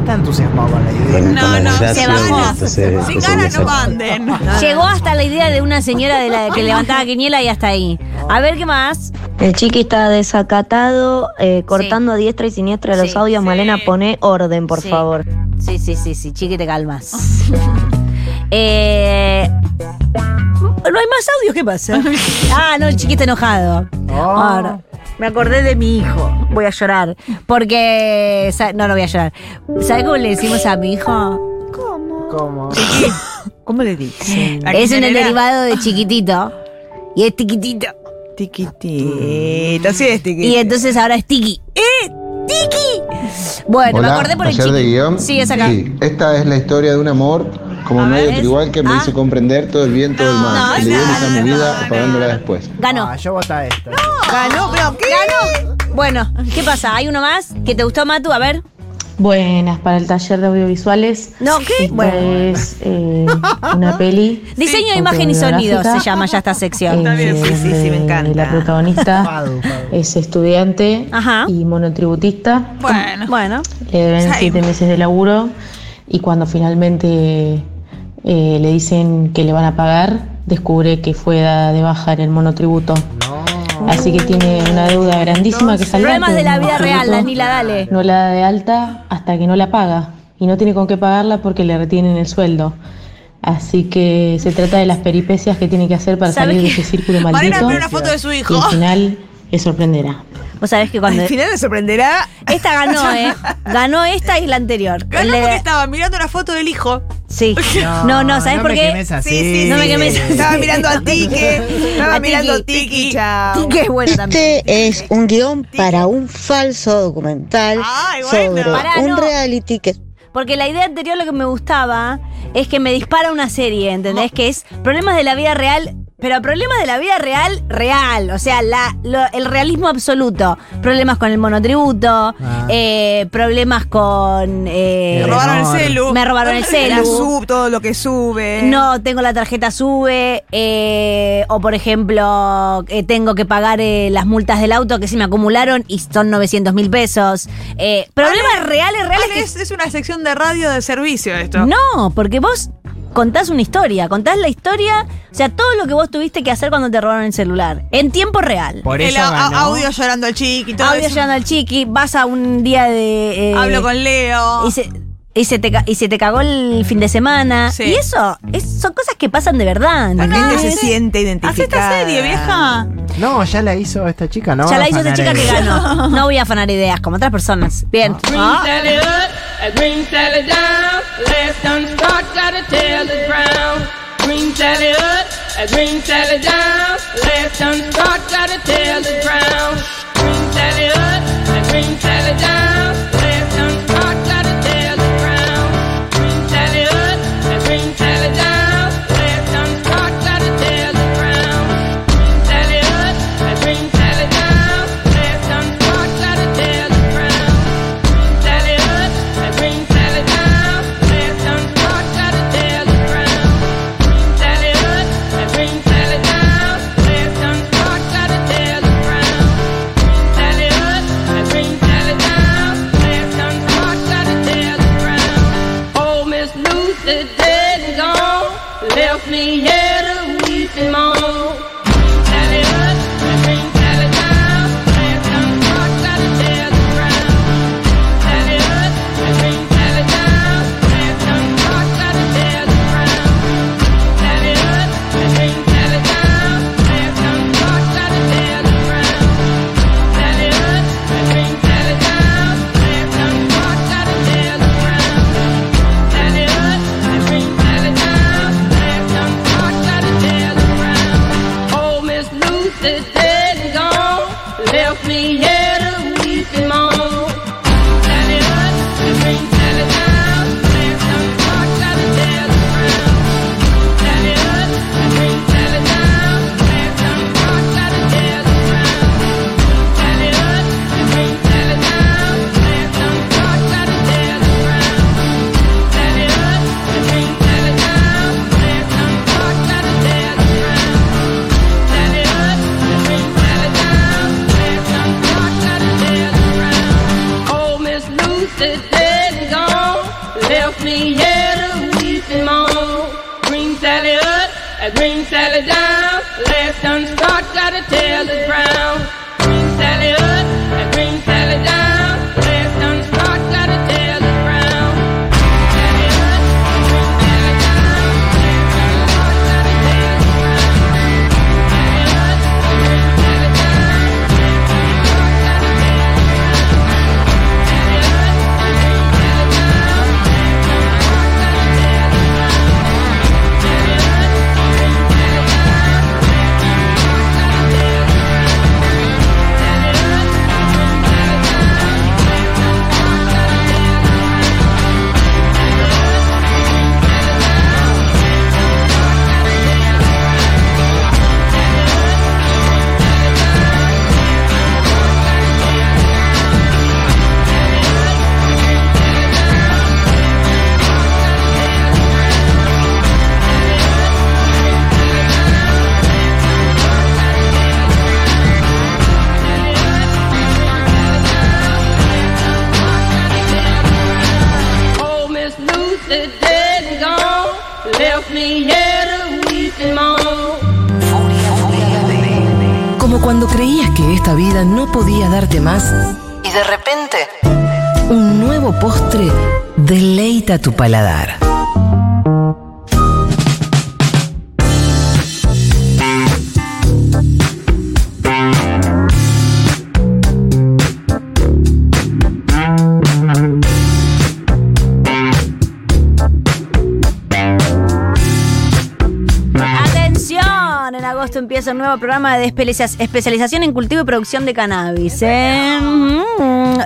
Está entusiasmado con la idea. con, con el se yacio, bajó. y entonces Sin eso ganas empezó. no Llegó hasta la idea de una señora de la que levantaba quiniela y hasta ahí. A ver qué más. El chiqui está desacatado, eh, cortando a diestra y siniestra los Sí, audios. Malena, pone orden, por Sí. favor. Sí, sí, sí, sí, chiqui, te calmas. Eh, no hay más audios, ¿qué pasa? Oh. Ah, no, el chiqui está enojado. Ahora, me acordé de mi hijo. Voy a llorar. Porque. sa- No, no voy a llorar. ¿Sabes cómo le decimos a mi hijo? ¿Cómo? ¿Cómo le dicen? Es un derivado de chiquitito. Y es tiquitito. Tiquitito, sí es tiquitito. Y entonces ahora es tiki. ¡Eh! ¡Tiki! Bueno, me Hola, acordé por el taller chiqui. de guión. Sí, es acá. Sí, esta es la historia de un amor como medio tribal que me ah. hizo comprender todo el bien, todo el mal. Le di esa movida apagándola después. Ganó. yo vota esta. Ganó, pero ¿qué? Ganó. Bueno, ¿qué pasa? ¿Hay uno más que te gustó, Matu? A ver. Buenas, para el taller de audiovisuales. No, ¿qué? Esta es eh, una peli. Diseño, imagen y sonido se autobiográfica, llama ya esta sección. eh, donde La protagonista es estudiante y monotributista. Bueno. Bueno. Le deben siete meses de laburo y cuando finalmente eh, le dicen que le van a pagar, descubre que fue dada de baja en el monotributo. Así que tiene una deuda grandísima que salió. Problemas de la vida real, Danila, dale. No la da de alta hasta que no la paga. Y no tiene con qué pagarla porque le retienen el sueldo. Así que se trata de las peripecias que tiene que hacer para ¿Sabes salir de qué? ese círculo Mariana, maldito. pone una foto de su hijo. Y al final le sorprenderá. Vos sabés que cuando. Al final le sorprenderá. Esta ganó, ¿eh? Ganó esta y la anterior. Ganó Le- porque estaba mirando una foto del hijo. Sí. No, no, ¿sabes no por me qué? quemes así. Sí, sí, no me quemes así. Estaba mirando a Tique, estaba A mirando a Tiki. Tiki, chao. Tiki es bueno también. Este es un guión para un falso documental sobre Pará, un no. reality que Porque la idea anterior lo que me gustaba es que me dispara una serie, ¿entendés? Que es problemas de la vida real, pero problemas de la vida real, real. O sea, la- lo- el realismo absoluto. Problemas con el monotributo, eh, problemas con... eh, Me robaron el celu. Me robaron el La celu. sub, todo lo que sube. No, tengo la tarjeta sube, eh, o por ejemplo, eh, tengo que pagar eh, las multas del auto que se me acumularon y son 900 mil pesos. Eh, problemas reales, reales. que- Es, es una sección de radio de servicio esto. no, porque vos contás una historia, contás la historia, o sea, todo lo que vos tuviste que hacer cuando te robaron el celular, en tiempo real. Por El eso au- ganó. audio llorando al chiqui, todo Audio eso. llorando al chiqui, vas a un día de... eh, Hablo con Leo. Y se, y se te, ca- y se te cagó el fin de semana. Sí. Y eso, es- son cosas que pasan de verdad. La ¿entendés? gente se siente identificada. Hacé esta serie, vieja. No, ya la hizo esta chica, ¿no? ya va la a hizo esa afanar chica que eso. ganó. No voy a afanar ideas como otras personas. Bien. Ah. Green Sally down, left on start, gotta tell the ground. Green Sally up, a green Sally down, left on start, gotta tell the ground. Green Sally up, a green Sally down, left on start, gotta tell the ground. Green Sally up, a green Sally down, left on start, gotta tell the ground. Green Sally up, a green Sally down, left on start, gotta tell the ground. Oh, Left me here to weep and moan. Sally up, a green Sally down, left on rock, gotta tell the ground. Is dead and gone, left me here to weep and moan. Old Miss Lucy's dead and gone. Left me here to weep and moan. Green Sally up, a green Sally down. Left unstalked, gotta tell the ground. Green Sally up, a green Sally down. Left unstalked, gotta tell the ground. Como cuando creías que esta vida no podía darte más y de repente un nuevo postre deleita tu paladar. Atención, en agosto empieza un nuevo programa de especia- especialización en cultivo y producción de cannabis. ¿eh? Mm,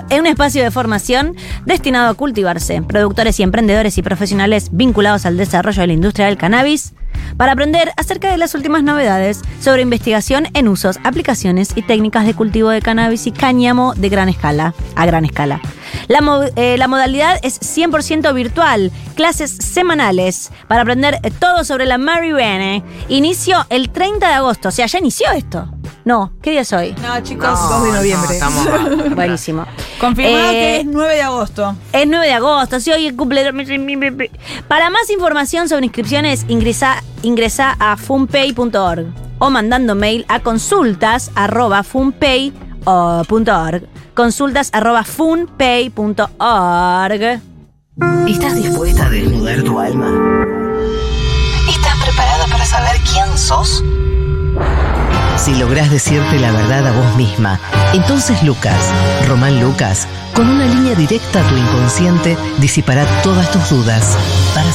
Es un espacio de formación destinado a cultivarse, productores y emprendedores y profesionales vinculados al desarrollo de la industria del cannabis, para aprender acerca de las últimas novedades sobre investigación en usos, aplicaciones y técnicas de cultivo de cannabis y cáñamo de gran escala, a gran escala. La, mo- eh, la modalidad es 100% virtual, clases semanales para aprender eh, todo sobre la marihuana. Inicio el 30 de agosto, o sea, ya inició esto. No, ¿qué día es hoy? No, chicos. No, 2 de no, noviembre. estamos Buenísimo. Confirmado Eh, que es 9 de agosto. es 9 de agosto, si hoy cumple. Para más información sobre inscripciones, ingresa, ingresa a funpay.org o mandando mail a consultas arroba funpay, oh, punto org. Consultas arroba funpay.org. ¿Estás dispuesta a desnudar tu alma? ¿Estás preparada para saber quién sos? Si lográs decirte la verdad a vos misma, entonces Lucas, Román Lucas, con una línea directa a tu inconsciente, disipará todas tus dudas para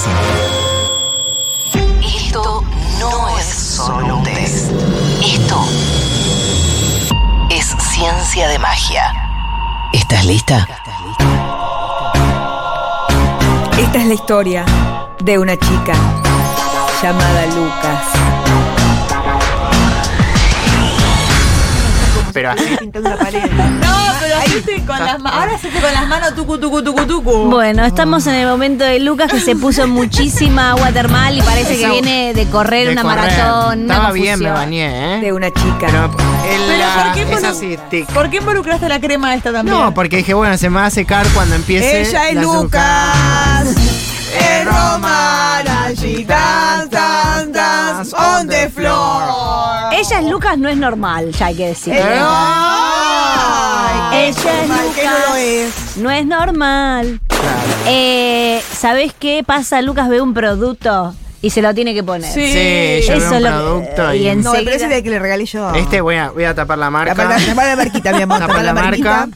siempre. Esto no es solo un test. Esto es ciencia de magia. ¿Estás lista? Esta es la historia de una chica llamada Lucas. Pero así. No, pero hiciste con las manos. Ahora hiciste con las manos tucu, tucu, tucu, tucu. Bueno, estamos en el momento de Lucas que se puso muchísima agua termal y parece que Esa- viene de correr de una correr. maratón. una Estaba bien, me confusión. bañé, ¿eh? De una chica. Pero ¿por qué, es involu- así, tic. ¿por qué involucraste la crema esta también? No, porque dije, bueno, se me va a secar cuando empiece. Ella es la Lucas. Es romana, tan, tan, tan, on the floor. Ella es Lucas, no es normal, ya hay que decir. Ella- Ella es normal, que no Lucas. lo es. No es normal. Eh, ¿Sabés qué pasa? Lucas ve un producto y se lo tiene que poner. Sí, yo veo un lo- producto y, y en- No, pero ese enseguida- es el que le regalé yo. Este voy a, voy a tapar la marca. Tapar la- tapar la marquita, mi amor, Tapar tapar la la marca.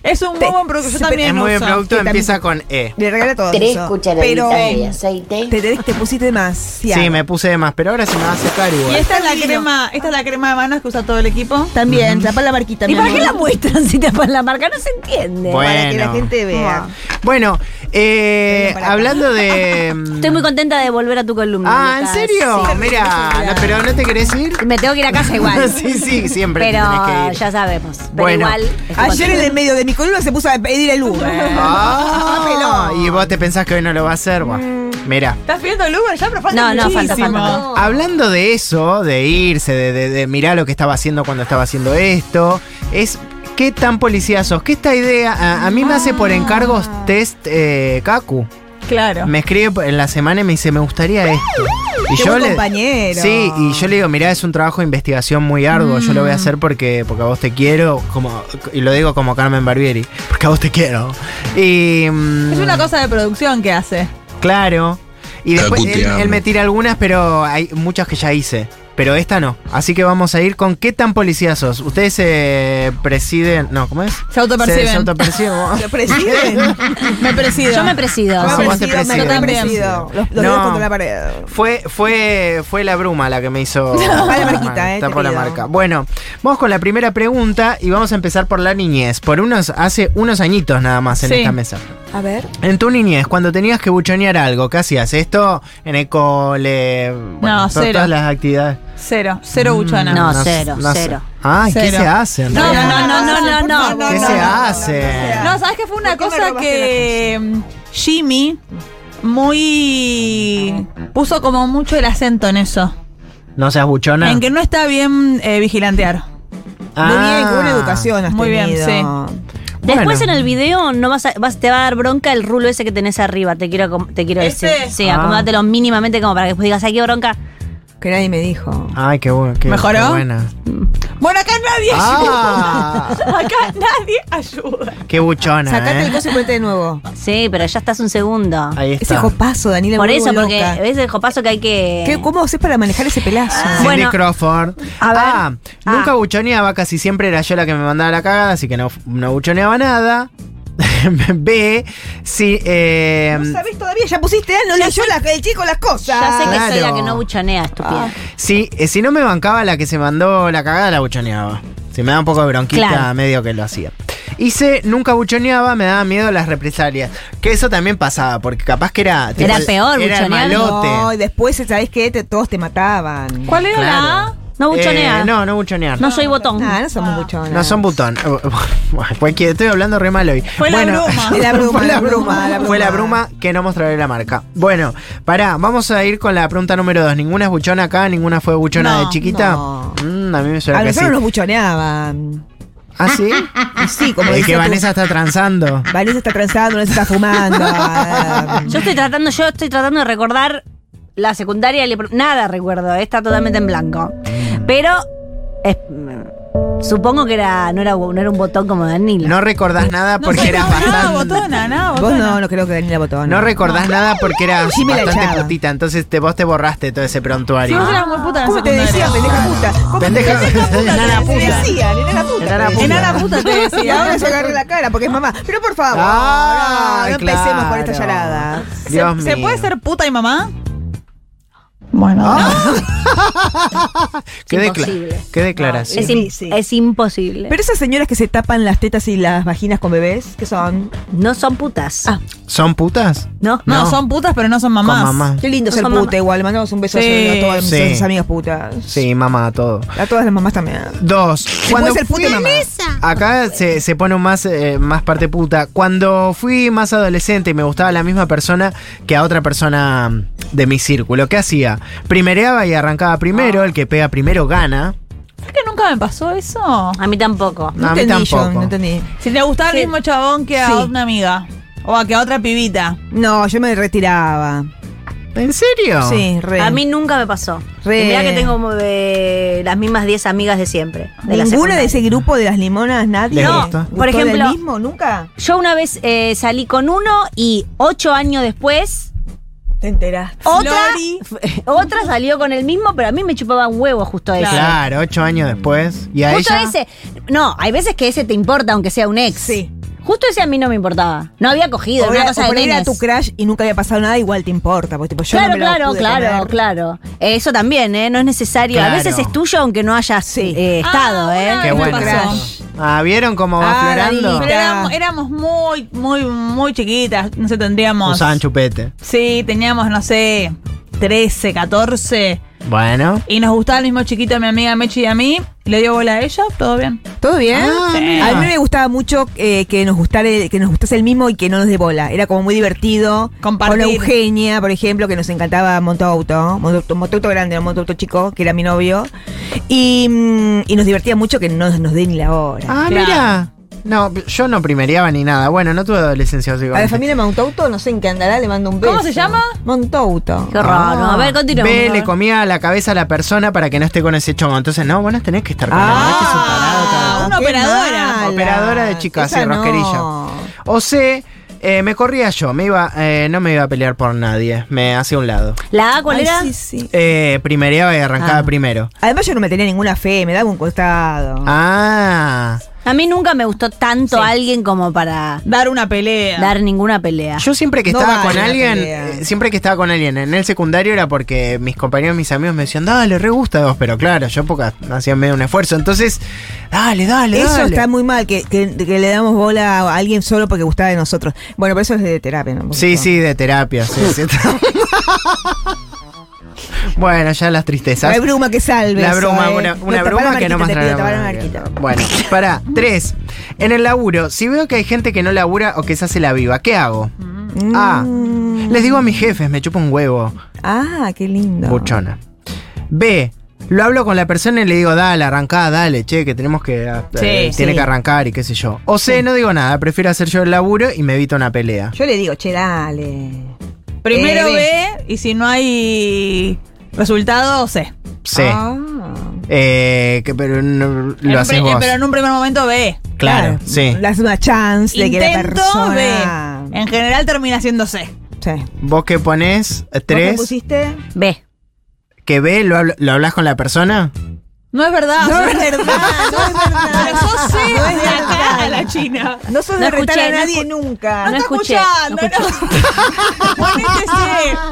Es un muy buen producto. Yo también Es muy buen uso. Sí, producto, también- empieza con E. Le regalé todo Tres eso. cucharaditas pero de aceite. eh, Te, te- te pusiste demasiado. Sí, me puse de más, pero ahora se me va a secar Y igual. esta es la crema, esta es la crema de manos que usa todo el equipo. También, tapa la marquita. ¿Y para qué la muestran si tapan la marca? No se entiende. Para que la Bueno. gente vea. Bueno, eh, hablando de... Estoy muy contenta de volver a tu columna. Ah, ¿en Lucas. serio? Sí. Mira, no, pero ¿no te querés ir? Me tengo que ir a casa igual. sí, sí, siempre te Pero tenés que ir. ya sabemos. Pero Bueno. igual. estoy Ayer en contenta. el medio de mi columna se puso a pedir el Uber. Ah, y vos te pensás que hoy no lo va a hacer. Buah, Mm. Mira. ¿Estás pidiendo el Uber ya? Pero falta No, no, falta, muchísimo. falta. Hablando de eso, de irse, de, de- de mirar lo que estaba haciendo cuando estaba haciendo esto, es qué tan policía sos. Que esta idea a, a mí me hace por encargos Ah. test eh, Kaku. Claro. Me escribe por- en la semana y me dice, me gustaría esto. Y Qué buen compañero. Sí, y yo le digo, mirá, es un trabajo de investigación muy arduo, yo lo voy a hacer porque, porque a vos te quiero, como, y lo digo como Carmen Barbieri, porque a vos te quiero. Y, mm, Es una cosa de producción que hace. Claro. Y después Kaku, te él, amo. él me tira algunas, pero hay muchas que ya hice. Pero esta no. Así que vamos a ir con qué tan policía sos. Ustedes se presiden. No, ¿cómo es? Se autoperciben. Se, se autoperciben. ¿Lo presiden? Me presido. Yo me presido. Ah, vos te Presido, me presides. lo presido. Los, los No. dedos contra la pared. Fue, fue, fue la bruma la que me hizo. Tapá la marquita, eh, Tapó te la pido. marca. Bueno, vamos con la primera pregunta y vamos a empezar por la niñez. Por unos, hace unos añitos nada más en Sí. esta mesa. A ver. En tu niñez, cuando tenías que buchonear algo, ¿qué hacías? ¿Esto? ¿En el cole? Bueno, No, to- cero. Todas las actividades. Cero, cero buchona. Mm, No, sé, cero, no sé. cero. Ay, ¿qué Cero. se hace? No, no, no, no, no, no, no. ¿Qué no, se no, hace? No, sabes que fue una ¿Por qué me cosa robaste que mm, Jimmy muy puso como mucho el acento en eso, No seas buchona. en que no está bien eh, vigilantear. Muy bien, con una educación has Muy bien, tenido. sí. Después Ah. Bueno. en el video no vas a- vas- te va a dar bronca el rulo ese que tenés arriba, te quiero, acom- te quiero ¿Este? decir. Sí, Ah. acomódatelo mínimamente como para que después digas, ay, qué bronca. que nadie me dijo. Ay, qué bueno. Qué, ¿Mejoró? qué buena. Bueno, acá nadie Ah. ayuda. Acá nadie ayuda. Qué buchona. Sacate eh. el coso y ponete de nuevo. Sí, pero ya estás un segundo. Ahí está. Ese jopazo, Daniela. Por me eso, vuelvo porque loca. ves el jopazo que hay que. ¿Qué- ¿Cómo haces para manejar ese pelazo? Ah. Cindy Crawford. Ah, nunca buchoneaba, casi siempre era yo la que me mandaba la cagada, así que no, no buchoneaba nada. B, sí, eh, No sabés todavía, ya pusiste, ah, no leyó la- el chico las cosas. Ya sé que soy Claro. la que no buchonea, estúpida. sí, eh, si no me bancaba la que se mandó la cagada, la buchoneaba. Si me da un poco de bronquita, Claro. medio que lo hacía. Y C, nunca buchoneaba, me daba miedo las represalias. Que eso también pasaba, porque capaz que era... tipo, Era peor Era el buchonear. malote. No, y después, ¿sabés qué? Te- todos te mataban. ¿Cuál era Claro. la A? No buchonea. Eh, no, no buchonear. No soy botón. Ah, no somos buchones. No son butón. Cualquier, estoy hablando re mal hoy. Fue la bruma. La bruma, fue la bruma, la bruma. Fue la bruma que no mostraré la marca. Bueno, pará, vamos a ir con la pregunta número dos. ¿Ninguna es buchona acá? ¿Ninguna fue buchona No, de chiquita? no. Mm, a mí me suena A que sí. nosotros nos buchoneaban. ¿Ah, sí? Y sí, como Es dice que tú, Vanessa está transando. Vanessa está transando, no se está fumando. ah, Yo estoy tratando, yo estoy tratando de recordar la secundaria. le- Nada recuerdo, está totalmente en blanco. Pero es- mm, supongo que era, no, era, no era un botón como Danilo. No recordás nada porque soy era nada, bastante. Botona, nada, Vos no, no creo que Daniela Botón. No recordás nada porque eras Sí, me la bastante echaba. Ah. putita, entonces te, vos te borraste todo ese Si prontuario. vos eras muy puta en la ¿Cómo te decían, pendeja puta? ¿Cómo Pendeja- te decían, Enana Te puta. decían, enana puta. Enana te puta. decían. Enana puta te decían. Y ahora se agarré la cara porque es mamá. Pero por favor, Ah, no, no empecemos claro. con esta yarada. Dios mío. ¿Se puede ser puta y mamá? Ah. Qué, Es decla- imposible. qué declaración. Es, im- es imposible. Pero esas señoras que se tapan las tetas y las vaginas con bebés, ¿qué son? Ah. no son putas. ¿Son putas? No. No, No. son putas, pero no son mamás. Con mamá. Qué lindo No ser son puta mamá. igual. Mandamos un beso Sí. a todas mis- Sí. mis amigas putas. Sí, mamá, todo. A todas las mamás también. Dos. puede ser puta y mamá. Acá se, se pone un más, eh, más parte puta. Cuando fui más adolescente y me gustaba la misma persona que a otra persona mm, de mi círculo, ¿qué hacía? Primereaba y arrancaba primero, el que pega primero gana. ¿Sabes que nunca me pasó eso? A mí tampoco. No, a mí entendí yo, tampoco. no entendí. Si te gustaba el mismo chabón que a Sí. una amiga. O a que a otra pibita. No, yo me retiraba. ¿En serio? Sí, re. A mí nunca me pasó. Re. Y mirá que tengo como de las mismas 10 amigas de siempre. De la ¿Ninguna de secundaria. ese grupo de las limonas? ¿Nadie? ¿Les No, gusta? ¿Gustó por ejemplo- del mismo? ¿Nunca? Yo una vez eh, salí con uno y ocho años después, ¿Te enteraste? otra, Flori. otra salió con el mismo, pero a mí me chupaba un huevo justo eso. Claro, ocho años después. ¿Y a Justo ella? ese. No, hay veces que ese te importa, aunque sea un ex. Sí. Justo ese a mí no me importaba. No había cogido, O era una era- cosa o de por ahí era nenes. tu crash y nunca había pasado nada, igual te importa. Porque, tipo, yo no Claro, me la claro, pude claro, comer. claro. Eso también, ¿eh? No es necesario. Claro. A veces es tuyo aunque no hayas eh, estado, Ah, ¿eh? una Qué vez me bueno. pasó. Ah, ¿vieron cómo va Ah, aflorando? Dani. Pero éramos, éramos muy, muy, muy chiquitas. No sé, tendríamos. Usaban chupete. Sí, teníamos, no sé, 13, 14. Bueno. Y nos gustaba el mismo chiquito a mi amiga Mechi y a mí. Le dio bola a ella, todo bien. ¿Todo bien? Ah, mira. a mí me gustaba mucho eh, que nos gustara el- que nos gustase el mismo y que no nos dé bola. Era como muy divertido. Compartir. Con Eugenia, por ejemplo, que nos encantaba Montauto, Montauto, Montauto grande, no Montauto chico, que era mi novio. Y, mm, y nos divertía mucho que no nos dé ni la hora. Ah, Claro. mira. No, yo no primereaba ni nada. Bueno, no tuve adolescencia. así A la que- familia Montauto, no sé en qué andará, le mando un beso. ¿Cómo se llama? Montauto. Qué raro. A ver, continuemos. B Ah. le comía la cabeza a la persona para que no esté con ese chongo. Entonces, no, vos no tenés que estar con él. ¿verdad que es un tarado, tarado? una qué operadora. mala. Operadora de chicas, sí, Esa no. rosquerilla. O C, eh, me corría yo, me iba, eh, no me iba a pelear por nadie, me hacía un lado. ¿La A cuál Ay, era? sí, sí. Eh, primereaba y arrancaba Ah. primero. Además yo no me tenía ninguna fe, me daba un costado. Ah, A mí nunca me gustó tanto alguien como para Dar una pelea. dar ninguna pelea. yo siempre que No estaba vale con la alguien, pelea. eh, siempre que estaba con alguien en el secundario era porque mis compañeros, mis amigos me decían, dale, re gusta dos, pero claro, yo poca, hacía medio un esfuerzo. Entonces, dale, dale, Eso dale. está muy mal, que, que- que le damos bola a alguien solo porque gustaba de nosotros. Bueno, por eso es de terapia, ¿no? Sí, sí, de terapia. sí, sí. bueno, ya las tristezas. La bruma que salve. La eso, bruma, eh. una, una No, bruma tapá que la no más marquita, te pido, tapá la marquita. Bueno, para tres. En el laburo, si veo que hay gente que no labura o que se hace la viva, ¿qué hago? A. Mm. Les digo a mis jefes, me chupo un huevo, Ah, qué lindo. buchona. B. Lo hablo con la persona y le digo, dale, arrancá, dale, che, que tenemos que. eh, Sí, tiene sí. que arrancar y qué sé yo. O C. No digo nada, prefiero hacer yo el laburo y me evito una pelea. Yo le digo, che, dale. Primero Eh, ve y si no hay Resultado C. Sí. Ah. Eh, que, pero no, En lo un haces pri- eh, vos. Pero en un primer momento B. Claro, sí. Le das una chance de que la Intento persona. En general termina siendo C. Vos que pones eh, tres, pusiste? B. que ve, lo, habl- lo hablas con la persona. No es verdad. No sos es de- verdad, no es verdad. Pero sos C No es de acá verdad. a la China. No sos No de retar escuché, a no nadie escu- nunca. No, está escuchando. no. Ponele C.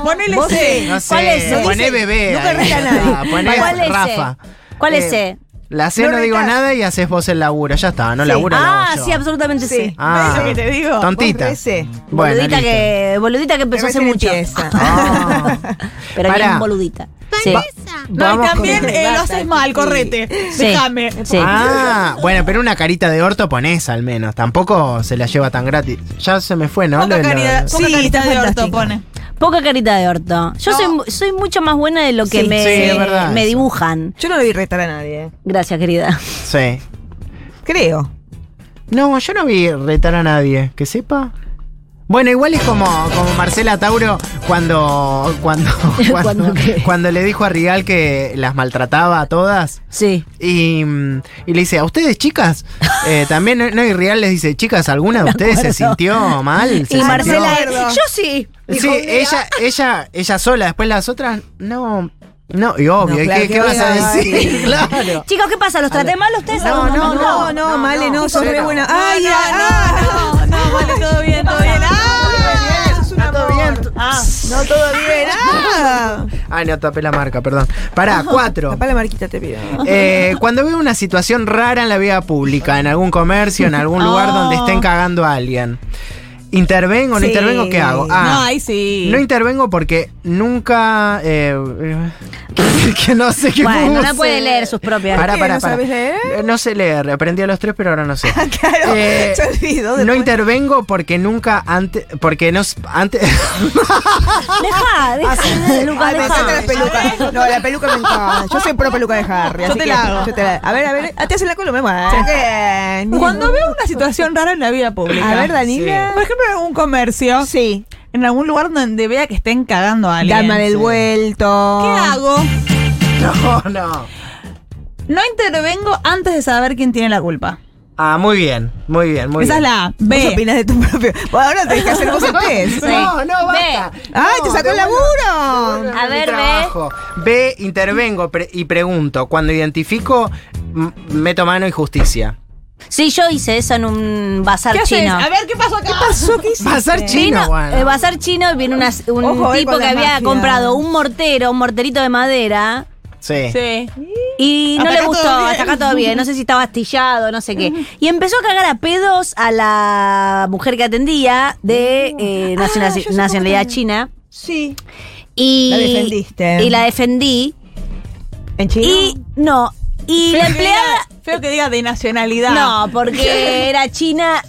Ponele Vos C. sí, no sé, ¿Cuál es ese? Poné Dice, bebé. nunca ahí, reta a ya nadie. está, poné ¿Cuál es Rafa. ese? ¿Cuál es Eh, ese? La C No no, digo retás. nada y haces vos el laburo. Ya está, no Sí. laburo. Ah, lo hago yo. sí, absolutamente sí. Ah, ¿Ves lo que te digo? Tontita. Vos re Bueno, boludita, listo. Ah, que, boludita que empezó hace Recién mucho. Ah, empieza. Pero Pará. bien boludita. Sí. No, y Vamos con- también eh, lo haces mal, correte. Déjame. Ah, bueno, pero una carita de orto ponés al menos. Tampoco se la lleva tan gratis. Ya se me fue, ¿no? Lo de la- poca Sí, carita está de orto fantástico. pone. Poca carita de orto. Yo soy, mu- soy mucho más buena de lo que Sí, me, sí, es verdad me eso. dibujan. Yo no le vi retar a eh. nadie. Gracias, querida. Sí. Creo. No, yo no vi retar a nadie. Que sepa. Bueno, igual es como, como Marcela Tauro cuando cuando cuando, cuando le dijo a Rial que las maltrataba a todas. Sí. Y, mm, y le dice, ¿a ustedes chicas? Eh, también, no, y Rial les dice, chicas, ¿alguna de ustedes se acuerdo. sintió mal? ¿Se y sintió- Marcela, yo sí. Sí, ella, ella, ella sola, después las otras, no, no, y obvio, No, ¿y claro, ¿qué, ¿qué qué vas a voy a decir? decir? claro. Chicos, ¿qué pasa? ¿Los traté mal a ustedes? No, no, no, no, Male, no, sos re buena. Ay, ah, No, no, vale, todo bien, todo bien. Ah, sos un amor. Ah, No, todo bien. Ah. Ah, no, tapé la marca, perdón. Pará, cuatro. Tapá la marquita, te pido. Eh, cuando veo una situación rara en la vida pública, en algún comercio, en algún lugar Oh. donde estén cagando a alguien, ¿intervengo no Sí. intervengo? ¿Qué hago? no, Ah, ahí sí. no intervengo porque nunca. eh, que no sé qué Bueno, no puse. puede leer sus propias. Pará, ¿Qué? pará, ¿No pará. sabes leer? Eh, No sé leer, aprendí a los tres, pero ahora no sé. Claro, Eh, se olvidó. no después. intervengo porque nunca antes. Porque no. s- Antes. Deja, Ah, Ah. deja, Lucas, Ay, me encanta la deja. peluca. No, la peluca me encanta. Yo soy pro peluca de Harry. Yo así te que la hago. yo te la- A ver, a ver. Ah, te hacen la columna. Bueno, Cuando veo una situación rara en la vida pública. A ver, Danila. Por ejemplo, en algún comercio. Sí. En algún lugar donde vea que estén cagando a alguien. Dame el vuelto. ¿Qué hago? No, no. No intervengo antes de saber quién tiene la culpa. Ah, muy bien, muy bien, muy Esa bien. es la ¿Qué B. opinas de tu propio? Bueno, ahora tenés que hacer vos el test. Sí. No, no, basta. ¡Ay, te sacó el laburo! A ver, ve. Trabajo. Ve, intervengo pre- y pregunto. Cuando identifico, m- meto mano y justicia. Sí, yo hice eso en un bazar ¿Qué haces? chino. A ver, ¿qué pasó acá? ¿Qué pasó? ¿Qué Pasar chino, Vino, bueno. eh, bazar chino y vino una- un Ojo ahí tipo con que las había mafias. comprado un mortero, un morterito de madera. Sí. Sí. Y no Hasta le acá todo gustó, bien. hasta acá todo bien, no sé si estaba astillado, no sé qué. Y empezó a cagar a pedos a la mujer que atendía de eh, naciona- Ah, yo sé cómo nacionalidad te- china. Sí. Y, La defendiste. Y la defendí. ¿En chino? Y no, y Feo la que empleada... diga- Feo que diga de nacionalidad. No, porque era eh, china,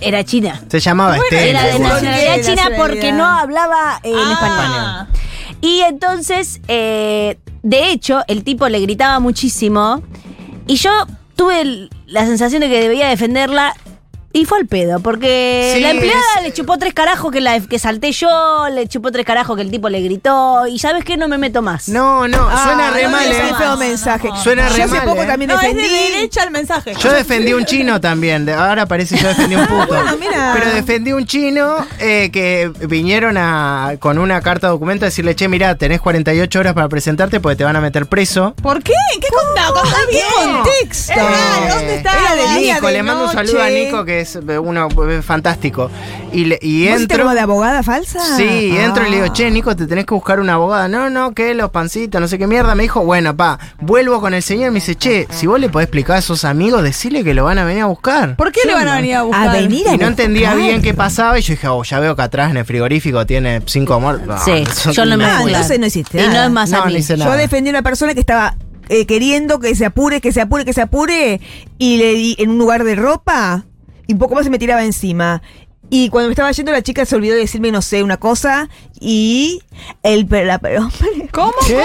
era china. Se llamaba Estela. Era este, de seguro. nacionalidad Sí, china nacionalidad. porque no hablaba eh, en español. Ah. Y entonces, eh, de hecho, el tipo le gritaba muchísimo y yo tuve el- la sensación de que debía defenderla. Y fue al pedo, porque Sí, la empleada es- le chupó tres carajos que, la, que salté yo, le chupó tres carajos que el tipo le gritó, y ¿sabes qué? No me meto más. No, no, suena re Ah, no, mal, Es ¿eh? un feo mensaje. Suena re Yo hace mal, poco ¿eh? también No, es de defendí. derecha el mensaje. Yo defendí un chino también, de- ahora parece que yo defendí un puto. Bueno, mira. Pero defendí un chino eh, que vinieron a, con una carta de documento a decirle, che, mirá, tenés 48 horas para presentarte porque te van a meter preso. ¿Por qué? ¿En qué contexto? ¿Qué contexto? Es raro, ¿dónde está? Era de día, Eh, Nico, de le mando un noche. saludo a Nico, que es eh, uno eh, fantástico. Y, le- y ¿Vos hiciste entro. como de abogada falsa? Sí, Ah. entro y le digo, che, Nico, te tenés que buscar una abogada. No, no, que los pancitos, no sé qué mierda. Me dijo, bueno, pa, vuelvo con el señor. Me dice, che, si vos le podés explicar a esos amigos, decirle que lo van a venir a buscar. ¿Por qué le van a venir a buscar? A venir a Y no entendía buscar. bien qué pasaba y yo dije, oh, ya veo que atrás en el frigorífico tiene cinco muertos. No, Sí, eso- yo no me Ah, fui. entonces no hiciste Y no nada. es más No, a mí. no hice Yo nada. defendí a una persona que estaba eh, queriendo que se apure, que se apure, que se apure, y le di en un lugar de ropa, y un poco más se me tiraba encima. Y cuando me estaba yendo, la chica se olvidó de decirme, no sé, una cosa, y el per- la, per- hombre, ¿Cómo? ¿Qué?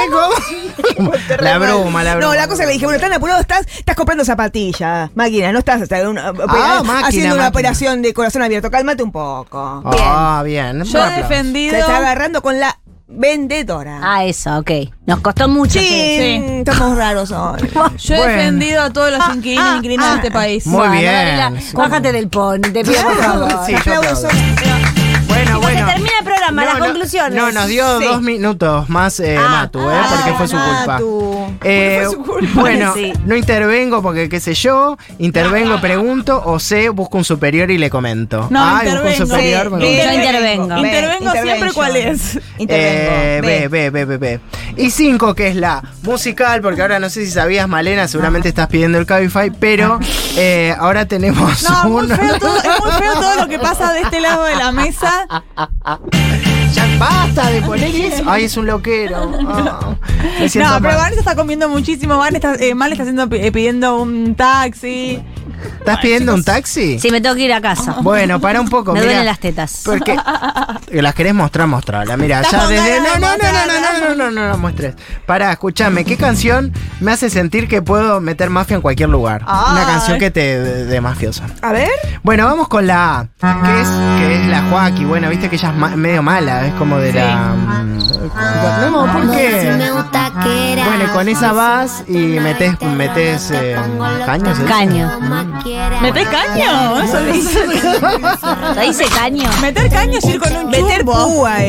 ¿Cómo? la broma, la No, broma. la cosa que le dije, bueno, tan apurado estás, estás comprando zapatillas, máquina, no estás o sea, una- Ah, máquina, haciendo una máquina. operación de corazón abierto, cálmate un poco. Ah, bien. Yo he aplausos. defendido. Se está agarrando con la vendedora. Ah, eso, ok. Nos costó mucho. Sí, estamos raros hoy. Yo he defendido a todos los inquilinos y inquilinas de este país. Ah, Muy Bueno, bien. Gabriela, bájate del pon, te pido por favor. Sí, yo aplaudo. Bueno, Porque bueno. termina el programa, las no, conclusiones. No, nos dio Sí. dos minutos más Ah, eh, Matu, eh, porque fue su culpa. Eh, Bueno, Sí. no intervengo porque qué sé yo, intervengo, pregunto, o sé, busco un superior y le comento. No, Ah, busco intervengo. un superior. Sí, me yo gusta. intervengo. Ve, Intervengo siempre cuál es. Eh, Intervengo, B, B, B, B, B. Y 5, que es la musical, porque ahora no sé si sabías, Malena, seguramente Ah. estás pidiendo el Cabify, pero eh, ahora tenemos No, muy un. feo todo, es muy feo todo lo que pasa de este lado de la mesa. Ya basta de poner eso. Ay, es un loquero. Ah, me siento No, pero mal. Vanessa está comiendo muchísimo. Van está, eh, Mal está haciendo, eh, pidiendo un taxi. ¿Estás pidiendo un taxi? Sí, me tengo que ir a casa. Bueno, para un poco, Me mira. duelen las tetas. Porque las querés mostrar, mostrala. Mira, Estás ya con desde. ganas No, de no, no, no, no, no, no, no, no, no muestres. Pará, escúchame, ¿qué canción me hace sentir que puedo meter mafia en cualquier lugar? Una Ay. canción que te. de, de mafiosa. A ver. Bueno, vamos con la A, que es, que es la Joaquín. Bueno, viste que ella es ma- medio mala, es como de la. mm, No, ¿por qué? Bueno, y con esa vas y metes, metes caños. ¿eh? ¿se dice? Caño. ¿Meter caño? Eso dice. Ahí se caño. Meter caño es ir con un chumbo. Meter púa, eh.